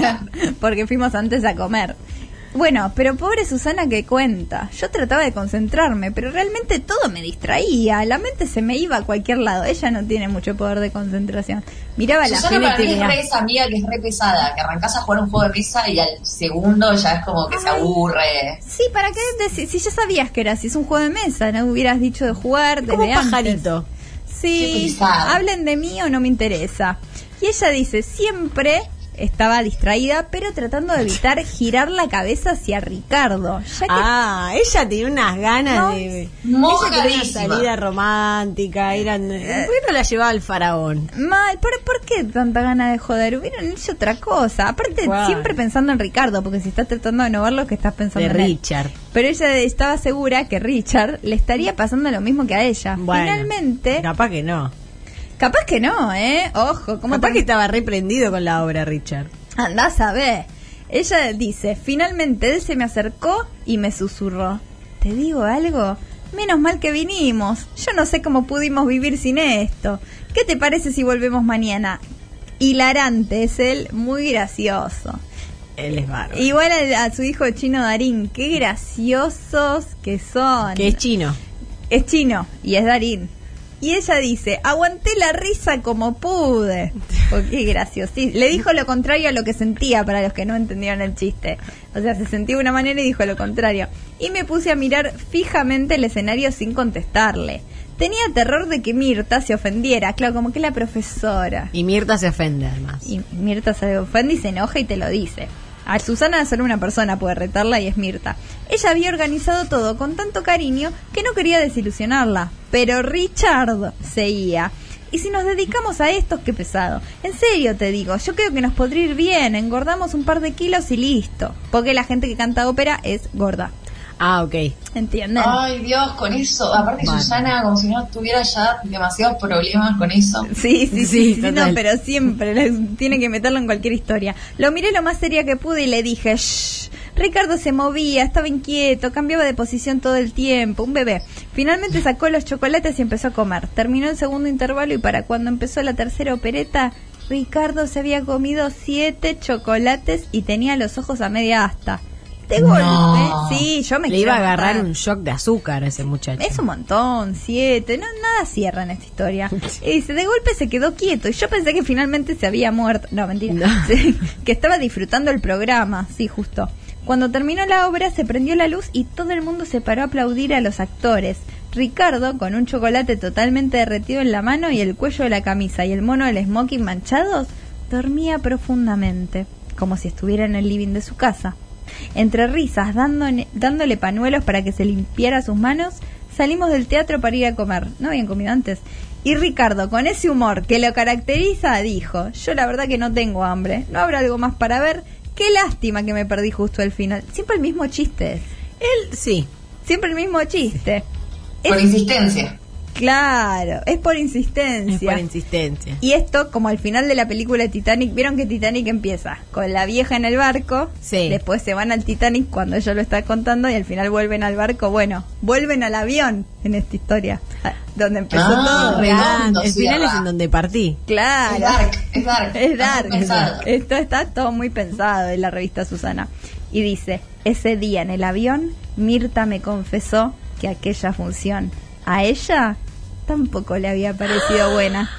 Speaker 2: porque fuimos antes a comer. Bueno, pero pobre Susana que cuenta. Yo trataba de concentrarme, pero realmente todo me distraía. La mente se me iba a cualquier lado. Ella no tiene mucho poder de concentración. Miraba
Speaker 4: Susana
Speaker 2: la
Speaker 4: para mí
Speaker 2: tele y
Speaker 4: es re
Speaker 2: tenía-
Speaker 4: esa amiga que es re pesada, que arrancás a jugar un juego de mesa y al segundo ya es como que se aburre.
Speaker 2: Sí, ¿para qué decir? Si ya sabías que era así, es un juego de mesa, no hubieras dicho de jugar desde
Speaker 3: Como un
Speaker 2: antes.
Speaker 3: pajarito.
Speaker 4: Qué
Speaker 2: Sí,
Speaker 4: pesada.
Speaker 2: hablen de mí o no me interesa. Y ella dice, siempre estaba distraída, pero tratando de evitar girar la cabeza hacia Ricardo. Ya que
Speaker 3: Ah, ella tenía unas ganas
Speaker 2: No,
Speaker 3: de. Ella tenía una
Speaker 4: Mojadísima.
Speaker 3: salida romántica, eran.
Speaker 2: eh,
Speaker 3: ¿Por qué no la llevaba al faraón?
Speaker 2: Mal, ¿por, por qué tanta gana de joder? Hubieran hecho otra cosa. Aparte,
Speaker 3: ¿Cuál?
Speaker 2: siempre pensando en Ricardo, porque si estás tratando de no verlo, que estás pensando
Speaker 3: De
Speaker 2: en él.
Speaker 3: Richard.
Speaker 2: Pero ella estaba segura que Richard le estaría pasando lo mismo que a ella.
Speaker 3: Bueno,
Speaker 2: Ah, Finalmente,
Speaker 3: Capaz que no.
Speaker 2: capaz que no, ¿eh? Ojo, como
Speaker 3: Capaz que estaba reprendido con la obra, Richard.
Speaker 2: Andás a ver. Ella dice, finalmente él se me acercó y me susurró. ¿Te digo algo? Menos mal que vinimos. Yo no sé cómo pudimos vivir sin esto. ¿Qué te parece si volvemos mañana? Hilarante, es él, muy gracioso.
Speaker 3: Él es bárbaro.
Speaker 2: Igual a, a su hijo chino Darín, qué graciosos que son.
Speaker 3: Que es chino.
Speaker 2: Es chino y es Darín. Y ella dice, aguanté la risa como pude. Porque es graciosísimo. Le dijo lo contrario a lo que sentía para los que no entendieron el chiste. O sea, se sentía de una manera y dijo lo contrario. Y me puse a mirar fijamente el escenario sin contestarle. Tenía terror de que Mirta se ofendiera. Claro, como que la profesora.
Speaker 3: Y Mirta se ofende, además.
Speaker 2: Y Mirta se ofende y se enoja y te lo dice. A Susana solo una persona puede retarla y es Mirta. Ella había organizado todo con tanto cariño que no quería desilusionarla. Pero Richard seguía. Y si nos dedicamos a esto, qué pesado. En serio te digo, yo creo que nos podría ir bien. Engordamos un par de kilos y listo. Porque la gente que canta ópera es gorda.
Speaker 3: Ah, ok.
Speaker 2: ¿Entienden?
Speaker 4: Ay, Dios, con eso. Aparte,
Speaker 3: Bueno.
Speaker 4: Susana, como si no tuviera ya demasiados problemas con eso.
Speaker 2: Sí, sí, sí,
Speaker 3: Sí,
Speaker 2: sí,
Speaker 3: total.
Speaker 2: no, pero siempre les- tiene que meterlo en cualquier historia. Lo miré lo más seria que pude y le dije, "Shh". Ricardo se movía, estaba inquieto, cambiaba de posición todo el tiempo, un bebé. Finalmente sacó los chocolates y empezó a comer. Terminó el segundo intervalo y para cuando empezó la tercera opereta, Ricardo se había comido siete chocolates y tenía los ojos a media asta. De golpe,
Speaker 4: No.
Speaker 2: sí, yo me
Speaker 3: Oh. Le iba a
Speaker 2: quiero
Speaker 3: agarrar
Speaker 2: matar.
Speaker 3: un shock de azúcar a ese muchacho.
Speaker 2: Es un montón, siete, no, nada cierra en esta historia. Y dice, de golpe se quedó quieto y yo pensé que finalmente se había muerto. No, mentira.
Speaker 3: No.
Speaker 2: Sí, que estaba disfrutando el programa, sí, justo. Cuando terminó la obra se prendió la luz y todo el mundo se paró a aplaudir a los actores. Ricardo, con un chocolate totalmente derretido en la mano y el cuello de la camisa y el mono del smoking manchados, dormía profundamente, como si estuviera en el living de su casa. Entre risas, dándone- dándole panuelos para que se limpiara sus manos, salimos del teatro para ir a comer. No habían comido antes. Y Ricardo, con ese humor que lo caracteriza, dijo, yo la verdad que no tengo hambre, no habrá algo más para ver, qué lástima que me perdí justo el final. Siempre el mismo chiste, es.
Speaker 3: Él, sí.
Speaker 2: siempre el mismo chiste.
Speaker 4: Por
Speaker 2: Es,
Speaker 4: insistencia.
Speaker 2: claro, es por insistencia.
Speaker 3: Es por insistencia.
Speaker 2: y esto, como al final de la película Titanic, vieron que Titanic empieza con la vieja en el barco,
Speaker 3: Sí.
Speaker 2: después se van al Titanic cuando ella lo está contando y al final vuelven al barco, bueno, vuelven al avión en esta historia, ah, donde empezó
Speaker 4: Ah,
Speaker 2: todo.
Speaker 4: redondo,
Speaker 3: Ah, el final
Speaker 4: cierra.
Speaker 3: es en donde partí.
Speaker 2: Claro.
Speaker 4: Es dark, es dark.
Speaker 2: Es dark.
Speaker 4: Es dark.
Speaker 2: Esto está todo muy pensado en la revista Susana. Y dice, ese día en el avión, Mirta me confesó que aquella función a ella tampoco le había parecido buena.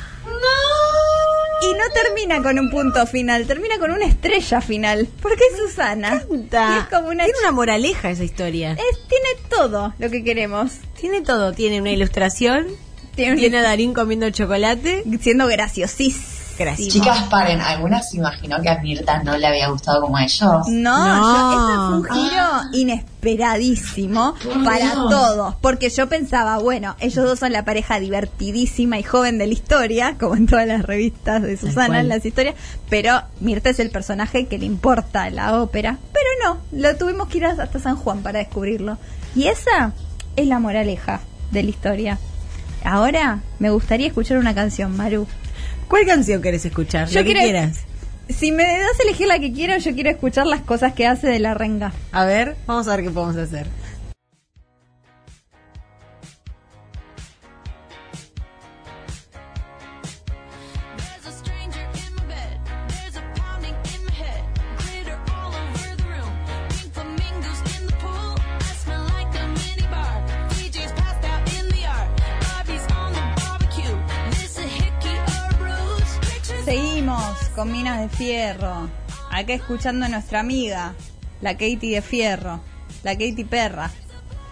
Speaker 2: Y no termina con un punto final, termina con una estrella final. Porque es Susana. Y es como una...
Speaker 3: Tiene una moraleja esa historia.
Speaker 2: es- tiene todo lo que queremos.
Speaker 3: Tiene todo. Tiene una ilustración.
Speaker 2: Tiene una-
Speaker 3: Tiene a Darín comiendo chocolate.
Speaker 2: Siendo graciosísima.
Speaker 3: Gracias.
Speaker 4: Chicas, paren. ¿Alguna se imaginó que a Mirta no le había gustado como a ellos?
Speaker 2: No,
Speaker 3: No. Ah.
Speaker 2: yo- eso es un giro inesperadísimo para todos, porque yo pensaba, bueno, ellos dos son la pareja divertidísima y joven de la historia, como en todas las revistas de Susana,
Speaker 3: cual.
Speaker 2: en las historias, pero Mirta es el personaje que le importa la ópera, pero no, lo tuvimos que ir hasta San Juan para descubrirlo. Y esa es la moraleja de la historia. Ahora me gustaría escuchar una canción, Maru.
Speaker 3: ¿Cuál canción querés escuchar? La que
Speaker 2: quiero-
Speaker 3: quieras.
Speaker 2: Si me das a elegir la que quiero, yo quiero escuchar las cosas que hace de la renga.
Speaker 3: A ver, vamos a ver qué podemos hacer.
Speaker 1: There's a stranger in my bed. There's a pounding in my head. Glitter all over the room. Pink flamingos in the pool. I smell like a minibar. DJ's passed out in the yard. Bobby's on the barbecue. This a hickey or a bruise. Pictures
Speaker 2: Seguimos con Minas de Fierro. Acá escuchando a nuestra amiga, la Katie de Fierro. La Katie Perra.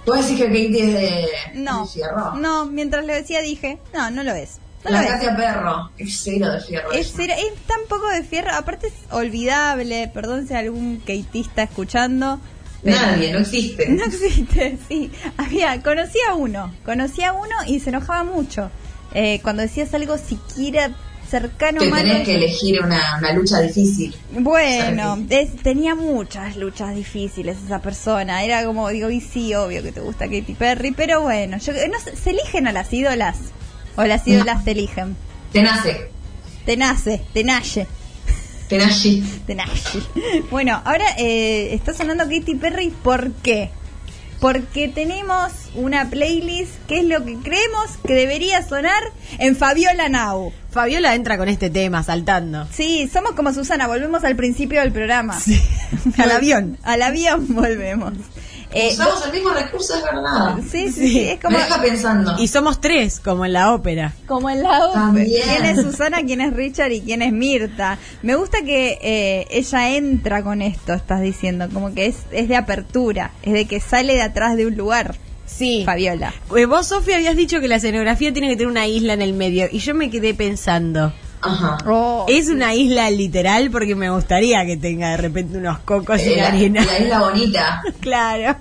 Speaker 4: ¿Vos decís que Katie es de,
Speaker 2: No,
Speaker 4: de fierro?
Speaker 2: no, mientras lo decía dije, no, no lo es. No lo
Speaker 4: La
Speaker 2: es.
Speaker 4: Katia Perro. Es cero de fierro.
Speaker 2: Es,
Speaker 4: ella.
Speaker 2: cero- es tan poco de fierro, aparte es olvidable, perdón si algún keitista escuchando. pero-
Speaker 4: Nadie, no existe.
Speaker 2: No existe, sí. Había, conocía a uno, conocía a uno y se enojaba mucho. Eh, cuando decías algo siquiera cercano
Speaker 4: que
Speaker 2: malo,
Speaker 4: tenés que elegir una, una lucha difícil.
Speaker 2: Bueno, es- tenía muchas luchas difíciles esa persona. Era como, digo, y sí, obvio que te gusta Katy Perry, pero bueno, yo, no sé, se eligen a las ídolas. O las ídolas te eligen.
Speaker 4: Te nace.
Speaker 2: Te nace, te nace.
Speaker 4: Te nace.
Speaker 2: de Nashville. Bueno, ahora eh, está sonando Katy Perry, ¿por qué? Porque tenemos una playlist que es lo que creemos que debería sonar en Fabiola Now.
Speaker 3: Fabiola entra con este tema saltando.
Speaker 2: Sí, somos como Susana, volvemos al principio del programa.
Speaker 3: Al avión.
Speaker 2: Al avión volvemos. Eh,
Speaker 4: Usamos el mismo recurso, es verdad.
Speaker 2: sí, sí, sí, es como,
Speaker 4: Me deja pensando.
Speaker 3: Y somos tres, como en la ópera.
Speaker 2: como en la OPE.
Speaker 4: También.
Speaker 2: ¿Quién es Susana, quién es Richard y quién es Mirta? Me gusta que eh, ella entra con esto, estás diciendo, como que es, es de apertura, es de que sale de atrás de un lugar.
Speaker 3: Sí.
Speaker 2: Fabiola.
Speaker 3: Eh, Vos, Sofía, habías dicho que la escenografía tiene que tener una isla en el medio. Y yo me quedé pensando.
Speaker 4: Ajá.
Speaker 2: Eh,
Speaker 3: ¿Es una isla literal? Porque me gustaría que tenga de repente unos cocos y
Speaker 4: Eh,
Speaker 3: una
Speaker 4: la,
Speaker 3: arena.
Speaker 4: la isla bonita.
Speaker 3: Claro.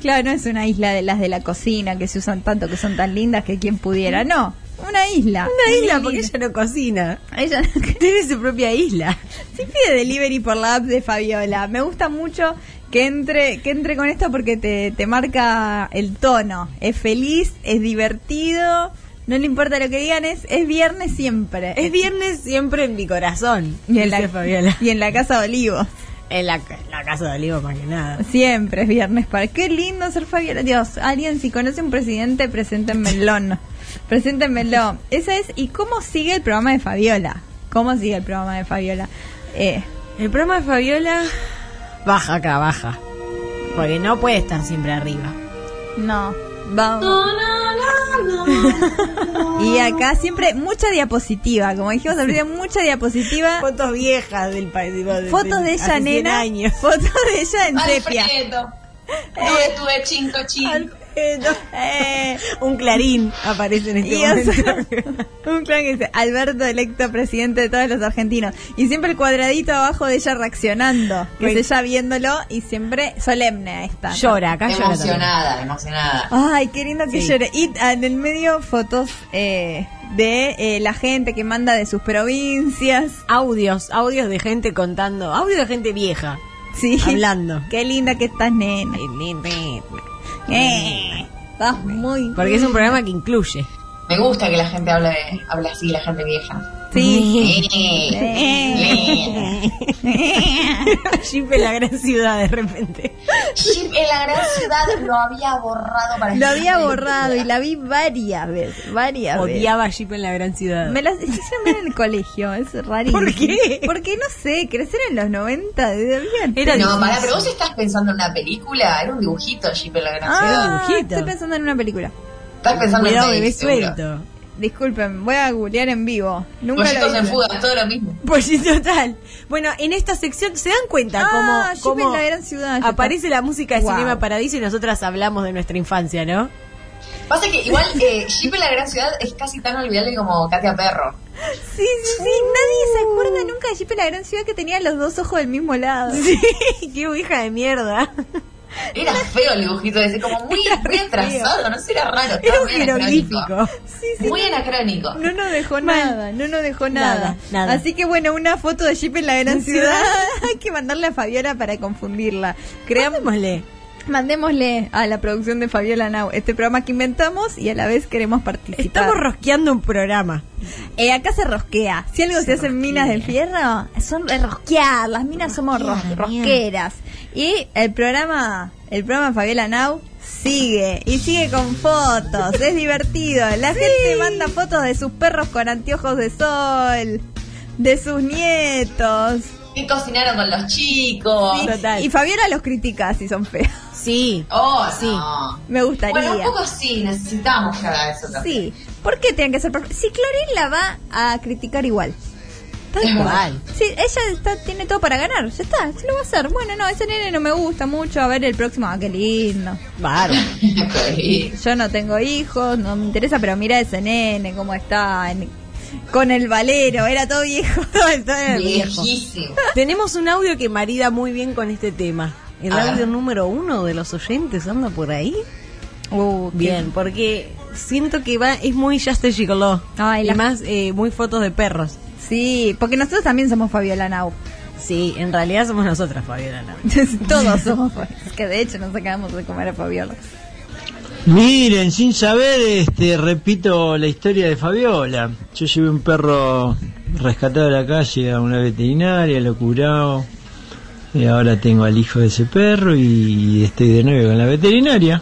Speaker 2: Claro, no es una isla de las de la cocina que se usan tanto, que son tan lindas que quien pudiera. No, una isla.
Speaker 3: Una isla porque ella no cocina.
Speaker 2: Ella no-
Speaker 3: Tiene su propia isla.
Speaker 2: Sí pide delivery por la app de Fabiola. Me gusta mucho que entre, que entre con esto porque te, te marca el tono. Es feliz, es divertido, no le importa lo que digan, es, es viernes siempre.
Speaker 3: Es viernes siempre en mi corazón.
Speaker 2: y en, la,
Speaker 3: dice Fabiola.
Speaker 2: y en la casa de Olivos.
Speaker 3: En la, en la casa de Olivo, más que nada.
Speaker 2: Siempre es viernes para. Qué lindo ser Fabiola. Dios, alguien, si conoce un presidente, preséntenmelo. Preséntenmelo. Esa es. ¿Y cómo sigue el programa de Fabiola? ¿Cómo sigue el programa de Fabiola? Eh,
Speaker 3: El programa de Fabiola baja acá, baja. Porque no puede estar siempre arriba.
Speaker 2: no. Vamos. Y acá siempre mucha diapositiva, como dijimos al principio, mucha diapositiva.
Speaker 3: Fotos viejas del país. de-
Speaker 2: Fotos de ella
Speaker 3: hace 100
Speaker 2: nena,
Speaker 3: años.
Speaker 2: fotos de ella en sepia.
Speaker 4: Alfredo. No
Speaker 2: Eh,
Speaker 4: estuve chinco chinco.
Speaker 3: Alfredo. Eh, un clarín aparece en este
Speaker 2: Y o sea,
Speaker 3: momento.
Speaker 2: un clan que dice Alberto electo presidente de todos los argentinos. Y siempre el cuadradito abajo de ella reaccionando, que es
Speaker 3: Bueno.
Speaker 2: ella viéndolo y siempre solemne a esta.
Speaker 3: llora, acá llora. también.
Speaker 4: Emocionada, emocionada.
Speaker 2: Ay, qué lindo que
Speaker 3: Sí.
Speaker 2: llore. Y ah, en el medio fotos eh, de eh, la gente que manda de sus provincias.
Speaker 3: Audios, audios de gente contando, audio de gente vieja.
Speaker 2: Sí.
Speaker 3: Hablando.
Speaker 2: Qué linda que estás, nena. Eh, estás muy.
Speaker 3: Porque es un programa que incluye.
Speaker 2: Oh.
Speaker 4: Me gusta que la gente hable, hable así, la gente vieja.
Speaker 2: Sí.
Speaker 4: Eh, eh.
Speaker 3: Chip en la gran ciudad de repente.
Speaker 4: Chip en la gran ciudad lo había borrado para
Speaker 2: Lo había borrado y la vi varias veces, varias veces.
Speaker 3: Odiaba Jeep en la gran ciudad.
Speaker 2: Me las hicieron ver en el colegio, es rarísimo.
Speaker 3: ¿Por qué?
Speaker 2: Porque no sé, crecer en los 90 debía
Speaker 3: Era
Speaker 4: No,
Speaker 3: difícil.
Speaker 4: para, pero vos estás pensando en una película, era un dibujito Chip en la gran ciudad.
Speaker 2: Ah,
Speaker 3: dibujito.
Speaker 2: estoy pensando en una película.
Speaker 4: Estás pensando
Speaker 3: Cuidado,
Speaker 4: en
Speaker 3: bebé
Speaker 4: Dave, seguro.
Speaker 3: suelto.
Speaker 2: Disculpen, voy a googlear en vivo. Nunca
Speaker 4: Pollitos
Speaker 2: lo
Speaker 4: en
Speaker 2: hice.
Speaker 4: fuga, todo lo mismo.
Speaker 3: Pues total. Bueno, en esta sección, ¿se dan cuenta
Speaker 2: Ah,
Speaker 3: cómo,
Speaker 2: Jeep en
Speaker 3: cómo
Speaker 2: la gran ciudad. ya
Speaker 3: aparece la música de
Speaker 2: Wow.
Speaker 3: Cinema Paradiso y nosotras hablamos de nuestra infancia, ¿no?
Speaker 4: Pasa que igual eh, Jeep en la gran ciudad es casi tan olvidable como Katia Perro.
Speaker 2: está. Sí, sí,
Speaker 3: Uh.
Speaker 2: sí. Nadie se acuerda Ah. nunca de Jeep en la gran ciudad que tenía los dos ojos del mismo lado.
Speaker 3: Sí, qué hija de mierda.
Speaker 4: Era feo el dibujito ese, como muy,
Speaker 2: Era
Speaker 4: muy
Speaker 2: re
Speaker 4: atrasado, no sé, era raro. estaba
Speaker 2: Era un
Speaker 4: muy anacrónico.
Speaker 2: jeroglífico. Sí, sí,
Speaker 4: Muy anacrónico.
Speaker 2: No nos dejó
Speaker 3: Mal.
Speaker 2: nada, no nos dejó
Speaker 3: Nada,
Speaker 2: nada.
Speaker 3: nada.
Speaker 2: Así que bueno, una foto de Jeep en la gran
Speaker 3: En
Speaker 2: ciudad.
Speaker 3: ciudad.
Speaker 2: Hay que mandarle a Fabiola para confundirla. Creamos,
Speaker 3: Creámosle.
Speaker 2: mandémosle a la producción de Fabiola Nau este programa que inventamos y a la vez queremos participar.
Speaker 3: Estamos rosqueando un programa.
Speaker 2: Eh, acá se rosquea. Si algo se, hace en minas del fierro, son de rosquear. Las minas somos ros- rosqueras. Y el programa, el programa Fabiola Now sigue. Y sigue con fotos. es divertido. La gente manda fotos de sus perros con anteojos de sol. De sus nietos.
Speaker 4: ¿Qué cocinaron con los chicos?
Speaker 2: Sí,
Speaker 3: Total.
Speaker 2: Y Fabiola los critica si son feos.
Speaker 3: Sí.
Speaker 4: Oh,
Speaker 3: Sí.
Speaker 4: no.
Speaker 2: Me gustaría.
Speaker 4: Bueno, un poco sí, necesitamos que haga eso también.
Speaker 2: Sí. ¿Por qué tienen que ser perfectos? Si Clorín la va a criticar igual. Tal
Speaker 4: Es
Speaker 2: cual. Sí, ella está, tiene todo para ganar. Ya está, se lo va a hacer. Bueno, no, ese nene no me gusta mucho. A ver el próximo. Ah, qué lindo.
Speaker 3: Claro.
Speaker 4: Sí.
Speaker 2: Yo no tengo hijos, no me interesa, pero mira ese nene, cómo está. en- con el valero, era todo viejo. Todo el- todo el-
Speaker 4: Viejísimo.
Speaker 3: Tenemos un audio que marida muy bien con este tema. El
Speaker 4: A ver.
Speaker 3: audio número uno de los oyentes anda por ahí.
Speaker 2: Uh, qué-
Speaker 3: Bien, porque siento que va es muy Just a Gigolo.
Speaker 2: Ay,
Speaker 3: y
Speaker 2: la-
Speaker 3: más eh, muy fotos de perros.
Speaker 2: Sí, porque nosotros también somos Fabiola Nau.
Speaker 3: Sí, en realidad somos nosotras, Fabiola. ¿no?
Speaker 2: Todos somos. Fabiola. Es que de hecho nos acabamos de comer a Fabiola.
Speaker 9: Miren, sin saber, este, repito la historia de Fabiola. Yo llevé un perro rescatado de la calle a una veterinaria, lo curado. Y ahora tengo al hijo de ese perro y estoy de novio con la veterinaria.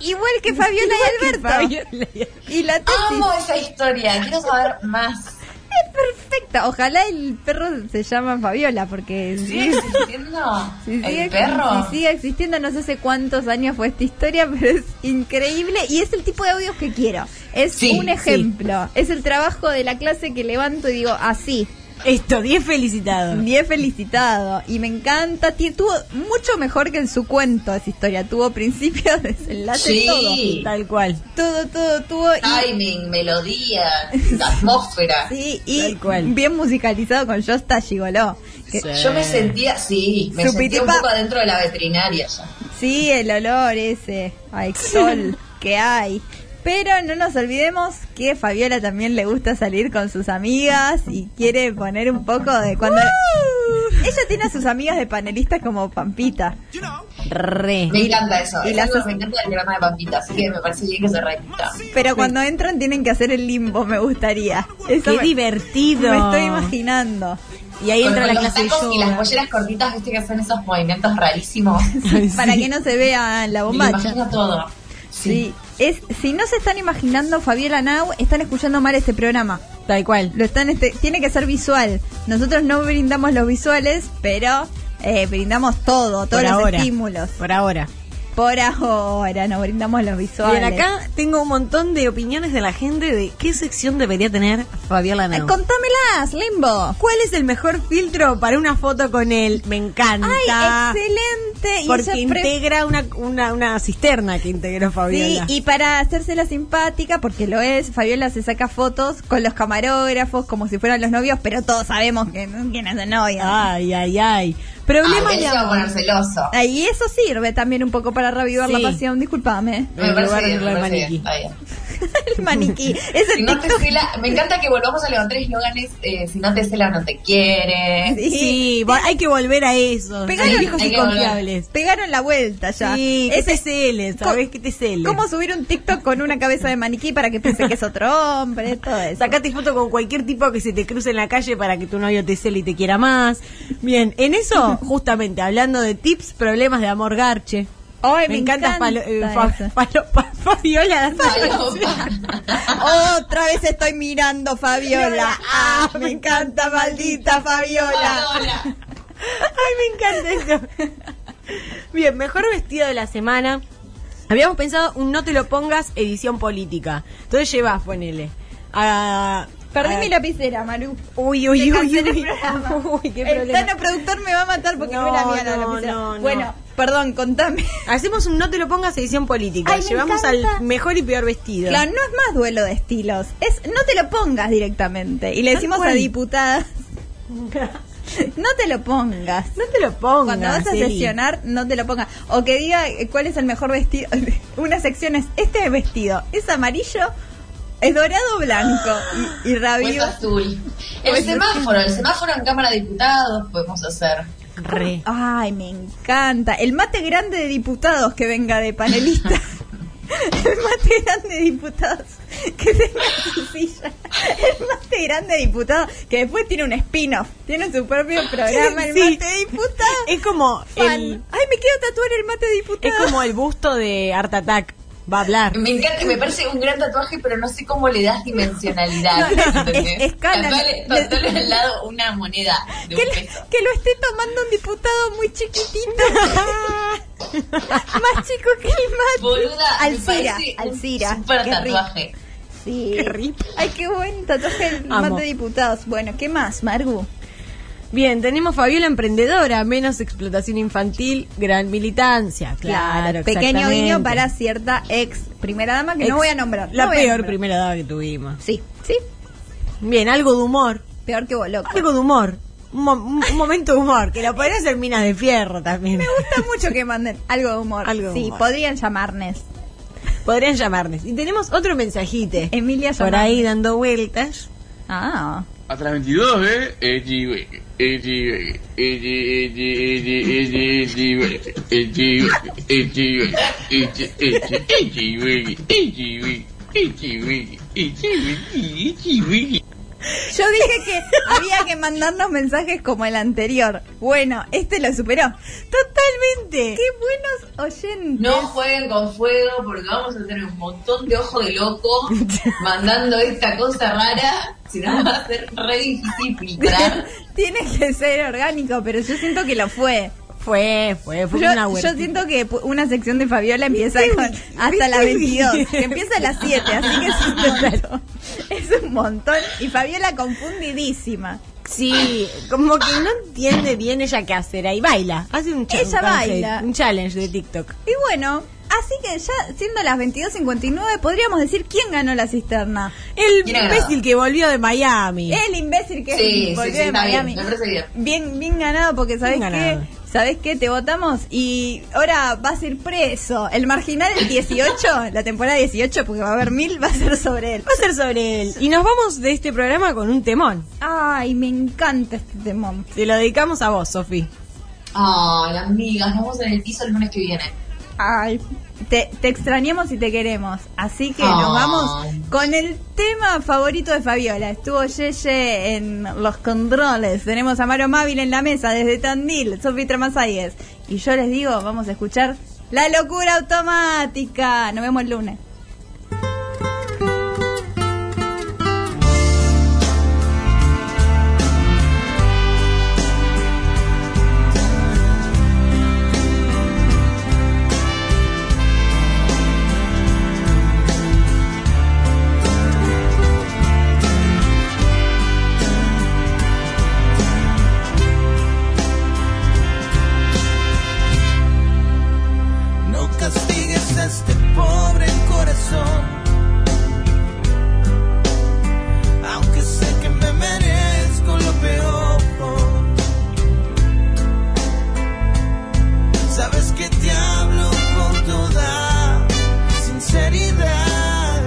Speaker 2: Igual que Fabiola y Alberto. Y la tesis.
Speaker 4: Amo esa historia, quiero saber más.
Speaker 2: Es perfecta. Ojalá el perro se llama Fabiola, porque
Speaker 4: ¿Sigue
Speaker 2: si-
Speaker 4: existiendo
Speaker 2: si sigue-
Speaker 4: el perro?
Speaker 2: si sigue existiendo, no sé hace cuántos años fue esta historia, pero es increíble y es el tipo de audios que quiero. Es
Speaker 4: Sí,
Speaker 2: un ejemplo. Es el trabajo de la clase que levanto y digo, así.
Speaker 3: Esto, 10 felicitados.
Speaker 2: Bien felicitado. Y me encanta. Ti- Tuvo mucho mejor que en su cuento esa historia. Tuvo principio, desenlace,
Speaker 4: Sí.
Speaker 2: todo.
Speaker 3: Tal cual.
Speaker 2: Todo, todo, tuvo. y-
Speaker 4: Timing, melodía, atmósfera.
Speaker 2: Sí, y
Speaker 3: Tal cual.
Speaker 2: bien musicalizado con Josta Gigoló. Que-
Speaker 4: Yo me sentía, sí, me
Speaker 2: Su
Speaker 4: sentía un
Speaker 2: pitipa.
Speaker 4: poco adentro de la veterinaria ya.
Speaker 2: Sí, el olor ese a sol que hay. Pero no nos olvidemos que Fabiola también le gusta salir con sus amigas y quiere poner un poco de cuando ella tiene a sus amigas de panelistas como Pampita.
Speaker 3: Re.
Speaker 4: Me encanta eso.
Speaker 2: Y
Speaker 4: es
Speaker 2: las-
Speaker 4: algo que me encanta el programa de Pampita, así que me parece bien que se repita.
Speaker 2: Pero cuando entran tienen que hacer el limbo, me gustaría. Eso
Speaker 3: Qué
Speaker 2: me-
Speaker 3: divertido.
Speaker 2: Me estoy imaginando.
Speaker 3: Y ahí
Speaker 4: Con,
Speaker 3: entra la
Speaker 4: con los
Speaker 3: clase de
Speaker 4: tacos y las
Speaker 3: yoga.
Speaker 4: polleras cortitas, viste que hacen esos movimientos rarísimos.
Speaker 2: Para que no se vea la
Speaker 4: Me lo
Speaker 2: bombacha.
Speaker 4: imagino todo.
Speaker 2: Sí. Es, si no se están imaginando Fabiola Nau, están escuchando mal este programa.
Speaker 3: Tal cual.
Speaker 2: Lo están este, tiene que ser visual. Nosotros no brindamos los visuales, pero eh, brindamos todo, todos
Speaker 3: Por
Speaker 2: los
Speaker 3: ahora.
Speaker 2: estímulos.
Speaker 3: Por ahora.
Speaker 2: Por ahora no brindamos los visuales. Eh,
Speaker 3: Bien, acá tengo un montón de opiniones de la gente de qué sección debería tener Fabiola
Speaker 2: Ay,
Speaker 3: Nau.
Speaker 2: contámelas, Limbo.
Speaker 3: ¿Cuál es el mejor filtro para una foto con él? Me encanta.
Speaker 2: Ay, excelente. Y
Speaker 3: Porque
Speaker 2: ella pre-
Speaker 3: integra una, una, una cisterna que integró
Speaker 2: Sí,
Speaker 3: Fabiola.
Speaker 2: y para hacérsela simpática, porque lo es, Fabiola se saca fotos con los camarógrafos como si fueran los novios, pero todos sabemos que no quieren ser novios.
Speaker 3: Ay, ay, ay. Problema
Speaker 4: Problema
Speaker 3: de
Speaker 4: va a Ah, poner
Speaker 3: amor.
Speaker 4: celoso.
Speaker 2: Ay, Ah, Y eso sirve también un poco para revivar
Speaker 3: Sí.
Speaker 2: la pasión, disculpame.
Speaker 4: Me
Speaker 3: En lugar
Speaker 4: parece
Speaker 3: de
Speaker 4: bien, me
Speaker 3: hablar
Speaker 4: parece
Speaker 3: maniquí.
Speaker 4: bien, está bien.
Speaker 2: El maniquí. Es
Speaker 4: Si
Speaker 2: el
Speaker 4: no te
Speaker 2: TikTok.
Speaker 4: cela- me encanta que volvamos a levantar eslóganes, eh, si no te cela no te quiere.
Speaker 2: Sí.
Speaker 3: Sí, vo- hay que volver a eso.
Speaker 2: Pegaron-
Speaker 3: Son viejos
Speaker 4: hay
Speaker 3: y
Speaker 4: que volver.
Speaker 3: confiables.
Speaker 2: Pegaron la vuelta ya.
Speaker 3: Sí, que
Speaker 2: es
Speaker 3: te cele, ¿sabes?
Speaker 2: co-
Speaker 3: Que te cele.
Speaker 2: cómo subir un TikTok con una cabeza de maniquí para que piense que es otro hombre, todo eso.
Speaker 3: Sacate foto con cualquier tipo que se te cruce en la calle para que tu novio te cele y te quiera más. Bien, en eso, justamente, hablando de tips, problemas de amor garche.
Speaker 2: Ay,
Speaker 3: me, encanta, Falo- eh, Fa-
Speaker 2: eso.
Speaker 3: Falopa- Fabiola dando
Speaker 2: Otra vez estoy mirando Fabiola. Ah, me encanta maldita Fabiola.
Speaker 4: Hola.
Speaker 3: Ay, me encanta eso. Bien, mejor vestido de la semana. Habíamos pensado un no te lo pongas edición política. Entonces llevas, ponele. A,
Speaker 2: Perdí
Speaker 3: a-
Speaker 2: mi lapicera, Maru.
Speaker 3: Uy, uy,
Speaker 2: Se
Speaker 3: uy,
Speaker 2: canceló
Speaker 3: uy.
Speaker 2: el programa.
Speaker 3: Uy, qué
Speaker 2: el
Speaker 3: problema.
Speaker 2: Tano productor me va a matar porque no,
Speaker 3: No,
Speaker 2: era mía la
Speaker 3: no,
Speaker 2: lapicera.
Speaker 3: no, no.
Speaker 2: Bueno, perdón, contame.
Speaker 3: Hacemos un no te lo pongas edición política.
Speaker 2: Ay, me
Speaker 3: Llevamos
Speaker 2: encanta.
Speaker 3: al mejor y peor vestido.
Speaker 2: Claro, no es más duelo de estilos. Es no te lo pongas directamente. Y le
Speaker 3: Tal
Speaker 2: decimos a
Speaker 3: cual.
Speaker 2: diputadas No te lo pongas.
Speaker 3: No te lo pongas.
Speaker 2: Cuando vas a
Speaker 3: Eli.
Speaker 2: sesionar, no te lo pongas. O que diga eh, cuál es el mejor vestido. Una sección es, este vestido es amarillo, es dorado o blanco. Y, y
Speaker 4: O es
Speaker 2: Rabiu-
Speaker 4: azul. El semáforo, el semáforo en Cámara de Diputados podemos hacer.
Speaker 3: Re.
Speaker 2: Ay, me encanta. El mate grande de diputados que venga de panelista. El mate grande de diputados que tenga su silla. El mate grande de diputados que después tiene un spin-off. Tiene su propio programa, el
Speaker 3: Sí.
Speaker 2: mate de diputados.
Speaker 3: Es como
Speaker 2: Fan.
Speaker 3: el,
Speaker 2: Ay, me quiero tatuar el mate de
Speaker 3: es
Speaker 2: diputados.
Speaker 3: como el busto de Art Attack. Va a hablar.
Speaker 4: Me encanta, me parece un gran tatuaje, pero no sé cómo le das dimensionalidad.
Speaker 2: No, no,
Speaker 4: ¿entendés?
Speaker 2: es- escala,
Speaker 4: Tatuale-
Speaker 2: le-
Speaker 4: tatuale al lado una moneda de
Speaker 2: que,
Speaker 4: un
Speaker 2: lo-
Speaker 4: peso.
Speaker 2: que lo esté tomando un diputado muy chiquitito. Más chico que el mate.
Speaker 4: Boluda, me
Speaker 2: Alcira,
Speaker 4: parece un
Speaker 2: Alcira.
Speaker 4: Super
Speaker 2: qué rico.
Speaker 4: tatuaje.
Speaker 2: Sí.
Speaker 3: Qué rico.
Speaker 2: Ay, qué buen tatuaje el
Speaker 3: Amo.
Speaker 2: mate de diputados. Bueno, ¿qué más, Margu?
Speaker 3: Bien, tenemos Fabiola Emprendedora, menos explotación infantil, gran militancia. Claro,
Speaker 2: Pequeño
Speaker 3: exactamente.
Speaker 2: guiño para cierta ex primera dama que
Speaker 3: Ex-
Speaker 2: no voy a nombrar.
Speaker 3: La
Speaker 2: no voy a
Speaker 3: peor
Speaker 2: nombrar.
Speaker 3: primera edad que tuvimos.
Speaker 2: Sí, sí.
Speaker 3: Bien, algo de humor.
Speaker 2: Peor que vos, loco.
Speaker 3: Algo de humor. Un, mo- un- un momento de humor, que lo podría hacer Minas de Fierro también.
Speaker 2: Me gusta mucho que manden algo de humor.
Speaker 3: Algo de
Speaker 2: sí,
Speaker 3: humor.
Speaker 2: podrían llamarnos.
Speaker 3: Podrían llamarnos. Y tenemos otro mensajite.
Speaker 2: Emilia
Speaker 3: Eh, Por
Speaker 2: llamarnos.
Speaker 3: ahí dando vueltas.
Speaker 2: Ah.
Speaker 10: A las 22, ¿eh? Eji Wege, Eji Wege, Eji, Eji, Eji, Eji, Eji Wege, Eji Wege, Eji Wege, Eji, Eji, Eji Wege, Eji Wege, Eji Wege, Eji Wege, Eji Wege.
Speaker 2: Yo dije que había que mandarnos mensajes como el anterior. Bueno, este lo superó. Totalmente. Qué buenos oyentes.
Speaker 4: No jueguen con fuego porque vamos a tener un montón de ojo de loco mandando esta cosa rara. Si no, va a ser re difícil filtrar.
Speaker 2: Tiene que ser orgánico, pero yo siento que lo fue.
Speaker 3: Fue, fue, fue
Speaker 2: Yo,
Speaker 3: una
Speaker 2: yo
Speaker 3: huerta.
Speaker 2: siento que pu- una sección de Fabiola empieza con hasta las 22, que empieza a las 7, así que es un montón. Es un montón. Y Fabiola confundidísima.
Speaker 3: Sí, como que no entiende bien ella qué hacer ahí. Baila, hace un,
Speaker 2: Ella
Speaker 3: un-
Speaker 2: baila.
Speaker 3: un challenge de TikTok.
Speaker 2: Y bueno, así que ya siendo las 22.59 podríamos decir quién ganó la cisterna.
Speaker 3: El
Speaker 4: ¿Quién ha
Speaker 3: imbécil
Speaker 4: ganado?
Speaker 3: que volvió de Miami.
Speaker 2: El imbécil que
Speaker 4: Sí, sí,
Speaker 2: volvió
Speaker 4: sí,
Speaker 2: de
Speaker 4: está bien,
Speaker 2: Miami.
Speaker 4: me parece bien.
Speaker 2: Bien, bien ganado porque sabes
Speaker 3: Bien
Speaker 2: qué,
Speaker 3: ganado.
Speaker 2: sabes qué, te votamos y ahora vas a ir preso. El marginal el 18, la temporada 18 porque va a haber mil va a ser sobre él.
Speaker 3: Va a ser sobre él. Y nos vamos de este programa con un temón.
Speaker 2: Ay, me encanta este temón.
Speaker 3: Te lo dedicamos a vos, Sofi.
Speaker 4: Ay, amigas, nos vemos en el piso el lunes que viene.
Speaker 2: Ay, te, te extrañamos y te queremos. Así que nos
Speaker 4: Ay.
Speaker 2: vamos con el tema favorito de Fabiola. Estuvo Yeye en los controles. Tenemos a Maro Mávil en la mesa desde Tandil, Sofi Tramaságuez. Y yo les digo, vamos a escuchar La locura automática. Nos vemos el lunes.
Speaker 6: No castigues a este pobre corazón. Aunque sé que me merezco lo peor. Sabes que te hablo con toda sinceridad.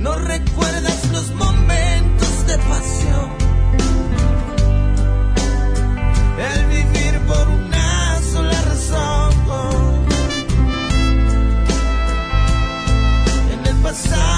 Speaker 6: No recuerdas los momentos de pasión. el vivir por una sola razón. En el pasado.